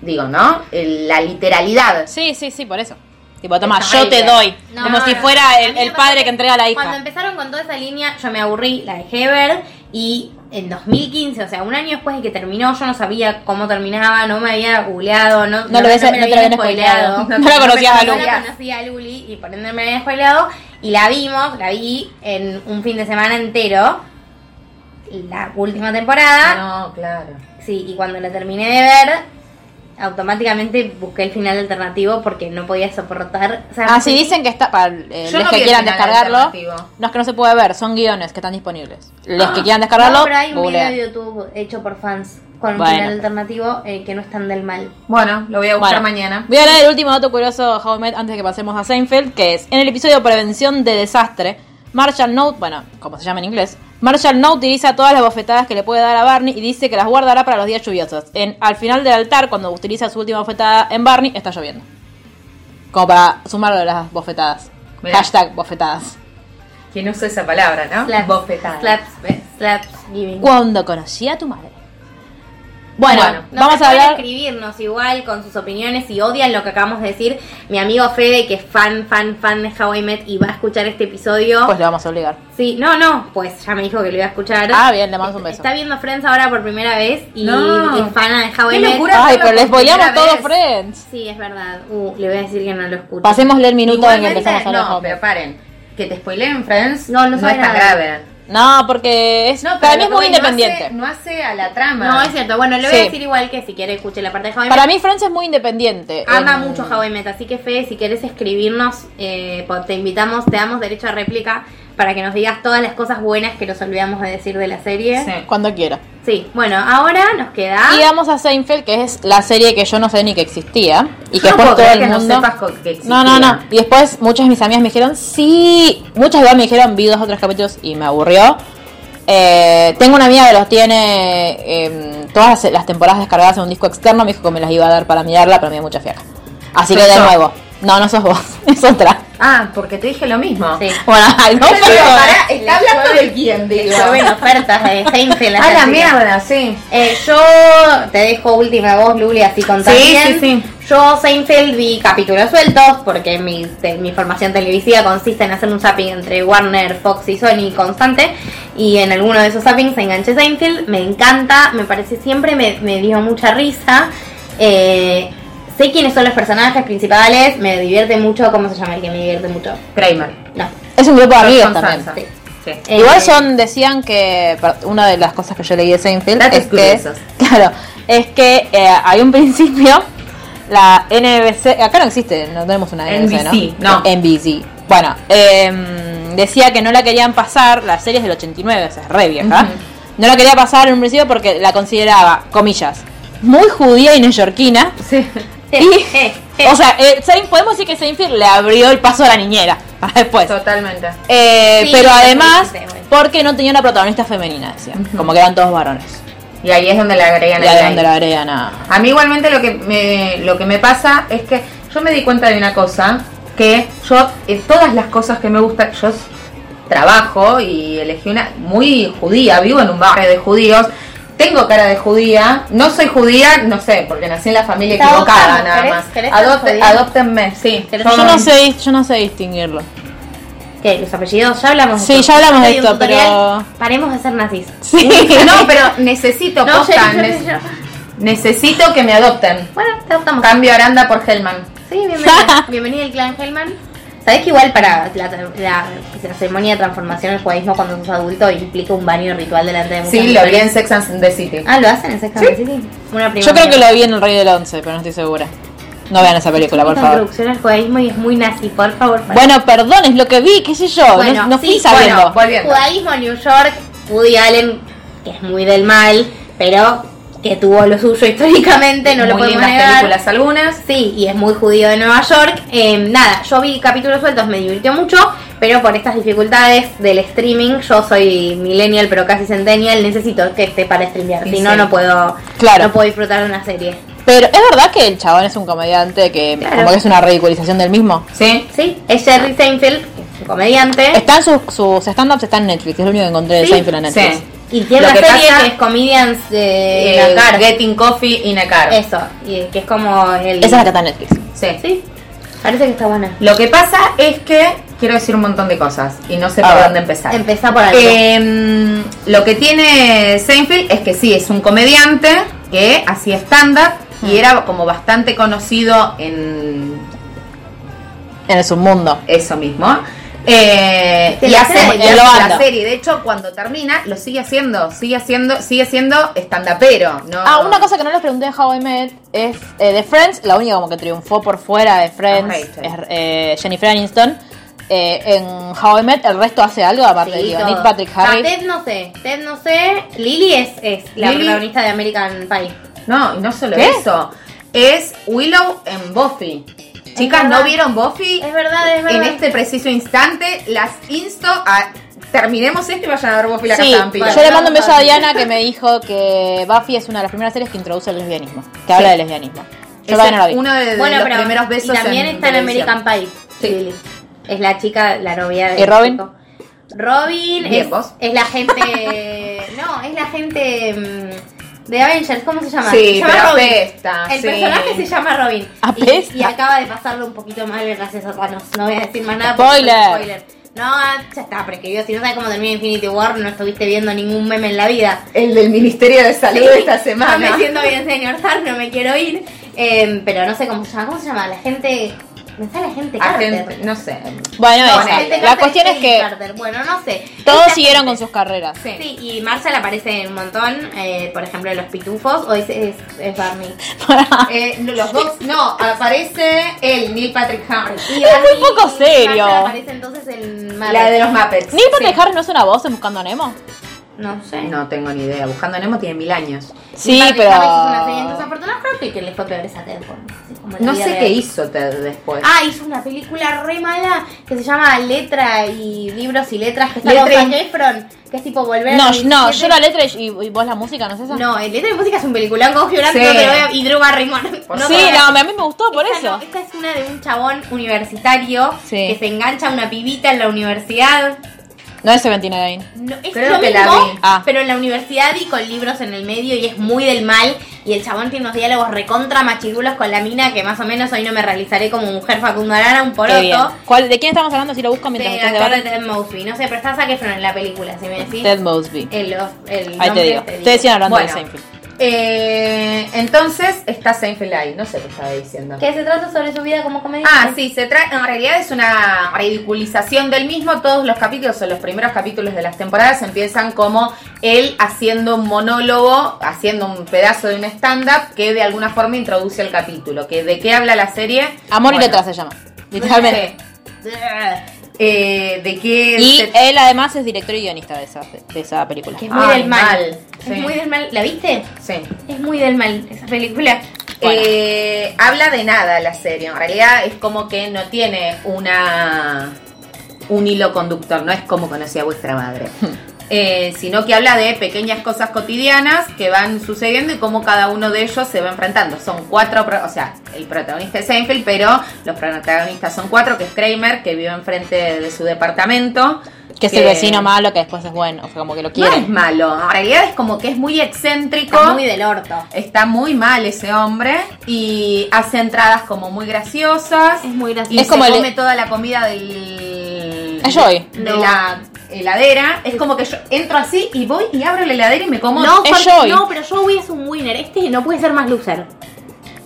S3: digo, ¿no? El- la literalidad
S1: Sí, sí, sí, por eso. Tipo, toma,
S2: Está
S1: yo
S2: mal,
S1: te
S2: claro.
S1: doy.
S2: No,
S1: como si
S2: no.
S1: fuera
S2: A
S1: el,
S2: mí me
S1: el
S2: pasó
S1: padre que entrega a la
S2: Cuando
S1: hija.
S2: empezaron con toda esa línea, yo me aburrí, la dejé ver y en 2015, o sea, un año después de que terminó, yo no sabía cómo terminaba, no me había googleado, no,
S1: No lo ves- no
S2: me
S1: te lo
S2: habían
S1: habían spoileado. [laughs]
S2: spoileado.
S1: No la conocías a
S2: [laughs] No
S1: Lu.
S2: la conocía a Luli y por ende me había spoileado y la vimos, la vi en un fin de semana entero, la última temporada,
S3: No, claro.
S2: Sí, y cuando la terminé de ver, automáticamente busqué el final alternativo porque no podía soportar. o sea,
S1: Así Ah, dicen que está, para eh,
S3: Yo
S1: los
S3: no vi
S1: que
S3: el
S1: quieran
S3: final
S1: descargarlo,
S3: alternativo.
S1: no es que no se puede ver, son guiones que están disponibles. Los que quieran descargarlo,
S2: Ah. No, pero hay un
S1: googlean.
S2: video de YouTube hecho por fans con un
S1: Bueno.
S2: final alternativo eh, que no es tan del mal.
S3: Bueno, lo voy a buscar
S1: Bueno,
S3: mañana.
S1: Voy a hablar del último dato curioso de How I Met antes de que pasemos a Seinfeld, que es en el episodio Prevención de Desastre, Marshall Note, bueno, como se llama en inglés, Marshall Note utiliza todas las bofetadas que le puede dar a Barney y dice que las guardará para los días lluviosos. En, al final del altar, cuando utiliza su última bofetada en Barney, está lloviendo. Como para sumarlo de las bofetadas.
S3: Mirá.
S1: Hashtag bofetadas.
S3: ¿Quién usa esa palabra, no?
S2: Slaps,
S3: Bofetada.
S2: Slaps, eh, slaps giving.
S1: Cuando conocí a tu madre. Bueno,
S3: Bueno,
S2: No
S1: vamos
S2: se
S1: a
S2: pueden
S1: hablar.
S2: escribirnos igual con sus opiniones si odian lo que acabamos de decir. Mi amigo Fede, que es fan, fan, fan de How I Met y va a escuchar este episodio.
S1: Pues le vamos a obligar.
S2: Sí, no, no, pues ya me dijo que lo iba a escuchar.
S1: Ah, bien, le mandamos un beso.
S2: Está viendo Friends ahora por primera vez y
S3: No.
S2: es fana de How I
S3: Qué
S2: Met.
S3: locura.
S1: Ay,
S3: hacerlo
S1: pero les
S3: por
S1: spoileamos
S3: primera
S1: todo
S3: vez.
S1: Friends.
S2: Sí, es verdad. Uh, le voy a decir que no lo escucho.
S1: Pasémosle el minuto en que
S3: Igualmente,
S1: empezamos a hablar. de
S3: No,
S1: Homer.
S3: pero paren. Que te spoileen Friends
S2: No, no
S3: es
S2: sabe
S3: tan
S2: nada.
S3: grave.
S1: No, porque es,
S3: No,
S1: para
S3: pero
S1: mí
S3: lo
S1: es
S3: que
S1: muy
S3: voy, no
S1: independiente.
S3: hace- No hace, a la trama.
S2: No, es cierto. Bueno, le voy a
S1: Sí.
S2: decir igual que si quiere escuche la parte de How I Met.
S1: Para mí Francia es muy independiente. Eh,
S2: Ama
S1: En-
S2: mucho How I Met, así que Fede, si quieres escribirnos, eh, po- te invitamos, te damos derecho a réplica para que nos digas todas las cosas buenas que nos olvidamos de decir de la serie. Sí,
S3: Sí.
S1: Cuando quiera.
S2: bueno, ahora nos queda...
S3: ¿Ah?
S1: Y vamos a Seinfeld, que es la serie que yo no sé ni que existía. Y
S3: Yo
S1: que después
S3: no puedo
S1: todo
S3: creer
S1: el
S3: que no
S1: mundo.
S3: sepas co- que existía.
S1: no, no, no. Y después muchas de mis amigas me dijeron, sí. Muchas de ellas me dijeron, vi dos o tres capítulos y me aburrió. Eh, tengo una amiga que los tiene em, todas las, las temporadas descargadas en un disco externo. Me dijo que me las iba a dar para mirarla, pero me dio mucha fiaca. Así que
S3: Soy
S1: de
S3: yo.
S1: nuevo. No, no sos vos. [laughs] Es otra.
S3: Ah, porque te dije lo mismo.
S2: Sí.
S1: Bueno, [laughs] ay, no,
S3: Pero
S1: perdón.
S3: pará, está hablando de quién, digo.
S2: Llueven ofertas de
S1: [laughs]
S2: Seinfeld.
S3: A la
S2: así que-
S3: mierda, sí.
S2: Eh, yo te dejo última voz, Luli, así con
S3: Sí,
S2: también.
S3: sí,
S2: Yo, Seinfeld, vi capítulos sueltos porque mi, te- mi formación televisiva consiste en hacer un zapping entre Warner, Fox y Sony constante. Y en alguno de esos zappings enganché Seinfeld. Me encanta, me parece siempre, me, me dio mucha risa. Eh, sé quiénes son los personajes principales, me divierte mucho. ¿Cómo se llama el que me divierte mucho?
S3: Kramer.
S2: No.
S1: Es un grupo de amigos
S3: Con
S1: también.
S3: salsa.
S2: sí.
S3: Sí.
S2: Eh,
S1: Igual son, decían que per- una de las cosas que yo leí de Seinfeld
S3: Datos
S1: es que,
S3: curiosos.
S1: [laughs] claro, es que eh, hay un principio, la NBC, acá no existe, no tenemos una NBC,
S3: NBC,
S1: ¿no?
S3: no.
S1: NBC. Bueno, em, decía que no la querían pasar, la serie es del 89, o sea, es re vieja.
S3: Ujú.
S1: No la quería pasar en un principio porque la consideraba, comillas, muy judía y neoyorquina.
S3: Sí.
S1: Y,
S2: eh, eh.
S1: o sea, eh, Sein- podemos decir que Seinfeld le abrió el paso a la niñera [laughs] para después.
S3: Totalmente.
S1: Eh,
S2: Sí,
S1: pero
S2: sí,
S1: además,
S2: sí, sí, bueno.
S1: porque no tenía una protagonista femenina, decía. Como que eran todos varones.
S3: Y ahí es donde le agregan
S1: Y
S3: el
S1: ahí
S3: like.
S1: donde la agregan a.
S3: A mí igualmente lo que me lo que me pasa es que yo me di cuenta de una cosa que yo eh, todas las cosas que me gustan yo s- trabajo y elegí una muy judía vivo en un barrio de judíos tengo cara de judía no soy judía no sé porque nací en la familia
S2: Está
S3: equivocada
S2: adoptando,
S3: nada
S2: ¿querés-
S3: más
S2: querés ser
S3: Adopte-
S2: judía?
S3: adoptenme sí
S2: ¿Querés
S1: Yo
S2: ser
S1: no sé, yo no sé distinguirlo.
S2: ¿Qué? ¿Los apellidos? Ya hablamos
S1: Sí, ya hablamos de
S2: Hay un
S1: esto,
S2: tutorial. Paremos de ser nazis.
S1: Sí.
S3: [laughs]
S2: [laughs]
S3: no pero necesito
S2: No,
S3: posta,
S2: yo- yo-
S3: nece-
S2: yo-
S3: necesito que me adopten
S2: Bueno, te adoptamos.
S3: cambio Aranda por Hellman
S1: [laughs]
S2: Sí, bienvenida. bienvenida al clan Hellman. Sabés que igual para la, la- la ceremonia de transformación al judaísmo cuando sos adulto implica un baño ritual delante de muchas
S3: sí lo vi en
S2: mujeres?
S3: Sex and the City
S2: Ah, ¿lo hacen en Sex and the City? Una prima
S1: Yo creo que
S2: mía.
S1: lo vi en El Rey del Once, pero no estoy segura. No vean esa película, por
S2: Esta
S1: favor.
S2: introducción al judaísmo y es muy nazi, por favor. para-
S1: Bueno, perdón, es lo que vi, qué sé yo. no-
S2: Bueno,
S1: no, fui
S2: sí,
S1: sabiendo.
S3: bueno, volviendo.
S2: Judaísmo, New York, Woody Allen, que es muy del mal, pero que tuvo lo suyo históricamente, no lo
S3: muy
S2: podemos
S3: lindas
S2: negar.
S3: películas algunas
S2: Sí, y es muy judío de Nueva York. Eh, nada, yo vi capítulos sueltos, me divirtió mucho, pero por estas dificultades del streaming, yo soy millennial pero casi centennial, necesito que esté para streamear,
S3: Sí,
S2: si no,
S3: sí.
S2: no puedo,
S1: Claro.
S2: no puedo disfrutar de una serie.
S1: Pero es verdad que el chabón es un comediante que
S2: Claro.
S1: como que es una ridiculización del mismo.
S3: Sí.
S2: Sí, es Jerry Seinfeld, que es un comediante,
S1: Están sus, sus stand-ups están en Netflix, es lo único que encontré de
S2: Sí,
S1: Seinfeld en Netflix.
S3: sí.
S2: y tiene
S3: Lo
S2: una
S3: que
S2: serie
S3: pasa-
S2: que es Comedians de
S3: Eh,
S2: la cara.
S3: Getting Coffee in a Car.
S2: Eso, y que es como el...
S1: Esa es la que está en Netflix.
S3: Sí.
S2: Sí. Parece que está buena.
S3: Lo que pasa es que quiero decir un montón de cosas y no sé
S1: A
S3: por
S1: ver.
S3: dónde empezar.
S2: Empezá por algo.
S3: Eh, lo que tiene Seinfeld es que sí, es un comediante que hacía stand-up y era como bastante conocido en
S1: En el submundo.
S3: eso mismo. Eh,
S2: Te
S3: y
S2: la
S3: hace
S2: sabe,
S3: te
S1: lo
S3: hace
S1: anda.
S3: la serie. De hecho, cuando termina, lo sigue haciendo, sigue haciendo, sigue siendo stand-upero. ¿no?
S1: Ah, una cosa que no les pregunté en How I Met es eh, de Friends, la única como que triunfó por fuera de Friends
S3: Rachel.
S1: es eh, Jennifer Aniston. Eh, en How I Met el resto hace algo, aparte de
S2: Sí,
S1: digo,
S2: todo.
S1: Nick Patrick
S2: Ah,
S1: Harris.
S2: Ted no sé, Ted no sé. Lily es, es la
S3: Lily.
S2: protagonista de American Pie.
S3: No, y no solo
S1: ¿Qué?
S3: eso. Es Willow en Buffy. Chicas, ¿no
S2: verdad.
S3: vieron Buffy?
S2: Es verdad, es verdad.
S3: En este preciso instante, las insto a. Terminemos esto y vayan a ver Buffy la
S1: Sí,
S3: casa vampiro.
S1: yo le mando un beso a Diana que me dijo que Buffy es una de las primeras series que introduce el lesbianismo, que habla de lesbianismo. Yo todavía no la vi.
S3: Uno de, de
S2: bueno,
S3: los
S2: pero
S3: primeros besos.
S2: y también está en
S3: televisión.
S2: American Pie. Lily. Es la chica, la novia de
S1: ¿Y Robin?
S2: Robin
S3: Bien,
S2: es,
S3: vos.
S2: es la gente.
S3: [laughs]
S2: no, es la gente mm, de Avengers, ¿cómo se llama?
S3: Sí,
S2: se llama
S3: pero
S2: Robin.
S3: apesta,
S2: El
S3: sí.
S2: personaje se llama Robin.
S1: Apesta.
S2: Y, y acaba de pasarlo un poquito mal gracias a Thanos. No voy a decir más nada.
S1: Spoiler.
S2: porque es un No, ya está prescribido. Si no sabes cómo termina Infinity War, no estuviste viendo ningún meme en la vida.
S3: El del Ministerio de Salud
S2: Sí,
S3: esta
S1: Ah,
S2: yo
S3: semana.
S2: Me siento bien, señor Zar, no me quiero ir. Eh, pero no sé cómo se llama. ¿Cómo se llama? La gente. ¿Me sale la gente Carter?
S3: Agente- no sé.
S1: Bueno,
S2: No,
S1: esa.
S2: la gente
S1: la
S2: Carter
S1: cuestión es
S2: Peggy
S1: que
S2: Carter. Bueno, no sé.
S1: todos
S2: Esa-
S1: siguieron con sus carreras.
S2: Sí, y Marshall aparece en un montón. eh, por ejemplo, en Los Pitufos. O es, es, es Barney.
S1: Ah.
S3: Eh, no, los dos. No, aparece el Neil Patrick Harris.
S2: Y
S1: Es
S2: Barney
S1: muy poco
S2: y
S1: serio.
S2: Marshall aparece entonces en Marvel.
S3: La de los
S1: [laughs]
S3: Muppets.
S1: ¿Nick Patrick Harris no es una voz en Buscando a Nemo?
S2: No sé.
S3: No tengo ni idea. Buscando a Nemo tiene mil años.
S1: Sí,
S2: Barney
S1: pero...
S2: Harris hizo una serie en Desafortunados. Creo que, que le fue peor esa Ted. por- como la
S3: No
S2: vida
S3: sé
S2: real.
S3: qué hizo Ted después.
S2: Ah, hizo una película re mala que se llama Letra y Libros y Letras, que está
S1: Letra
S2: con
S1: y-
S2: Zac Efron, que es tipo volver a
S1: No,
S2: los
S1: no,
S2: 17.
S1: yo la letra y, y vos la música, ¿no es esa?
S2: No, el Letra y Música es un peliculón con Hugh Grant,
S3: Sí.
S2: no te lo voy a- y Drew Barrymore. No te
S1: sí,
S2: voy a-
S1: no, a mí me gustó por
S2: Esta
S1: eso.
S2: no, esta es una de un chabón universitario
S1: Sí.
S2: que se engancha a una pibita en la universidad.
S1: No es Seventeen Again.
S2: No, es
S3: Creo
S2: lo
S3: que la
S2: mismo,
S3: vi.
S1: Ah.
S2: pero en la universidad y con libros en el medio y es muy del mal. Y el chabón tiene unos diálogos recontra machirulos con la mina que más o menos hoy no me realizaré como mujer Facundo Arana, un
S1: Qué bien.
S2: poroto.
S1: ¿Cuál- ¿De quién estamos hablando? Si lo busco mientras
S2: De
S1: ustedes
S2: actor de
S1: debaten.
S2: Ted Mosby. No sé, pero está Zac Efron en la película, si me decís.
S1: Ted Mosby.
S2: El, el
S1: Ahí te
S2: nombre
S1: digo. Ustedes siguen hablando de
S3: Bueno.
S1: Seinfeld.
S3: Eh, entonces está Seinfeld ahí. No sé qué estaba diciendo.
S2: Que se trata sobre su vida como comediante.
S3: Ah, sí, se tra- en realidad es una ridiculización del mismo. Todos los capítulos o los primeros capítulos de las temporadas empiezan como él haciendo un monólogo, haciendo un pedazo de un stand-up que de alguna forma introduce el capítulo. Que ¿De qué habla la serie?
S1: Amor
S3: Bueno,
S1: y letras se llama. Literalmente.
S2: [laughs] Sí.
S3: eh, ¿De qué?
S1: Y
S3: se-
S1: él además es director y guionista de esa, de esa película. Ah,
S2: Que es muy
S3: Ay,
S2: del mal.
S3: mal, sí.
S2: Es muy del mal. ¿La viste?
S3: sí.
S2: Es muy del mal esa película.
S3: Eh, habla de nada la serie. En realidad es como que no tiene una un hilo conductor, no es como conocí a vuestra madre.
S1: Hmm.
S3: Eh, sino que habla de pequeñas cosas cotidianas que van sucediendo y cómo cada uno de ellos se va enfrentando. Son cuatro, pro- o sea, el protagonista es Seinfeld, pero los protagonistas son cuatro, que es Kramer, que vive enfrente de su departamento. Eh,
S1: Que es el vecino malo que después es bueno. O sea, como que lo
S3: No es
S1: quieren.
S3: malo, en realidad es como que es muy excéntrico.
S2: Está muy del orto.
S3: Está muy mal ese hombre y hace entradas como muy graciosas.
S2: Es muy gracioso.
S3: Y
S1: Es como
S3: se
S1: el- Ah,
S3: come toda la comida del...
S1: Es Joy.
S3: De
S2: No.
S3: la heladera. Es como que yo entro así y voy y abro la heladera y me como...
S2: No,
S1: Es
S2: porque-
S1: Joey.
S2: no, pero Joey es un winner. Este no puede ser más loser.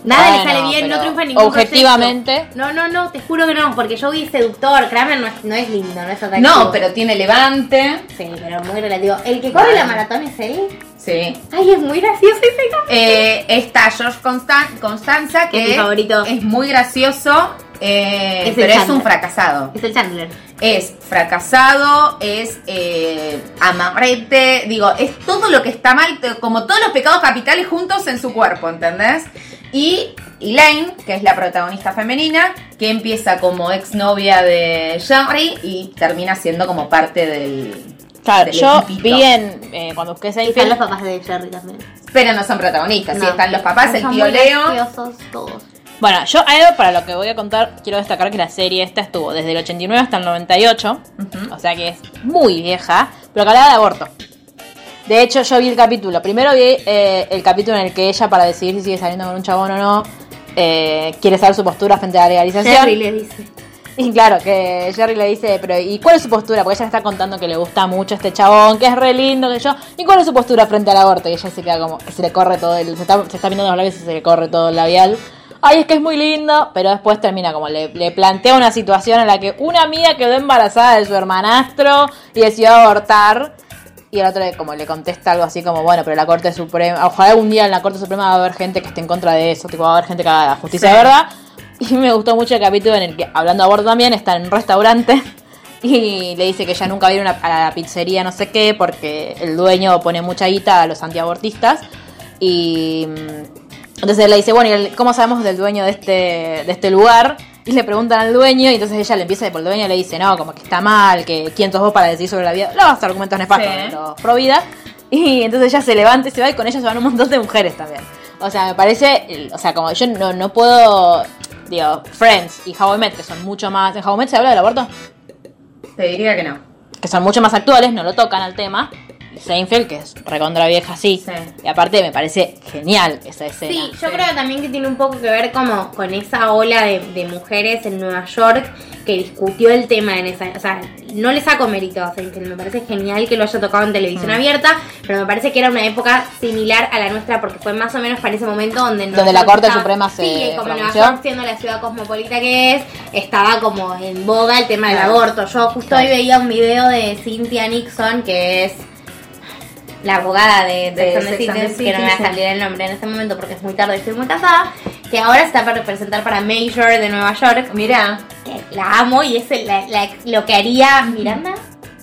S2: Nada le
S1: Bueno,
S2: sale bien, no
S1: pero
S2: triunfa en ningún
S1: objetivamente-
S2: proceso. No, no, no, te juro que no, porque Joey es seductor. Kramer no es, no es lindo, no es atractivo.
S3: No, pero tiene levante.
S2: Sí, pero muy relativo. ¿El que corre
S3: Vale.
S2: la maratón es él?
S3: Sí.
S2: Ay, es muy gracioso ese ca-
S3: Eh, está George Constan- Constanza, que
S2: Es mi favorito.
S3: es muy gracioso, eh,
S2: Es el
S3: pero es
S2: Chandler.
S3: un fracasado.
S2: Es el Chandler.
S3: es fracasado, es eh, amarrete, digo, es todo lo que está mal, t- como todos los pecados capitales juntos en su cuerpo, ¿entendés? Y Elaine, que es la protagonista femenina, que empieza como exnovia de Jerry y termina siendo como parte del...
S1: Claro,
S3: del
S1: yo
S3: equipito.
S1: vi en. eh, cuando busqué
S2: Y están los
S1: Seinfeld.
S2: papás de Jerry también.
S3: Pero no son protagonistas, sí,
S2: No.
S3: están los papás, el
S2: Son
S3: tío
S2: muy
S3: Leo.
S2: graciosos todos.
S1: Bueno, yo hay algo para lo que voy a contar. Quiero destacar que la serie esta estuvo desde el 89 hasta el 98. O sea que es muy vieja. Pero que hablaba de aborto. De hecho, yo vi el capítulo. Primero vi eh, el capítulo en el que ella, para decidir si sigue saliendo con un chabón o no, eh, quiere saber su postura frente a la legalización.
S2: Jerry le dice.
S1: [laughs] Y claro, que Jerry le dice, pero ¿y cuál es su postura? Porque ella le está contando que le gusta mucho este chabón, que es re lindo, que yo. ¿Y cuál es su postura frente al aborto? Y ella se queda como, que se le corre todo el. Se está, se está viendo los labios y se le corre todo el labial. Ay, es que es muy lindo, pero después termina como le, le plantea una situación en la que una amiga quedó embarazada de su hermanastro y decidió abortar. Y el otro le- como le contesta algo así como, bueno, pero la Corte Suprema, ojalá algún día en la Corte Suprema va a haber gente que esté en contra de eso, tipo va a haber gente que haga justicia de verdad. [laughs] Y me gustó mucho el capítulo en el que, hablando a bordo también, está en un restaurante [laughs] y le dice que ya nunca va a ir a una- a la pizzería no sé qué porque el dueño pone mucha guita a los antiabortistas. Y mm, entonces él le dice, bueno, ¿y el- ¿cómo sabemos del dueño de este, de este lugar? Y le preguntan al dueño, y entonces ella le empieza por el dueño y le dice, no, como que está mal, que quién sos vos para decir sobre la vida. Los argumentos nefastos,
S3: Sí.
S1: pero pro vida. Y entonces ella se levanta y se va, y con ella se van un montón de mujeres también. O sea, me parece, el- o sea, como yo no, no puedo, digo, Friends y How I Met, que son mucho más. ¿En How I Met se habla del aborto?
S3: Te diría que no.
S1: que son mucho más actuales, no lo tocan al tema. Y Seinfeld, que es recontra vieja, sí.
S3: Sí.
S1: Y aparte me parece genial esa escena.
S2: Sí, yo creo también que tiene un poco que ver como con esa ola de, de mujeres en Nueva York que discutió el tema en esa... O sea, no le saco mérito a Seinfeld, me parece genial que lo haya tocado en
S1: Mm.
S2: televisión abierta, pero me parece que era una época similar a la nuestra porque fue más o menos para ese momento donde... Nueva
S1: Donde la
S2: York
S1: Corte Suprema se
S2: Sí, como Nueva
S1: pronunció.
S2: York siendo la ciudad cosmopolita que es, estaba como en boga el tema del aborto. Yo justo hoy veía un video de Cynthia Nixon que es la abogada de, de,
S3: De
S2: Sex and the
S3: Sex and the
S2: City, que no me va a
S3: City, sí.
S2: salir el nombre en este momento porque es muy tarde, estoy muy casada, que ahora está para representar para Major de Nueva York,
S3: Mirá.
S2: que la amo y es la- la- lo que haría Miranda,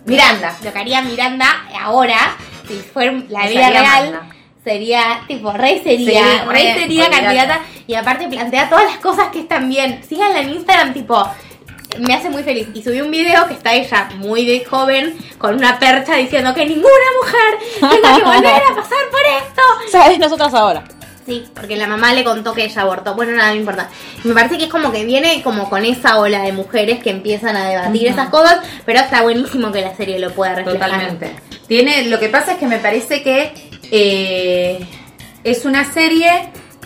S3: Miranda.
S2: lo que haría Miranda ahora, si fuera la
S3: Esa
S2: vida
S3: era
S2: real.
S3: Amanda.
S2: Sería, tipo, Rey sería,
S3: Sí,
S2: Rey
S3: re-
S2: sería
S3: olvidate.
S2: candidata y aparte plantea todas las cosas que están bien. Síganla en Instagram, tipo, me hace muy feliz. Y subí un video que está ella muy de joven con una percha diciendo que ninguna mujer
S3: [laughs]
S2: tenga que volver a pasar por esto.
S1: ¿Sabes? Nosotras ahora.
S2: Sí, porque la mamá le contó que ella abortó. Bueno, nada, no importa. Me parece que es como que viene como con esa ola de mujeres que empiezan a debatir esas cosas, pero está buenísimo que la serie lo pueda reflejar.
S3: Totalmente. Tiene, lo que pasa es que me parece que eh, es una serie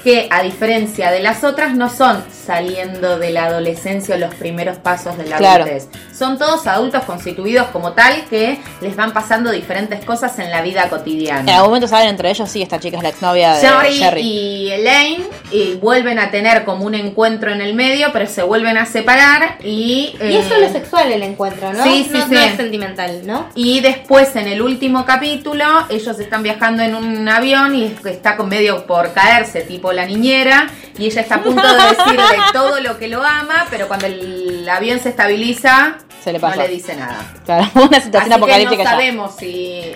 S3: que, a diferencia de las otras, no son saliendo de la adolescencia o los primeros pasos de la
S1: Claro.
S3: adultez. Son todos adultos constituidos como tal que les van pasando diferentes cosas en la vida
S1: En
S3: cotidiana.
S1: algún momento saben entre ellos, sí, esta chica es la exnovia de
S3: Jerry,
S1: Jerry.
S3: y Elaine y vuelven a tener como un encuentro en el medio, pero se vuelven a separar y...
S2: Y eso es
S3: eh,
S2: lo sexual el encuentro, ¿no?
S3: Sí, sí,
S2: no,
S3: sí.
S2: no es sentimental, ¿no?
S3: Y después en el último capítulo, ellos están viajando en un avión y es- está con medio por caerse, tipo la niñera, y ella está a punto de
S1: [laughs]
S3: decirle todo lo que lo ama, pero cuando el avión se estabiliza,
S1: Se le pasa.
S3: no le dice nada.
S1: Claro, [laughs] una situación
S3: Así que
S1: apocalíptica
S3: no
S1: ya.
S3: sabemos si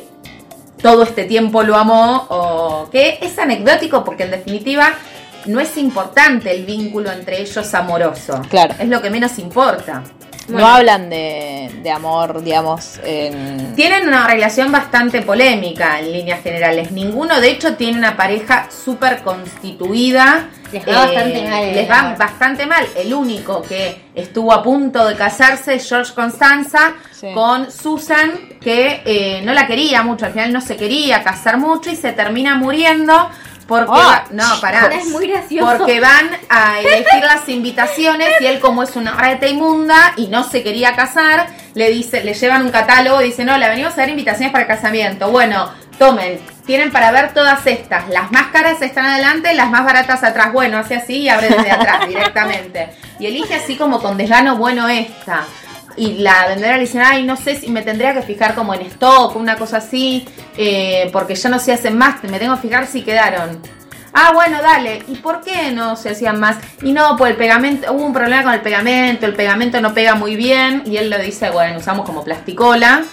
S3: todo este tiempo lo amó o qué. Es anecdótico porque en definitiva no es importante el vínculo entre ellos amoroso.
S1: Claro.
S3: Es lo que menos importa.
S1: No hablan de, de amor, digamos, en...
S3: Tienen una relación bastante polémica en líneas generales. Ninguno, de hecho, tiene una pareja súper constituida. Eh,
S2: Les va bastante mal eh. el
S3: Les va
S2: amor.
S3: bastante mal. El único que estuvo a punto de casarse es George Constanza
S1: Sí.
S3: con Susan, que eh, no la quería mucho. Al final no se quería casar mucho y se termina muriendo. Porque
S1: Oh,
S3: va- no, pará.
S2: ahora es muy gracioso.
S3: Porque van
S2: [laughs]
S3: a elegir las invitaciones y él como es una reta inmunda y no se quería casar, le dice, le llevan un catálogo y dicen, no, la venimos a dar invitaciones para casamiento. Bueno, tomen, tienen para ver todas estas. Las más caras están adelante, las más baratas atrás. Bueno, hace así y abre
S2: [laughs]
S3: desde atrás directamente. Y elige así como con desgano, bueno, esta. Y la vendedora le dice, ay, no sé si me tendría que fijar como en stock, una cosa así, eh, porque ya no se hacen más, me tengo que fijar si quedaron. Ah, bueno, dale. ¿Y por qué no se hacían más? Y no, pues el pegamento, hubo un problema con el pegamento, el pegamento no pega muy bien. Y él lo dice, bueno, usamos como plasticola.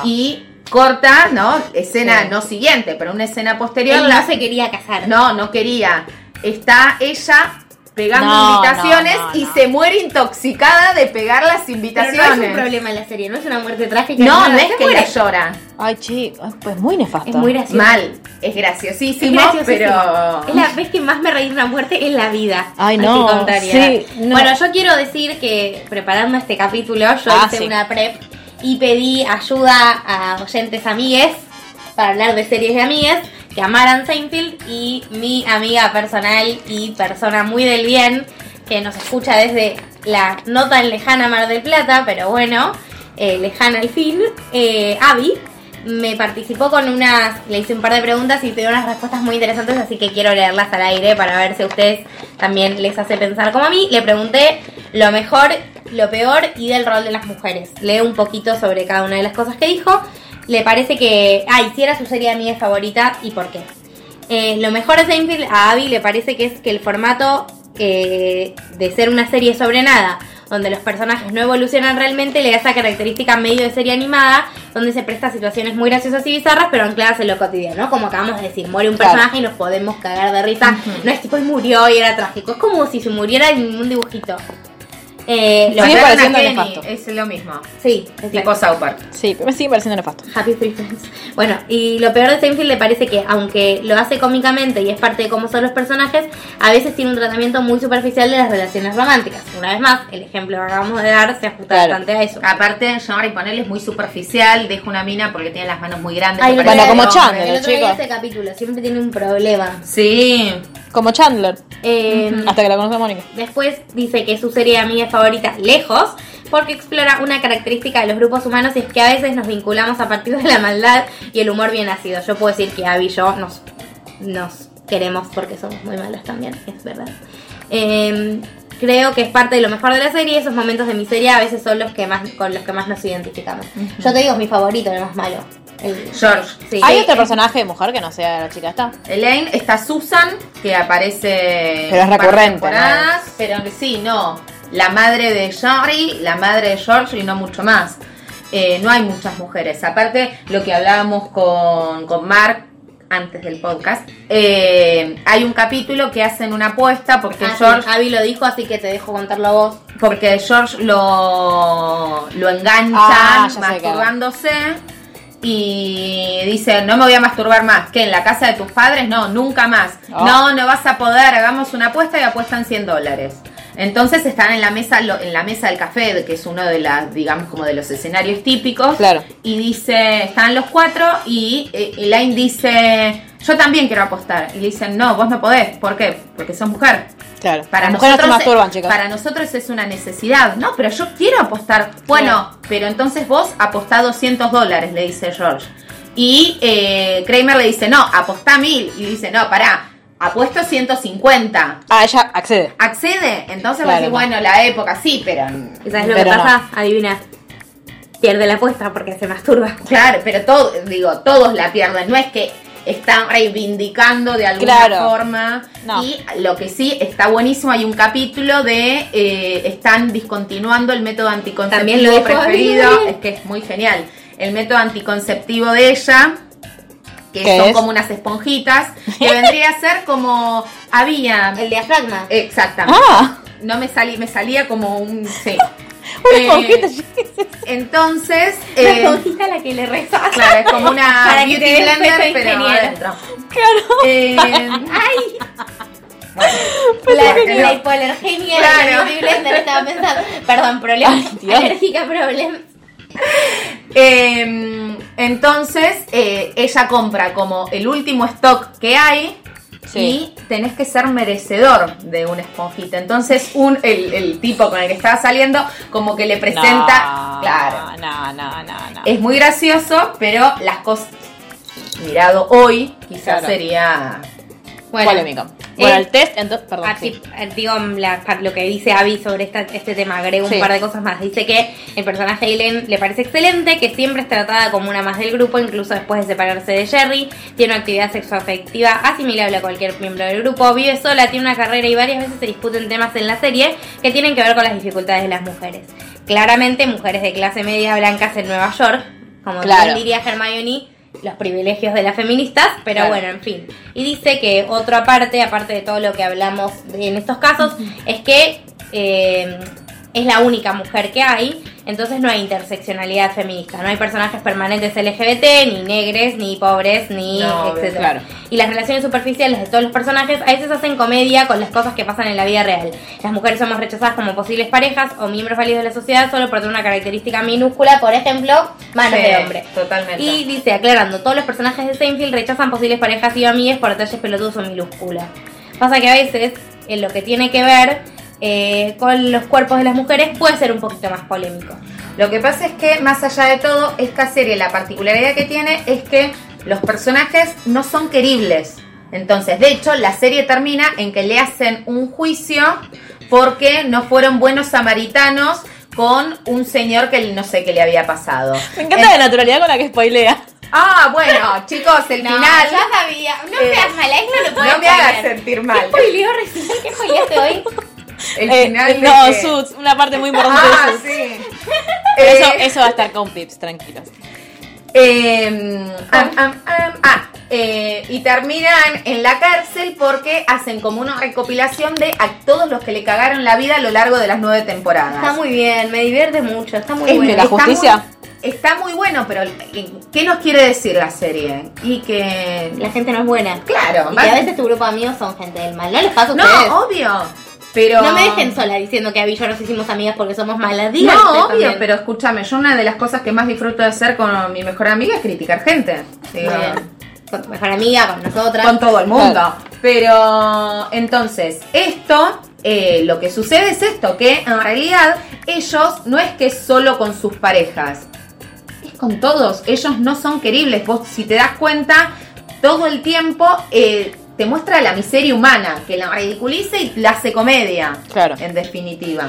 S1: No.
S3: Y corta, ¿no? Escena, no siguiente, pero una escena posterior.
S2: Él
S3: la-
S2: no se quería casar.
S3: no, no quería. Está ella pegando
S1: No,
S3: invitaciones
S1: no, no,
S3: y
S1: no.
S3: se muere intoxicada de pegar las
S2: Pero
S3: invitaciones.
S2: no es un problema en la serie, no es una muerte trágica.
S3: No,
S2: nada,
S3: no es
S2: se
S3: que
S2: muere.
S3: la llora.
S1: Ay, chi, ay, pues muy nefasto.
S2: Es muy gracioso.
S3: Mal. Es graciosísimo,
S2: Es graciosísimo.
S3: pero...
S2: Es la vez que más me reí de una muerte en la vida.
S1: Ay, no,
S2: Así contraria.
S1: sí, no.
S2: Bueno, yo quiero decir que preparando este capítulo, yo
S1: Ah,
S2: hice
S1: sí.
S2: una prep y pedí ayuda a oyentes amigues para hablar de series de amigues. que amaran Seinfeld y mi amiga personal y persona muy del bien que nos escucha desde la no tan lejana Mar del Plata, pero bueno, eh, lejana al fin, eh, Abby, me participó con unas, le hice un par de preguntas y tuve unas respuestas muy interesantes, así que quiero leerlas al aire para ver si a ustedes también les hace pensar como a mí. Le pregunté lo mejor, lo peor y del rol de las mujeres. Leo un poquito sobre cada una de las cosas que dijo. Le parece que, ah, hiciera su serie de amigas favorita y por qué. Eh, lo mejor de Seinfeld a Abby le parece que es que el formato eh, de ser una serie sobre nada, donde los personajes no evolucionan realmente, le da esa característica medio de serie animada, donde se presta situaciones muy graciosas y bizarras, pero ancladas en lo cotidiano, ¿no? Como acabamos de decir, muere un
S1: Claro.
S2: personaje y nos podemos cagar de risa. No es tipo, y murió y era trágico. Es como si se muriera en un dibujito. Eh, lo-
S1: Sigue
S3: Atraen a
S1: pareciendo
S3: Kenny,
S1: nefasto.
S3: Es lo mismo.
S2: sí,
S3: Tipo South Park.
S1: Sí, pero me sigue pareciendo nefasto.
S2: Happy Tree Friends. Bueno, y lo peor de Seinfeld le parece que, aunque lo hace cómicamente y es parte de cómo son los personajes, a veces tiene un tratamiento muy superficial de las relaciones románticas. Una vez más, el ejemplo que acabamos de dar se ajusta
S1: Claro.
S2: bastante a eso.
S3: Aparte, llamar y ponerle es muy superficial, deja una mina porque tiene las manos muy grandes.
S2: Ay,
S3: que
S2: bueno,
S3: parece
S1: como
S3: hombre.
S1: Chandler.
S2: El
S1: Pero,
S2: otro día
S1: chicos.
S2: este capítulo siempre tiene un problema.
S3: Sí.
S1: Como Chandler,
S2: Eh,
S3: Mm.
S1: hasta que la conoce Mónica.
S2: Después dice que es su serie de amigas favorita lejos, porque explora una característica de los grupos humanos y es que a veces nos vinculamos a partir de la maldad y el humor bien nacido. Yo puedo decir que Abby y yo nos, nos queremos porque somos muy malas también, es verdad. Eh, creo que es parte de lo mejor de la serie y esos momentos de miseria a veces son los que más con los que más nos identificamos. Yo te digo, es mi favorito, el más malo. El-
S3: George.
S2: Sí.
S1: ¿Hay otro personaje de mujer que no sea la chica esta?
S3: Elaine, está Susan, que aparece.
S1: Pero es
S3: en un par de
S1: recurrente,
S3: temporadas, Pero que sí, no. La madre de Jory, la madre de George y no mucho más. Eh, no hay muchas mujeres. Aparte, lo que hablábamos con, con Mark antes del podcast, eh, hay un capítulo que hacen una apuesta porque
S2: Ah, sí,
S3: George
S2: Abby lo dijo, así que te dejo contarlo a vos.
S3: porque George lo, lo enganchan
S1: Ah, ya sé
S3: masturbándose y dice, no me voy a masturbar más, que en la casa de tus padres, no, nunca más.
S1: Ah.
S3: No, no vas a poder, hagamos una apuesta y apuestan 100 dólares. Entonces están en la mesa lo- en la mesa del café, que es uno de las, digamos, como de los escenarios típicos.
S1: Claro.
S3: Y dice, están los cuatro y eh, Elaine dice, yo también quiero apostar. Y le dicen, no, vos no podés. ¿Por qué? Porque sos mujer.
S1: Claro.
S3: Para
S1: Las mujeres
S3: nosotros,
S1: no se masturban, chicas.
S3: para nosotros es una necesidad, ¿no? Pero yo quiero apostar. Bueno, pero entonces vos apostá 200 dólares, le dice George. Y eh, Kramer le dice, no, apostá mil. Y dice, no, pará, apuesto 150.
S1: Ah, ella accede.
S3: Accede. Entonces vos
S1: Claro.
S3: decís, bueno, la época sí, pero...
S2: ¿Y sabes lo
S1: Pero
S2: que
S1: no.
S2: pasa? Adivina. Pierde la apuesta porque se masturba.
S3: Claro, pero todo, digo, todos la pierden. No es que están reivindicando de alguna
S1: Claro.
S3: forma.
S1: No.
S3: Y lo que sí está buenísimo, hay un capítulo de eh, están discontinuando el método anticonceptivo
S2: También lo dijo
S3: preferido.
S2: Adrián.
S3: Es que es muy genial. El método anticonceptivo de ella. Que
S1: ¿Qué
S3: son
S1: es?
S3: como unas esponjitas. Que vendría a ser como había.
S2: El diafragma.
S3: Eh, Exactamente.
S1: Ah, [laughs]
S3: No me salí, me salía como un. Sí.
S1: una
S3: Eh,
S1: esponjita.
S3: Entonces.
S2: La
S3: eh,
S2: esponjita a la que le rezas. [laughs]
S3: Claro, es
S1: [laughs]
S3: como una
S2: Para que
S3: beauty
S2: te des
S3: blender,
S2: peso
S3: pero
S2: ingeniero.
S3: adentro. Eh, Claro. ay.
S2: La, la hipoalergenia.
S3: Claro.
S2: La Beauty Blender estaba pensando. Perdón, problema.
S1: Dios.
S2: Alérgica, problema.
S3: em, entonces, eh, ella compra como el último stock que hay.
S1: Sí.
S3: Y tenés que ser merecedor de una esponjita. Entonces, un, el, el tipo con el que estaba saliendo, como que le presenta.
S1: No,
S3: claro.
S1: No, no, no, no.
S3: Es muy gracioso, pero las cosas. Mirado hoy, quizás
S1: Claro.
S3: sería.
S2: Bueno,
S1: Polémico. Bueno,
S2: Eh,
S1: el test, entonces, perdón.
S2: Así,
S1: sí.
S2: eh, digo, la- pa- lo que dice Abby sobre esta- este tema, agrego
S1: Sí.
S2: un par de cosas más. Dice que el personaje de Ellen le parece excelente, que siempre es tratada como una más del grupo, incluso después de separarse de Jerry. Tiene una actividad sexoafectiva asimilable a cualquier miembro del grupo. Vive sola, tiene una carrera y varias veces se discuten temas en la serie que tienen que ver con las dificultades de las mujeres. Claramente, mujeres de clase media blancas en Nueva York, como
S1: Claro.
S2: bien diría Hermione, los privilegios de las feministas, pero
S1: Claro.
S2: bueno, en fin. Y dice que otra parte, aparte de todo lo que hablamos de- en estos casos, es que eh, es la única mujer que hay, entonces no hay interseccionalidad feminista, no hay personajes permanentes LGBT, ni negres, ni pobres, ni
S3: No,
S2: etcétera.
S3: claro.
S2: Y las relaciones superficiales de todos los personajes a veces hacen comedia con las cosas que pasan en la vida real. Las mujeres somos rechazadas como posibles parejas o miembros válidos de la sociedad solo por tener una característica minúscula, por ejemplo, manos
S3: Sí,
S2: de hombre.
S3: Totalmente.
S2: Y dice, aclarando, todos los personajes de Seinfeld rechazan posibles parejas y amigues por detalles pelotudos o minúsculas. Pasa que a veces, en lo que tiene que ver eh, con los cuerpos de las mujeres, puede ser un poquito más polémico.
S3: Lo que pasa es que, más allá de todo, esta serie, la particularidad que tiene es que los personajes no son queribles. Entonces, de hecho, la serie termina en que le hacen un juicio porque no fueron buenos samaritanos con un señor que no sé qué le había pasado.
S1: [laughs] Me encanta la naturalidad con la que spoilea.
S3: Ah, bueno, chicos, el
S2: No,
S3: final.
S2: ya sabía. No
S3: Eh,
S2: seas mala, eso no lo puedes
S3: No me hagas sentir mal.
S2: spoileo recién? ¿Qué spoileaste hoy?
S3: El
S1: Eh,
S3: final de
S1: no,
S3: que-
S1: Suits, una parte muy importante
S3: Ah,
S1: de Suits.
S3: sí.
S1: Pero eso,
S3: Eh,
S1: eso va a estar con Pips, tranquilos.
S3: Eh, am, am, am, ah, eh, y terminan en la cárcel porque hacen como una recopilación de a todos los que le cagaron la vida a lo largo de las nueve temporadas.
S2: [laughs] Está muy bien, me divierte mucho, está muy
S3: Es-
S2: bueno.
S1: la
S3: está
S1: justicia.
S3: muy- está muy bueno, pero eh, ¿qué nos quiere decir la serie? Y que...
S2: La gente no es buena.
S3: Claro,
S2: Y que
S3: vale.
S2: a veces tu grupo de amigos son gente del mal. No les pasa a
S3: No,
S2: ustedes.
S3: obvio, pero...
S2: No me dejen sola diciendo que Abby y yo nos hicimos amigas porque somos malas. Díganse
S3: No, obvio,
S2: también.
S3: pero escúchame, yo una de las cosas que más disfruto de hacer con mi mejor amiga es criticar gente. Digo,
S2: Muy bien. Con tu mejor amiga, con nosotras.
S3: con todo el mundo. Pero entonces, esto, eh, lo que sucede es esto, que en realidad ellos no es que solo con sus parejas, es con todos, ellos no son queribles. Vos si te das cuenta, todo el tiempo eh, te muestra la miseria humana, que la ridiculiza y la hace comedia,
S1: Claro.
S3: en definitiva.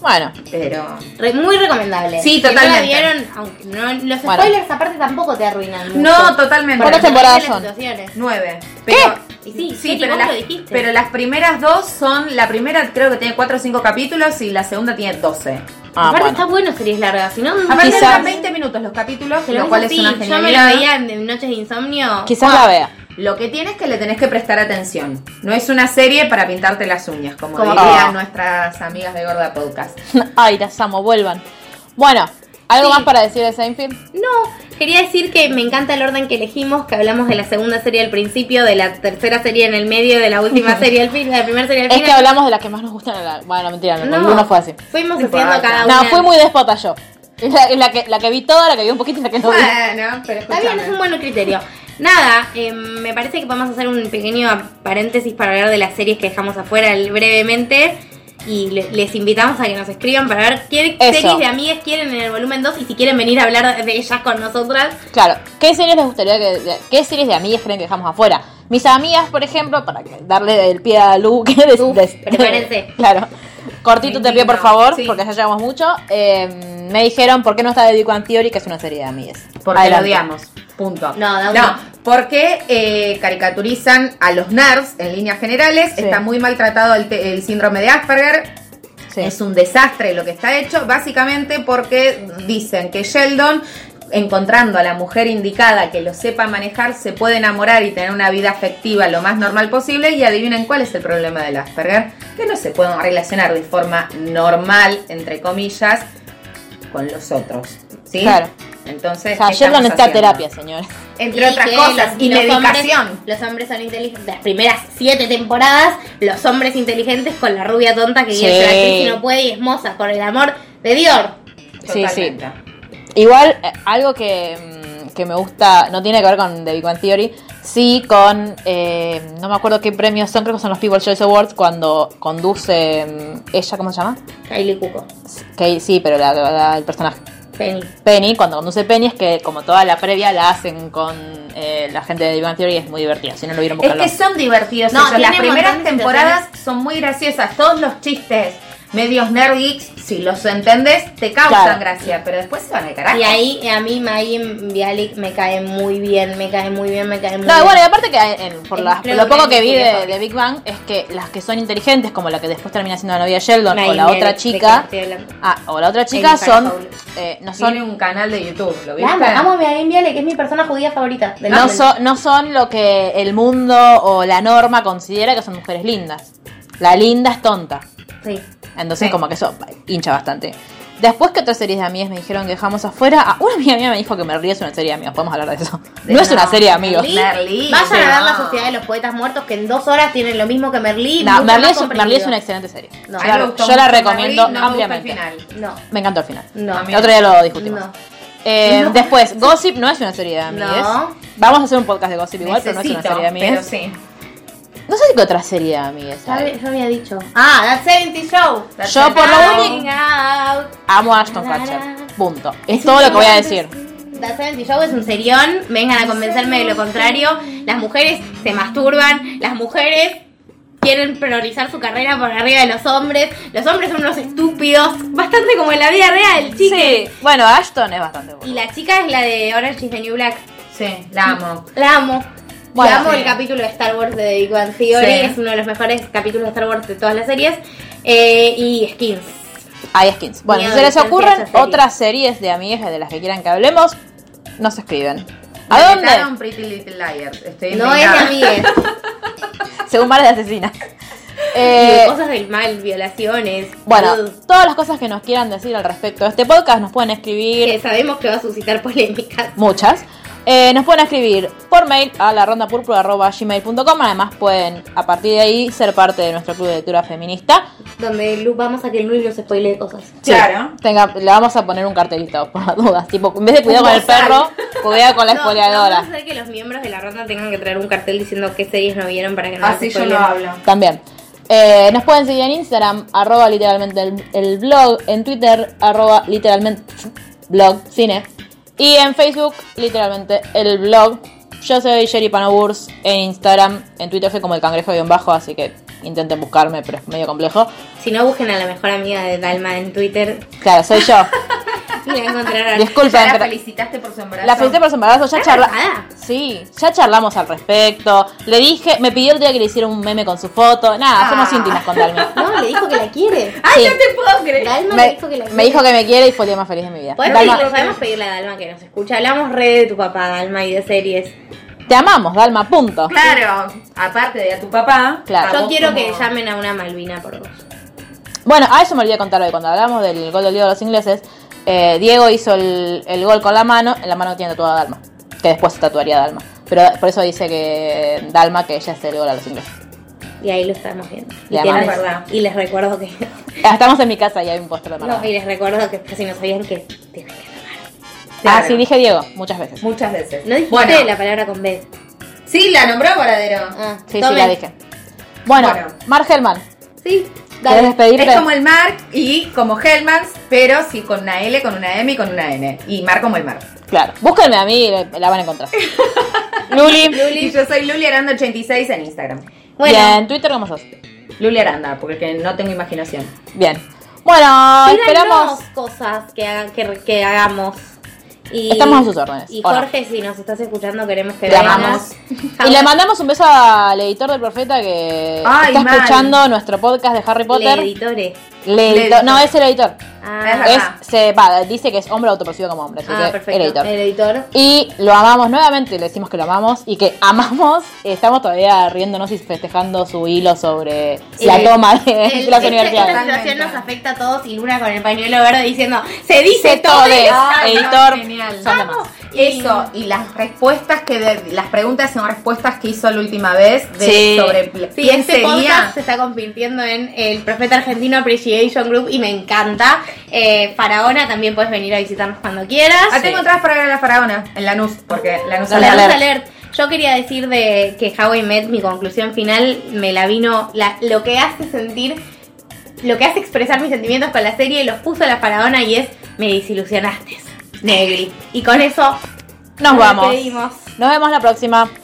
S1: Bueno,
S3: Pero...
S2: Re- muy recomendable.
S3: Sí,
S2: Si no la
S3: totalmente.
S2: vieron, aunque no- los
S1: Bueno.
S2: spoilers aparte tampoco te arruinan. mucho.
S3: No, totalmente.
S1: ¿Cuántas
S2: Porque
S1: temporadas
S2: depende de
S1: son?
S2: las situaciones.
S3: Nueve. Pero,
S2: Y sí, Ketty, vos
S3: las,
S2: lo dijiste.
S3: pero las primeras dos son, la primera creo que tiene cuatro o cinco capítulos y la segunda tiene 12.
S1: ah,
S2: aparte
S1: bueno.
S2: está bueno series largas, si no,
S3: Aparte
S1: Quizás-
S3: duran 20 minutos los capítulos,
S2: pero
S3: lo cual es
S2: así,
S3: una
S2: Yo me lo
S3: genialidad.
S2: veía en Noches de Insomnio.
S1: Quizás la vea. [laughs]
S3: Lo que tiene es que le tenés que prestar atención. No es una serie para pintarte las uñas, como
S2: Como-
S3: dirían
S1: Ah.
S3: nuestras amigas de Gorda Podcast.
S1: Ay, las amo, vuelvan. Bueno, ¿algo
S2: Sí.
S1: más para decir de Seinfeld?
S2: No, quería decir que me encanta el orden que elegimos, que hablamos de la segunda serie al principio, de la tercera serie en el medio, de la última serie al fin, de la primera serie al
S1: Es
S2: final.
S1: que hablamos de las que más nos gustan. a la- Bueno, mentira, no, ninguno fue así.
S2: Fuimos
S3: No
S2: haciendo
S3: importa.
S2: cada una.
S1: No, fui muy déspota yo. Es la, es la que, la que vi toda, la que vi un poquito y la que no vi.
S3: Bueno, pero
S2: Está bien, es un
S3: escúchame.
S2: buen criterio. Nada, eh, me parece que podemos hacer un pequeño paréntesis para hablar de las series que dejamos afuera brevemente. Y le- les invitamos a que nos escriban para ver qué
S1: Eso.
S2: series de amigas quieren en el volumen 2 y si quieren venir a hablar de ellas con nosotras.
S1: Claro, ¿qué series les gustaría que. de- ¿Qué series de amigas creen que dejamos afuera? Mis amigas, por ejemplo, para que- darle el pie a Lu, que des-
S2: Lu,
S1: des-
S2: prepárense.
S1: [laughs] claro. Cortito te pie, por
S3: Mentira,
S1: favor,
S3: sí.
S1: porque ya llevamos mucho. Eh, me dijeron por qué no está de Big Bang Theory, que es una serie de amigas.
S3: Porque
S1: Adelante.
S3: lo odiamos. Punto.
S2: No, de
S3: no.
S2: una.
S3: porque eh, caricaturizan a los nerds en líneas generales.
S1: Sí.
S3: Está muy maltratado el, te- el síndrome de Asperger.
S1: Sí.
S3: Es un desastre lo que está hecho, básicamente porque dicen que Sheldon, encontrando a la mujer indicada que lo sepa manejar, se puede enamorar y tener una vida afectiva lo más normal posible. Y adivinen cuál es el problema del Asperger, que no se pueden relacionar de forma normal, entre comillas, con los otros. ¿Sí?
S1: Claro.
S3: Entonces,
S1: O sea,
S3: ¿qué
S1: Sheldon
S3: estamos
S1: necesita
S3: haciendo?
S1: terapia, señores.
S3: Entre
S2: Y
S3: otras
S2: que
S3: cosas,
S2: los-
S3: y
S2: los
S3: medicación.
S2: hombres- los hombres son inteligentes. Las primeras siete temporadas, los hombres inteligentes con la rubia tonta que
S1: Sí.
S2: quiere ser actriz y no puede y es moza, por el amor de Dior.
S1: Sí, sí.
S3: Totalmente.
S1: Igual, eh, algo que, mm, que me gusta, no tiene que ver con The Big Bang Theory, sí con, eh, no me acuerdo qué premios son, creo que son los People's Choice Awards, cuando conduce mm, ella, ¿cómo se llama?
S2: Kylie Cuco,
S1: Que, sí, pero la, la- el personaje.
S2: Penny.
S1: Penny, cuando conduce Penny, es que como toda la previa la hacen con eh, la gente de The Big Bang Theory, es muy divertida, si no lo vieron
S3: Es
S1: buscarlo.
S3: que son divertidos
S2: No,
S3: ellos. Las
S2: tiene un
S3: primeras
S2: montón de
S3: temporadas son muy graciosas. Todos los chistes medios nerd geeks, si los entendés, te causan
S1: Claro.
S3: gracia, pero después se van al carajo.
S2: Y ahí eh, a mí Maggie Bialik me cae muy bien, me cae muy bien, me cae muy
S1: No, y
S2: bien.
S1: bueno, y aparte que eh, en- por
S2: Es-
S1: las-
S2: creo
S1: lo
S2: que
S1: poco
S2: es
S1: que vi
S2: mi
S1: de,
S2: favorita.
S1: de Big Bang es que las que son inteligentes, como la que después termina siendo la novia de Sheldon,
S2: Maggie
S1: o la
S2: Bialik,
S1: otra
S2: de
S1: chica,
S2: que estoy hablando.
S1: ah, o la otra chica
S2: Amy
S1: son,
S2: Farrah
S1: eh, no son
S3: Tiene un canal de YouTube, ¿lo
S2: La
S3: viste?
S2: amo, amo a Maggie Bialik, es mi persona judía favorita. del
S1: No,
S2: mundo.
S1: so- no son lo que el mundo o la norma considera que son mujeres lindas. La linda es tonta.
S2: Sí.
S1: Entonces,
S3: Sí.
S1: como que eso hincha bastante. Después que otras series de amigas me dijeron que dejamos afuera, a una amiga mía me dijo que me ríe es una serie de amigos, podemos hablar de eso. No, es una serie de amigos.
S2: Merlí.
S3: Merlí,
S2: Vayan a ver
S3: no.
S2: la Sociedad de los Poetas Muertos, que en dos horas tienen lo mismo que Merlí.
S1: No, Merlí
S2: mucho más
S1: es, Merlí es
S2: comprimido.
S1: una excelente serie.
S2: No.
S3: A mí Ah, me
S1: Claro,
S3: gustó
S1: yo la
S3: mucho
S1: recomiendo
S3: Merlí, no
S1: ampliamente.
S3: Me gusta el final.
S2: No,
S1: Me encantó el final.
S2: no.
S3: A mí
S1: El otro día lo discutimos.
S2: No.
S1: Eh,
S2: No.
S1: Después, Gossip no es una serie de amigues.
S2: No.
S1: Vamos a hacer un podcast de Gossip igual, pero no es
S3: Necesito,
S1: una serie de
S3: pero
S1: amigues.
S3: sí.
S1: No sé qué otra serie de amigues
S2: Ya
S1: hay.
S2: había- Yo había dicho. Ah, The 70 Show.
S1: Yo por lo único
S2: único.
S1: amo a Ashton Kutcher. Punto. Es todo lo que voy a decir.
S2: The 70 Show es un serión, vengan a convencerme de lo contrario. Las mujeres se masturban, las mujeres quieren priorizar su carrera por arriba de los hombres, los hombres son unos estúpidos, bastante como en la vida real, chiques.
S1: Bueno, Ashton es bastante
S2: Y
S1: bueno.
S2: la chica es la de Orange is the New Black.
S3: Sí, la amo.
S2: La amo.
S1: Bueno,
S2: la amo
S1: sí.
S2: el capítulo de Star Wars de Big Bang Theory,
S3: Sí.
S2: es uno de los mejores capítulos de Star Wars de todas las series. Eh, y Skins.
S1: Hay skins. Bueno,
S2: Mi
S1: si se les
S2: adolescencia
S1: ocurren
S2: esa serie.
S1: otras series de amigues de las que quieran que hablemos, nos escriben. ¿A
S3: Me
S1: dónde?
S3: metaron Pretty Little Liars. Estoy
S2: No es de
S3: indignada.
S2: amigues.
S1: [laughs] Según bares de
S2: [laughs]
S1: asesinas.
S2: Y de
S1: Eh,
S2: cosas del mal, violaciones.
S1: bueno,
S2: Ugh.
S1: todas las cosas que nos quieran decir al respecto de este podcast nos pueden escribir
S2: que Eh, sabemos que va a suscitar polémicas.
S1: muchas. Eh, nos pueden escribir por mail a la ronda Además, pueden a partir de ahí ser parte de nuestro club de lectura feminista.
S2: Donde Lu, vamos a que Luis nos spoile cosas.
S1: Sí,
S3: Claro.
S1: tenga- le vamos a poner un cartelito, por las dudas. Tipo, en vez de cuidado
S3: Un
S1: con el
S3: bozal.
S1: perro, cuidado con la
S2: [laughs] No, No,
S1: espoleadora.
S2: vamos a hacer que los miembros de la ronda tengan que traer un cartel diciendo qué series no vieron para que
S1: Ah,
S2: no
S3: Así
S2: nos
S3: yo no
S2: spoileen.
S3: hablo.
S1: También. Eh, nos pueden seguir en Instagram, arroba literalmente el, el blog, en Twitter, arroba literalmente blog cine, y en Facebook, literalmente el blog. Yo soy Sherry Panoburs en Instagram, en Twitter soy como el cangrejo guión bajo, así que intenten buscarme, pero es medio complejo.
S2: Si no, busquen a la mejor amiga de Dalma en Twitter
S1: Claro, soy
S3: [laughs]
S1: yo.
S2: y la
S1: [laughs]
S2: encontrarán.
S1: Disculpen,
S3: Ya la Ah,
S1: pero-
S3: felicitaste por su embarazo.
S1: La felicité por su embarazo, ya
S2: ¿Está
S1: charla-
S2: embarazada?
S1: Sí, ya charlamos al respecto. Le dije, me pidió el día que le hiciera un meme con su foto. Nada, somos
S3: Ah.
S1: íntimas con Dalmi.
S2: No, le dijo que
S1: [laughs]
S2: la quiere.
S3: [laughs] ¡Ay,
S1: Sí.
S3: no te puedo creer!
S2: Dalma le
S1: Me,
S2: dijo que la quiere.
S1: me dijo que me quiere y fue el día más feliz de mi vida.
S2: ¿Podemos,
S1: Dalma,
S2: pedirle- podemos pedirle a Dalma que nos escuche. Hablamos re de tu papá, Dalma, y de series.
S1: te amamos, Dalma, punto.
S3: Claro, aparte de a tu papá.
S1: Claro.
S3: a
S2: Yo
S3: vos
S2: quiero
S3: como-
S2: que llamen a una Malvina por vos.
S1: Bueno, a eso me olvidé contar hoy. Cuando hablamos del gol del lío de los ingleses, eh, Diego hizo el, el gol con la mano, en la mano tiene tatuada Dalma, que después se tatuaría Dalma. Pero por eso dice que Dalma, que ella es el gol a los ingleses.
S2: Y ahí lo estamos viendo. Y,
S1: La
S2: tienen-
S3: Malvina. Verdad.
S2: y les recuerdo que.
S1: Ah, Estamos en mi casa y hay un póster de Maradona.
S2: No, y les recuerdo que por si no sabían que tienen que
S1: Ah,
S3: Claro.
S1: sí, dije Diego, muchas veces.
S3: Muchas veces.
S2: No dijiste
S3: bueno,
S2: la palabra con B.
S3: Sí, la nombró Varadero.
S2: Ah,
S1: Sí, sí,
S2: tomen.
S1: la dije. Bueno,
S3: Bueno.
S1: Mar Helman,
S2: Sí,
S1: ¿querés
S2: dale.
S1: despedirte?
S3: Es como el mar y como Hellmans, pero sí con una L, con una M y con una N. Y mar como el mar.
S1: Claro, búsquenme a mí y la van a
S2: [laughs]
S1: encontrar. Luli,
S3: Y yo soy Luli Aranda86 en Instagram.
S2: Bueno,
S1: y en Twitter, ¿cómo sos?
S3: Luli Aranda, porque no tengo imaginación.
S1: Bien. Bueno,
S2: pídanos
S1: esperamos.
S2: cosas que, hagan- que, que hagamos. Y,
S1: Estamos a sus órdenes,
S2: Y
S1: ¿o no?
S2: Jorge, si nos estás escuchando, queremos que
S3: Te
S2: vengas. [laughs]
S3: amamos.
S1: Y le mandamos un beso al editor del Profeta que
S3: Ay,
S1: está
S3: mal.
S1: escuchando nuestro podcast de Harry
S2: Le
S1: Potter.
S2: editore.
S1: Le
S3: Le
S1: edito- No,
S3: editor.
S1: es el editor.
S2: Ah,
S3: Ajá.
S1: Es, se, va, dice que es hombre autopercibido como hombre, así
S2: ah,
S1: que
S2: perfecto.
S1: el editor.
S2: El editor.
S1: Y lo amamos nuevamente, le decimos que lo amamos y que amamos, estamos todavía riéndonos y festejando su hilo sobre la
S2: El-
S1: toma de
S2: Eh,
S1: [laughs]
S2: El-
S1: las
S2: este- Esta
S1: universidades.
S2: situación
S3: Totalmente.
S2: nos afecta a todos y Luna con el pañuelo verde diciendo, se dice Ah,
S1: Dice
S2: este- todo.
S1: todes,
S3: Ay, no,
S1: editor,
S3: genial.
S1: son de más.
S3: Eso, Ah, y las respuestas que de- las preguntas son respuestas que hizo la última vez de,
S1: Sí.
S3: sobre
S2: Sí,
S3: quién
S2: este
S3: sería.
S2: podcast se está convirtiendo en el Profeta Argentino Appreciation Group y me encanta. Eh, Faraona, también puedes venir a visitarnos cuando quieras.
S3: Ah, tengo entradas para ver a la faraona en Lanús, porque Lanús
S2: Con la
S3: Alerta.
S2: luz alert. Yo quería decir de que How I Met, mi conclusión final, me la vino la- lo que hace sentir, lo que hace expresar mis sentimientos con la serie, los puso la Faraona y es, me desilusionaste, Negri. Y con eso
S1: Nos vamos.
S2: despedimos.
S1: Nos vemos la próxima.